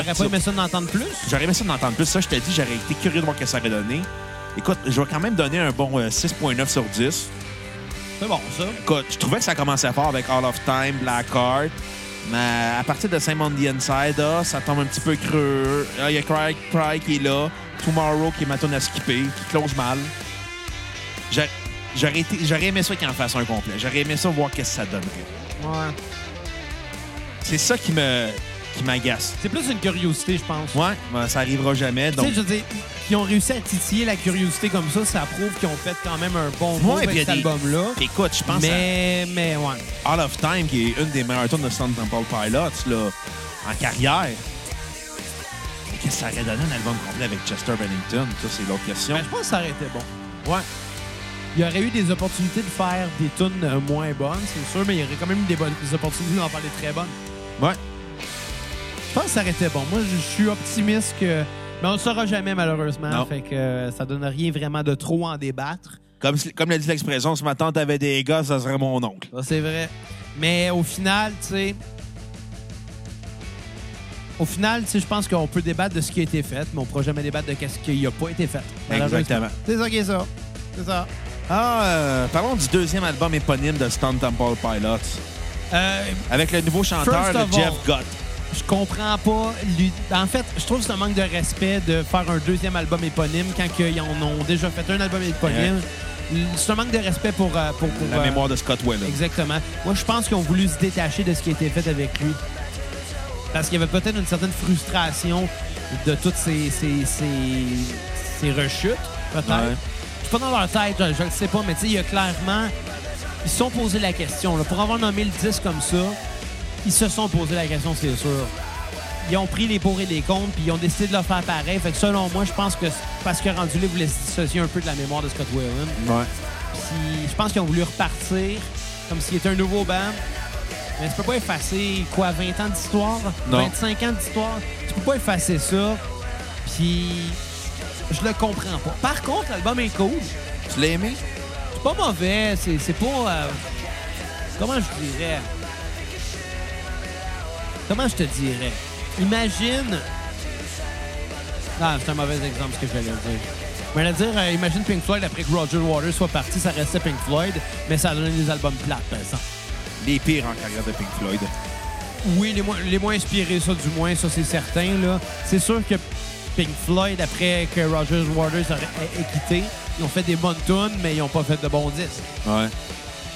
[SPEAKER 2] T'aurais pas
[SPEAKER 1] sur-
[SPEAKER 2] aimé ça d'entendre plus?
[SPEAKER 1] J'aurais aimé ça d'entendre plus. Ça, je t'ai dit, j'aurais été curieux de voir ce que ça aurait donné. Écoute, je vais quand même donner un bon euh, 6.9 sur 10.
[SPEAKER 2] C'est bon, ça.
[SPEAKER 1] Écoute, je trouvais que ça commençait fort avec All of Time, Blackheart. Mais à partir de Same on the Inside, ah, ça tombe un petit peu creux. Ah, Il y a Cry Cry qui est là. Tomorrow qui est ma tune à skipper, qui close mal. J'a- J'aurais été- j'aurais aimé ça qu'il en fasse un complet. J'aurais aimé ça voir qu'est-ce que ça donnerait.
[SPEAKER 2] Ouais.
[SPEAKER 1] C'est ça qui me qui m'agace.
[SPEAKER 2] C'est plus une curiosité, je pense.
[SPEAKER 1] Ouais, ben, ça arrivera jamais.
[SPEAKER 2] Tu
[SPEAKER 1] Donc,
[SPEAKER 2] sais, je veux dire, qui ont réussi à titiller la curiosité comme ça, ça prouve qu'ils ont fait quand même un bon move
[SPEAKER 1] Ouais,
[SPEAKER 2] avec
[SPEAKER 1] puis il y
[SPEAKER 2] cet
[SPEAKER 1] a des-
[SPEAKER 2] album-là.
[SPEAKER 1] écoute, je pense à-
[SPEAKER 2] Mais, mais, ouais.
[SPEAKER 1] All of Time, qui est une des meilleures tunes de Stone Temple Pilots là, en carrière. Mais qu'est-ce que ça aurait donné un album complet avec Chester Bennington? Ça, c'est l'autre question.
[SPEAKER 2] Ben, je pense que ça aurait été bon.
[SPEAKER 1] Ouais.
[SPEAKER 2] Il y aurait eu des opportunités de faire des tunes euh, moins bonnes, c'est sûr, mais il y aurait quand même eu des, bonnes, des opportunités d'en faire des très bonnes.
[SPEAKER 1] Ouais.
[SPEAKER 2] Je pense que ça aurait été bon. Moi, je je suis optimiste que. Mais on ne le saura jamais, malheureusement.
[SPEAKER 1] Non.
[SPEAKER 2] Fait que euh, ça donne rien vraiment de trop en débattre.
[SPEAKER 1] Comme, comme l'a dit l'expression, si ma tante avait des gars, ça serait mon oncle.
[SPEAKER 2] Ça, c'est vrai. Mais au final, tu sais. Au final, tu sais, je pense qu'on peut débattre de ce qui a été fait, mais on ne pourra jamais débattre de ce qui n'a pas été fait. malheureusement.
[SPEAKER 1] Exactement.
[SPEAKER 2] C'est ça qui est ça. C'est ça.
[SPEAKER 1] Ah, euh, parlons du deuxième album éponyme de Stone Temple Pilots,
[SPEAKER 2] Euh,
[SPEAKER 1] avec le nouveau chanteur
[SPEAKER 2] First
[SPEAKER 1] le
[SPEAKER 2] of
[SPEAKER 1] Jeff
[SPEAKER 2] all.
[SPEAKER 1] Gott.
[SPEAKER 2] je comprends pas. l'u- En fait, je trouve que c'est un manque de respect de faire un deuxième album éponyme quand qu'ils en ont déjà fait un album éponyme. C'est un manque de respect pour. euh, pour, pour,
[SPEAKER 1] La
[SPEAKER 2] euh,
[SPEAKER 1] mémoire de Scott Whelan.
[SPEAKER 2] Exactement. Moi, je pense qu'ils ont voulu se détacher de ce qui a été fait avec lui. Parce qu'il y avait peut-être une certaine frustration de toutes ces, ces, ces- ces rechutes, peut-être.
[SPEAKER 1] Ouais.
[SPEAKER 2] Je suis pas dans leur tête, je, je le sais pas, mais tu sais, il y a clairement. Ils se sont posé la question. là. Pour avoir nommé le 10 comme ça, ils se sont posé la question, c'est sûr. Ils ont pris les pour et les contre, puis ils ont décidé de le faire pareil. Fait que selon moi, je pense que c'est parce que rendu là, vous voulez se dissocier un peu de la mémoire de Scott Whelan.
[SPEAKER 1] Ouais.
[SPEAKER 2] Puis je pense qu'ils ont voulu repartir comme s'il était un nouveau band. Mais tu peux pas effacer quoi, 20 ans d'histoire?
[SPEAKER 1] Non.
[SPEAKER 2] 25 ans d'histoire? Tu peux pas effacer ça. Puis je le comprends pas. Par contre, l'album est cool.
[SPEAKER 1] Tu l'as aimé?
[SPEAKER 2] C'est pas mauvais. C'est c'est pas. euh, comment je dirais? Comment je te dirais? Imagine. Ah, c'est un mauvais exemple ce que je vais dire. Mais à dire, euh, imagine Pink Floyd après que Roger Waters soit parti, ça restait Pink Floyd, mais ça a donné des albums plates, par exemple.
[SPEAKER 1] Les pires en carrière de Pink Floyd.
[SPEAKER 2] Oui, les moins, les moins inspirés, ça, du moins, ça, c'est certain. là. C'est sûr que Pink Floyd, après que Roger Waters aurait- ait quitté, ils ont fait des bonnes tunes, mais ils n'ont pas fait de bons disques.
[SPEAKER 1] Ouais.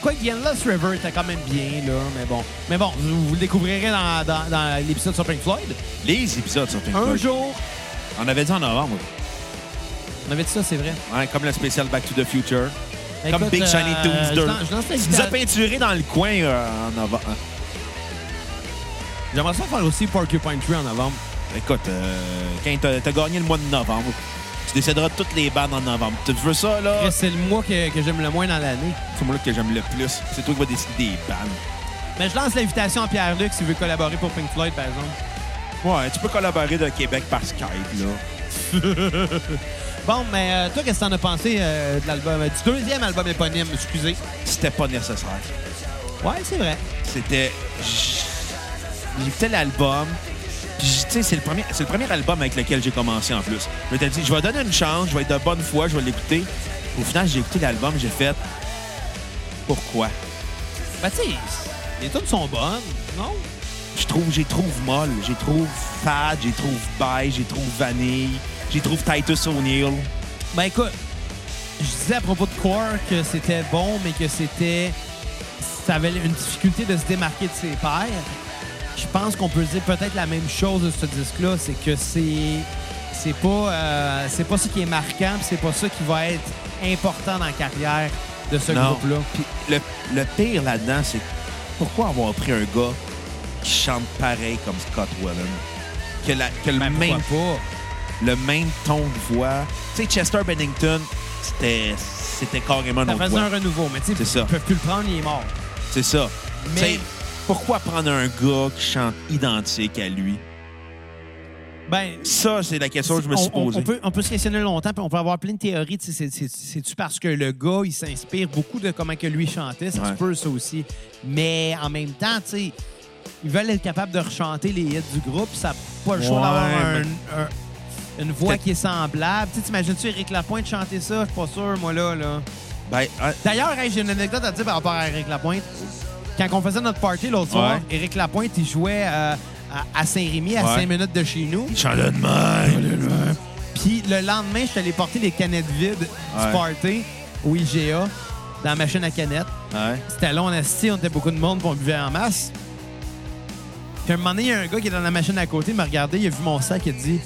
[SPEAKER 2] Quoi que Lost River était quand même bien, là, mais bon. Mais bon, vous, vous le découvrirez dans, dans- dans l'épisode sur Pink Floyd.
[SPEAKER 1] Les épisodes sur Pink
[SPEAKER 2] Un
[SPEAKER 1] Floyd.
[SPEAKER 2] jour,
[SPEAKER 1] On avait dit en novembre.
[SPEAKER 2] on avait dit ça, c'est vrai.
[SPEAKER 1] Ouais, comme le spécial Back to the Future.
[SPEAKER 2] Ben,
[SPEAKER 1] comme
[SPEAKER 2] écoute,
[SPEAKER 1] Big
[SPEAKER 2] euh,
[SPEAKER 1] Shiny Toons
[SPEAKER 2] je
[SPEAKER 1] 2.
[SPEAKER 2] lance- je lance la
[SPEAKER 1] Tu nous as
[SPEAKER 2] guitare.
[SPEAKER 1] peinturé dans le coin euh, en novembre.
[SPEAKER 2] J'aimerais ça faire aussi Porcupine Tree en novembre.
[SPEAKER 1] Écoute, euh, quand t'as t'as gagné le mois de novembre, tu décéderas de toutes les bandes en novembre. Tu veux ça, là?
[SPEAKER 2] Après, C'est le mois que, que j'aime le moins dans l'année.
[SPEAKER 1] C'est moi que j'aime le plus. C'est toi qui vas décider des bandes.
[SPEAKER 2] Mais je lance l'invitation à Pierre-Luc s'il veut collaborer pour Pink Floyd, par exemple.
[SPEAKER 1] Ouais, tu peux collaborer de Québec par Skype, là.
[SPEAKER 2] Bon, mais euh, toi, qu'est-ce que t'en as pensé euh, de l'album, euh, du deuxième album éponyme, excusez.
[SPEAKER 1] C'était pas nécessaire.
[SPEAKER 2] Ouais, c'est vrai.
[SPEAKER 1] C'était... j- J'écoutais l'album. puis j- Tu sais, c'est le, premier- c'est le premier album avec lequel j'ai commencé, en plus. Je m'étais dit, je vais donner une chance, je vais être de bonne foi, je vais l'écouter. Au final, j'ai écouté l'album, j'ai fait... Pourquoi?
[SPEAKER 2] Ben, tu sais, les tunes sont bonnes, non?
[SPEAKER 1] je trouve, j'y trouve molle, j'y trouve fade, j'y trouve beige, j'y trouve vanille, j'y trouve Titus O'Neill.
[SPEAKER 2] Ben, écoute, je disais à propos de Core que c'était bon, mais que c'était. Ça avait une difficulté de se démarquer de ses pairs. Je pense qu'on peut dire peut-être la même chose de ce disque-là, c'est que c'est. C'est pas, euh, c'est pas ça qui est marquant, puis c'est pas ça qui va être important dans la carrière de ce
[SPEAKER 1] Non.
[SPEAKER 2] groupe-là.
[SPEAKER 1] Puis le, le pire là-dedans, c'est pourquoi avoir pris un gars qui chante pareil comme Scott Whelan? Que, la- que le,
[SPEAKER 2] Ben, Pourquoi
[SPEAKER 1] même,
[SPEAKER 2] pas?
[SPEAKER 1] le même ton de voix. Tu sais, Chester Bennington, c'était c'était carrément
[SPEAKER 2] Ça
[SPEAKER 1] notre
[SPEAKER 2] faisait
[SPEAKER 1] voix.
[SPEAKER 2] un renouveau, mais tu
[SPEAKER 1] C'est
[SPEAKER 2] sais,
[SPEAKER 1] ça.
[SPEAKER 2] ils peuvent plus le prendre, il est mort.
[SPEAKER 1] C'est ça.
[SPEAKER 2] Mais-
[SPEAKER 1] Tu sais, pourquoi prendre un gars qui chante identique à lui?
[SPEAKER 2] Ben,
[SPEAKER 1] Ça, c'est la question que je me
[SPEAKER 2] on-
[SPEAKER 1] suis
[SPEAKER 2] on,
[SPEAKER 1] posée.
[SPEAKER 2] on peut, on peut se questionner longtemps, puis on peut avoir plein de théories. tu sais, c'est- c'est- C'est-tu parce que le gars, il s'inspire beaucoup de comment que lui chantait? Ça
[SPEAKER 1] Ouais.
[SPEAKER 2] se peut, ça aussi. Mais en même temps, tu sais, ils veulent être capables de rechanter les hits du groupe. Ça n'a pas le choix
[SPEAKER 1] Ouais,
[SPEAKER 2] d'avoir un-
[SPEAKER 1] mais-
[SPEAKER 2] un- une voix
[SPEAKER 1] Peut-être-
[SPEAKER 2] qui est semblable. Tu sais, t'imagines-tu Eric Lapointe chanter ça? Je suis pas sûr, moi, là. là.
[SPEAKER 1] Ben, ah,
[SPEAKER 2] D'ailleurs, hey, j'ai une anecdote à dire par rapport à Eric Lapointe. Quand on faisait notre party l'autre soir,
[SPEAKER 1] Ouais.
[SPEAKER 2] Eric Lapointe, il jouait euh, à à Saint-Rémy, à
[SPEAKER 1] Ouais.
[SPEAKER 2] 5 minutes de chez nous.
[SPEAKER 1] il chante de même.
[SPEAKER 2] Puis le lendemain, je suis allé porter les canettes vides
[SPEAKER 1] Ouais.
[SPEAKER 2] du party au IGA, dans la machine à canettes.
[SPEAKER 1] Ouais.
[SPEAKER 2] C'était long, on assis, on était beaucoup de monde, puis on buvait en masse. Puis à un moment donné, il y a un gars qui est dans la machine à côté, il m'a regardé, il a vu mon sac, il a dit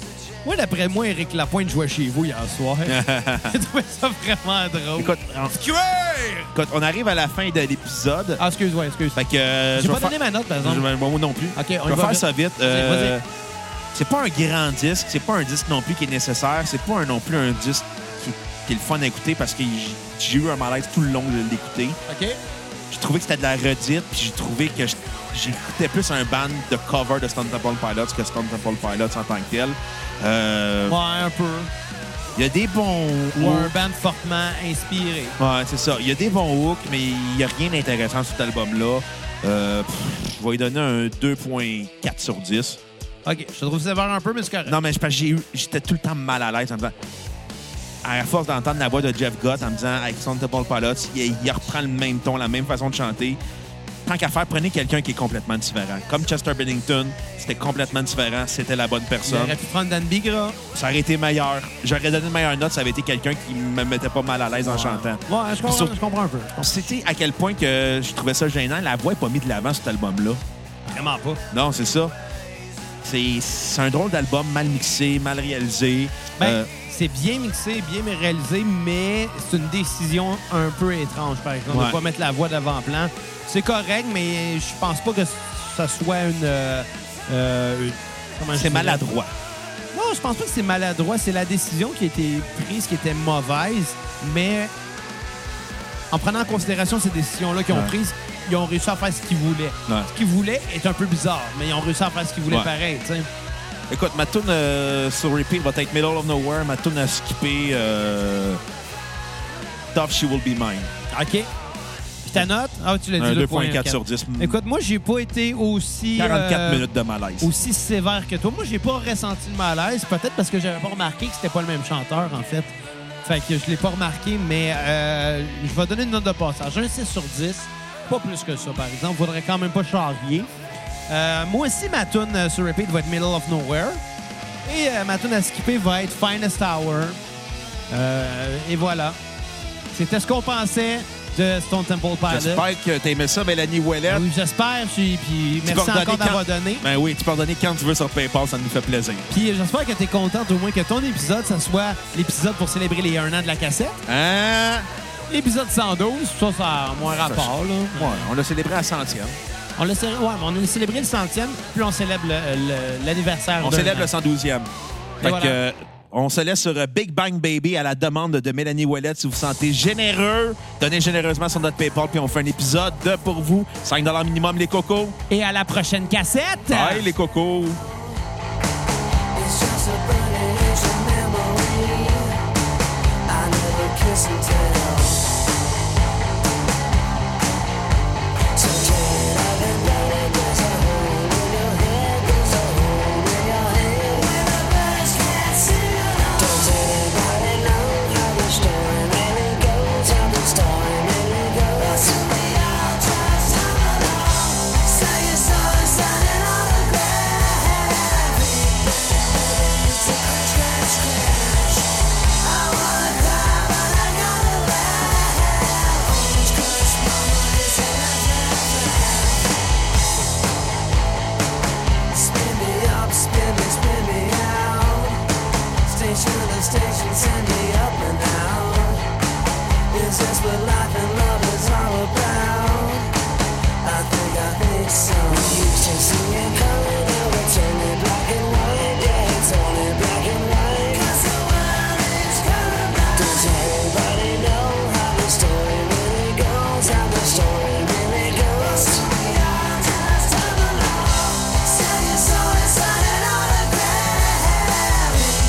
[SPEAKER 2] Ouais, d'après moi, Eric Lapointe jouait chez vous hier
[SPEAKER 1] (laughs)
[SPEAKER 2] soir. (laughs) J'ai trouvé ça vraiment drôle.
[SPEAKER 1] Écoute, on- Écoute, on arrive à la fin de l'épisode.
[SPEAKER 2] Ah, excuse-moi, excuse.
[SPEAKER 1] Fait que. euh,
[SPEAKER 2] J'ai
[SPEAKER 1] je
[SPEAKER 2] pas
[SPEAKER 1] vais
[SPEAKER 2] donné
[SPEAKER 1] faire-
[SPEAKER 2] ma note, par
[SPEAKER 1] Je
[SPEAKER 2] exemple.
[SPEAKER 1] vais- Moi non plus.
[SPEAKER 2] Ok, on
[SPEAKER 1] je
[SPEAKER 2] y
[SPEAKER 1] vais
[SPEAKER 2] va
[SPEAKER 1] faire
[SPEAKER 2] vite.
[SPEAKER 1] ça vite.
[SPEAKER 2] Vas-y,
[SPEAKER 1] Euh,
[SPEAKER 2] vas-y.
[SPEAKER 1] c'est pas un grand disque, c'est pas un disque non plus qui est nécessaire, c'est pas un- non plus un disque qui, qui est le fun à écouter parce que j- j'ai eu un malaise tout le long de l'écouter.
[SPEAKER 2] OK.
[SPEAKER 1] J'ai trouvé que c'était de la redite, puis j'ai trouvé que je- j'écoutais plus un band de cover de Stone Temple Pilots que Stone Temple Pilots en tant que tel. Euh,
[SPEAKER 2] Ouais, un peu.
[SPEAKER 1] Il y a des bons.
[SPEAKER 2] Ou un band fortement inspiré.
[SPEAKER 1] Ouais, c'est ça. Il y a des bons hooks, mais il n'y a rien d'intéressant sur cet album-là. Euh, pff, je vais lui donner un 2.4 sur 10.
[SPEAKER 2] OK, je te trouve sévère un peu, mais c'est correct.
[SPEAKER 1] Non, mais c'est parce que j'ai eu- j'étais tout le temps mal à l'aise en me disant... À force d'entendre la voix de Jeff Gott en me disant avec son Temple Pilots, il, il reprend le même ton, la même façon de chanter. Tant qu'à faire, prenez quelqu'un qui est complètement différent. Comme Chester Bennington, c'était complètement différent, c'était la bonne
[SPEAKER 2] Il
[SPEAKER 1] personne.
[SPEAKER 2] aurait pu prendre Dan Bigra.
[SPEAKER 1] Ça aurait été meilleur. J'aurais donné une meilleure note, ça avait été quelqu'un qui me mettait pas mal à l'aise en chantant.
[SPEAKER 2] Ouais, je comprends,
[SPEAKER 1] Surtout-
[SPEAKER 2] je comprends un peu.
[SPEAKER 1] C'était à quel point que je trouvais ça gênant. La voix n'est pas mise de l'avant, cet album-là.
[SPEAKER 2] Vraiment pas.
[SPEAKER 1] Non, c'est ça. C'est c'est un drôle d'album, mal mixé, mal réalisé.
[SPEAKER 2] Ben,
[SPEAKER 1] Euh,
[SPEAKER 2] c'est bien mixé, bien réalisé, mais c'est une décision un peu étrange, par exemple,
[SPEAKER 1] Ouais.
[SPEAKER 2] de pas mettre la voix d'avant-plan. C'est correct, mais je pense pas que ça soit une... euh, euh, une- comment je
[SPEAKER 1] c'est
[SPEAKER 2] dirais?
[SPEAKER 1] maladroit.
[SPEAKER 2] Non, je pense pas que c'est maladroit. C'est la décision qui a été prise, qui était mauvaise, mais en prenant en considération ces décisions-là qu'ils ont
[SPEAKER 1] Ouais.
[SPEAKER 2] prises, ils ont réussi à faire ce qu'ils voulaient.
[SPEAKER 1] Ouais.
[SPEAKER 2] Ce qu'ils voulaient est un peu bizarre, mais ils ont réussi à faire ce qu'ils voulaient
[SPEAKER 1] Ouais.
[SPEAKER 2] pareil, tu sais.
[SPEAKER 1] Écoute, ma tune euh, sur repeat va être Middle of Nowhere. Ma tune à skipper, euh, Tough She Will Be Mine.
[SPEAKER 2] OK. Puis ta note? Ah, tu l'as
[SPEAKER 1] Un
[SPEAKER 2] dit,
[SPEAKER 1] 2.4 sur 10.
[SPEAKER 2] Écoute, moi, j'ai pas été aussi...
[SPEAKER 1] 44
[SPEAKER 2] euh,
[SPEAKER 1] minutes de malaise.
[SPEAKER 2] aussi sévère que toi. Moi, j'ai pas ressenti le malaise, peut-être parce que j'avais pas remarqué que c'était pas le même chanteur, en fait. Fait que je l'ai pas remarqué, mais euh, je vais donner une note de passage. Un 6 sur 10, pas plus que ça, par exemple. Faudrait quand même pas charrier. Euh, moi aussi, ma tune euh, sur repeat va être Middle of Nowhere. Et euh, ma tune à skipper va être Finest Hour. Euh, et voilà. C'était ce qu'on pensait de Stone Temple Pilots.
[SPEAKER 1] J'espère que t'as aimé ça, Mélanie Ouellet.
[SPEAKER 2] Oui, J'espère. Puis, puis
[SPEAKER 1] Tu
[SPEAKER 2] merci
[SPEAKER 1] vas
[SPEAKER 2] encore
[SPEAKER 1] redonner
[SPEAKER 2] d'avoir
[SPEAKER 1] quand-
[SPEAKER 2] donné.
[SPEAKER 1] Ben oui, tu peux redonner quand tu veux sur PayPal, ça nous fait plaisir.
[SPEAKER 2] Puis j'espère que tu es contente au moins que ton épisode, ça soit l'épisode pour célébrer les 1 an de la cassette.
[SPEAKER 1] Hein?
[SPEAKER 2] L'épisode 112, ça, ça a moins rapport. Là.
[SPEAKER 1] Ouais, on l'a célébré à centième.
[SPEAKER 2] On l'a célé- ouais, mais on a célébré le centième, puis on célèbre le- le- l'anniversaire.
[SPEAKER 1] On
[SPEAKER 2] d'un
[SPEAKER 1] célèbre
[SPEAKER 2] an.
[SPEAKER 1] le 112e. Fait
[SPEAKER 2] Ben. voilà.
[SPEAKER 1] que, euh, on se laisse sur euh, Big Bang Baby à la demande de Mélanie Ouellet. Si vous vous sentez généreux, donnez généreusement sur notre PayPal, puis on fait un épisode de pour vous. 5 minimum, les cocos.
[SPEAKER 2] Et à la prochaine cassette!
[SPEAKER 1] Bye, les cocos.
[SPEAKER 4] It's just a burning angel memory. I never kiss and tell. So get up and down and there's a hole in your head. There's a hole in your head. Where the birds can't sing along. Does anybody know how the story really goes? How the story really goes? Wasn't we all just all alone? So you saw us signing autographs. Spin me up, spin me, spin me out. Station to station, send me up and out. Is this what life and love is all about? I think I think so. You should see it coming, now it's only black and white. Yeah, it's only black and white. 'Cause the world is coming back. Does everybody know how the story really goes? How the story really goes? We are just alone. Sell your soul and sign an autograph. Baby,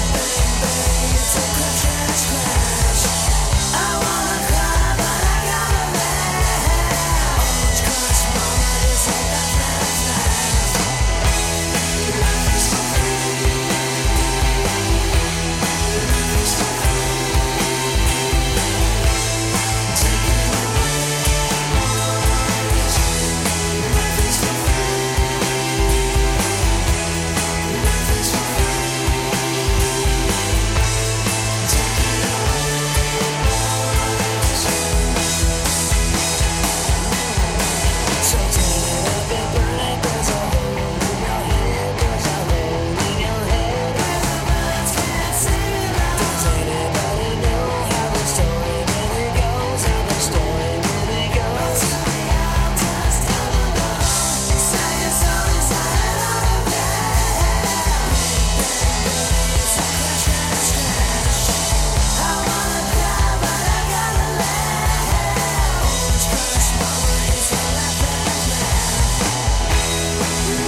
[SPEAKER 4] it's a crash, crash. I wanna cry, but I gotta laugh. So take it up and burn it. There's a hole in your head. There's a hole in your head. Where the birds can't sing along. Does anybody know how the story really goes? How the story really goes? We all just all alone. Sell your soul and sign an autograph. It's a crash, crash, crash. I wanna cry, but I gotta laugh. Orange crush mama is all I've ever had.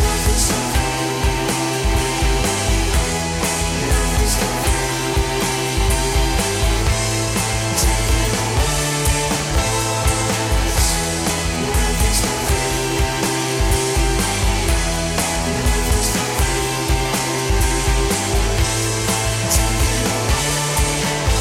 [SPEAKER 4] Nothing's for free. Nothing's for free. Take it away, nothing's for free. Nothing's for free. Take it away.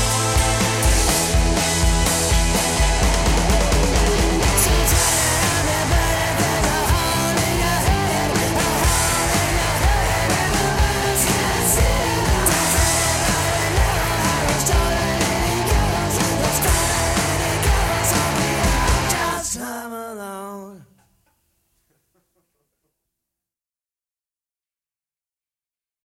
[SPEAKER 4] I'm alone.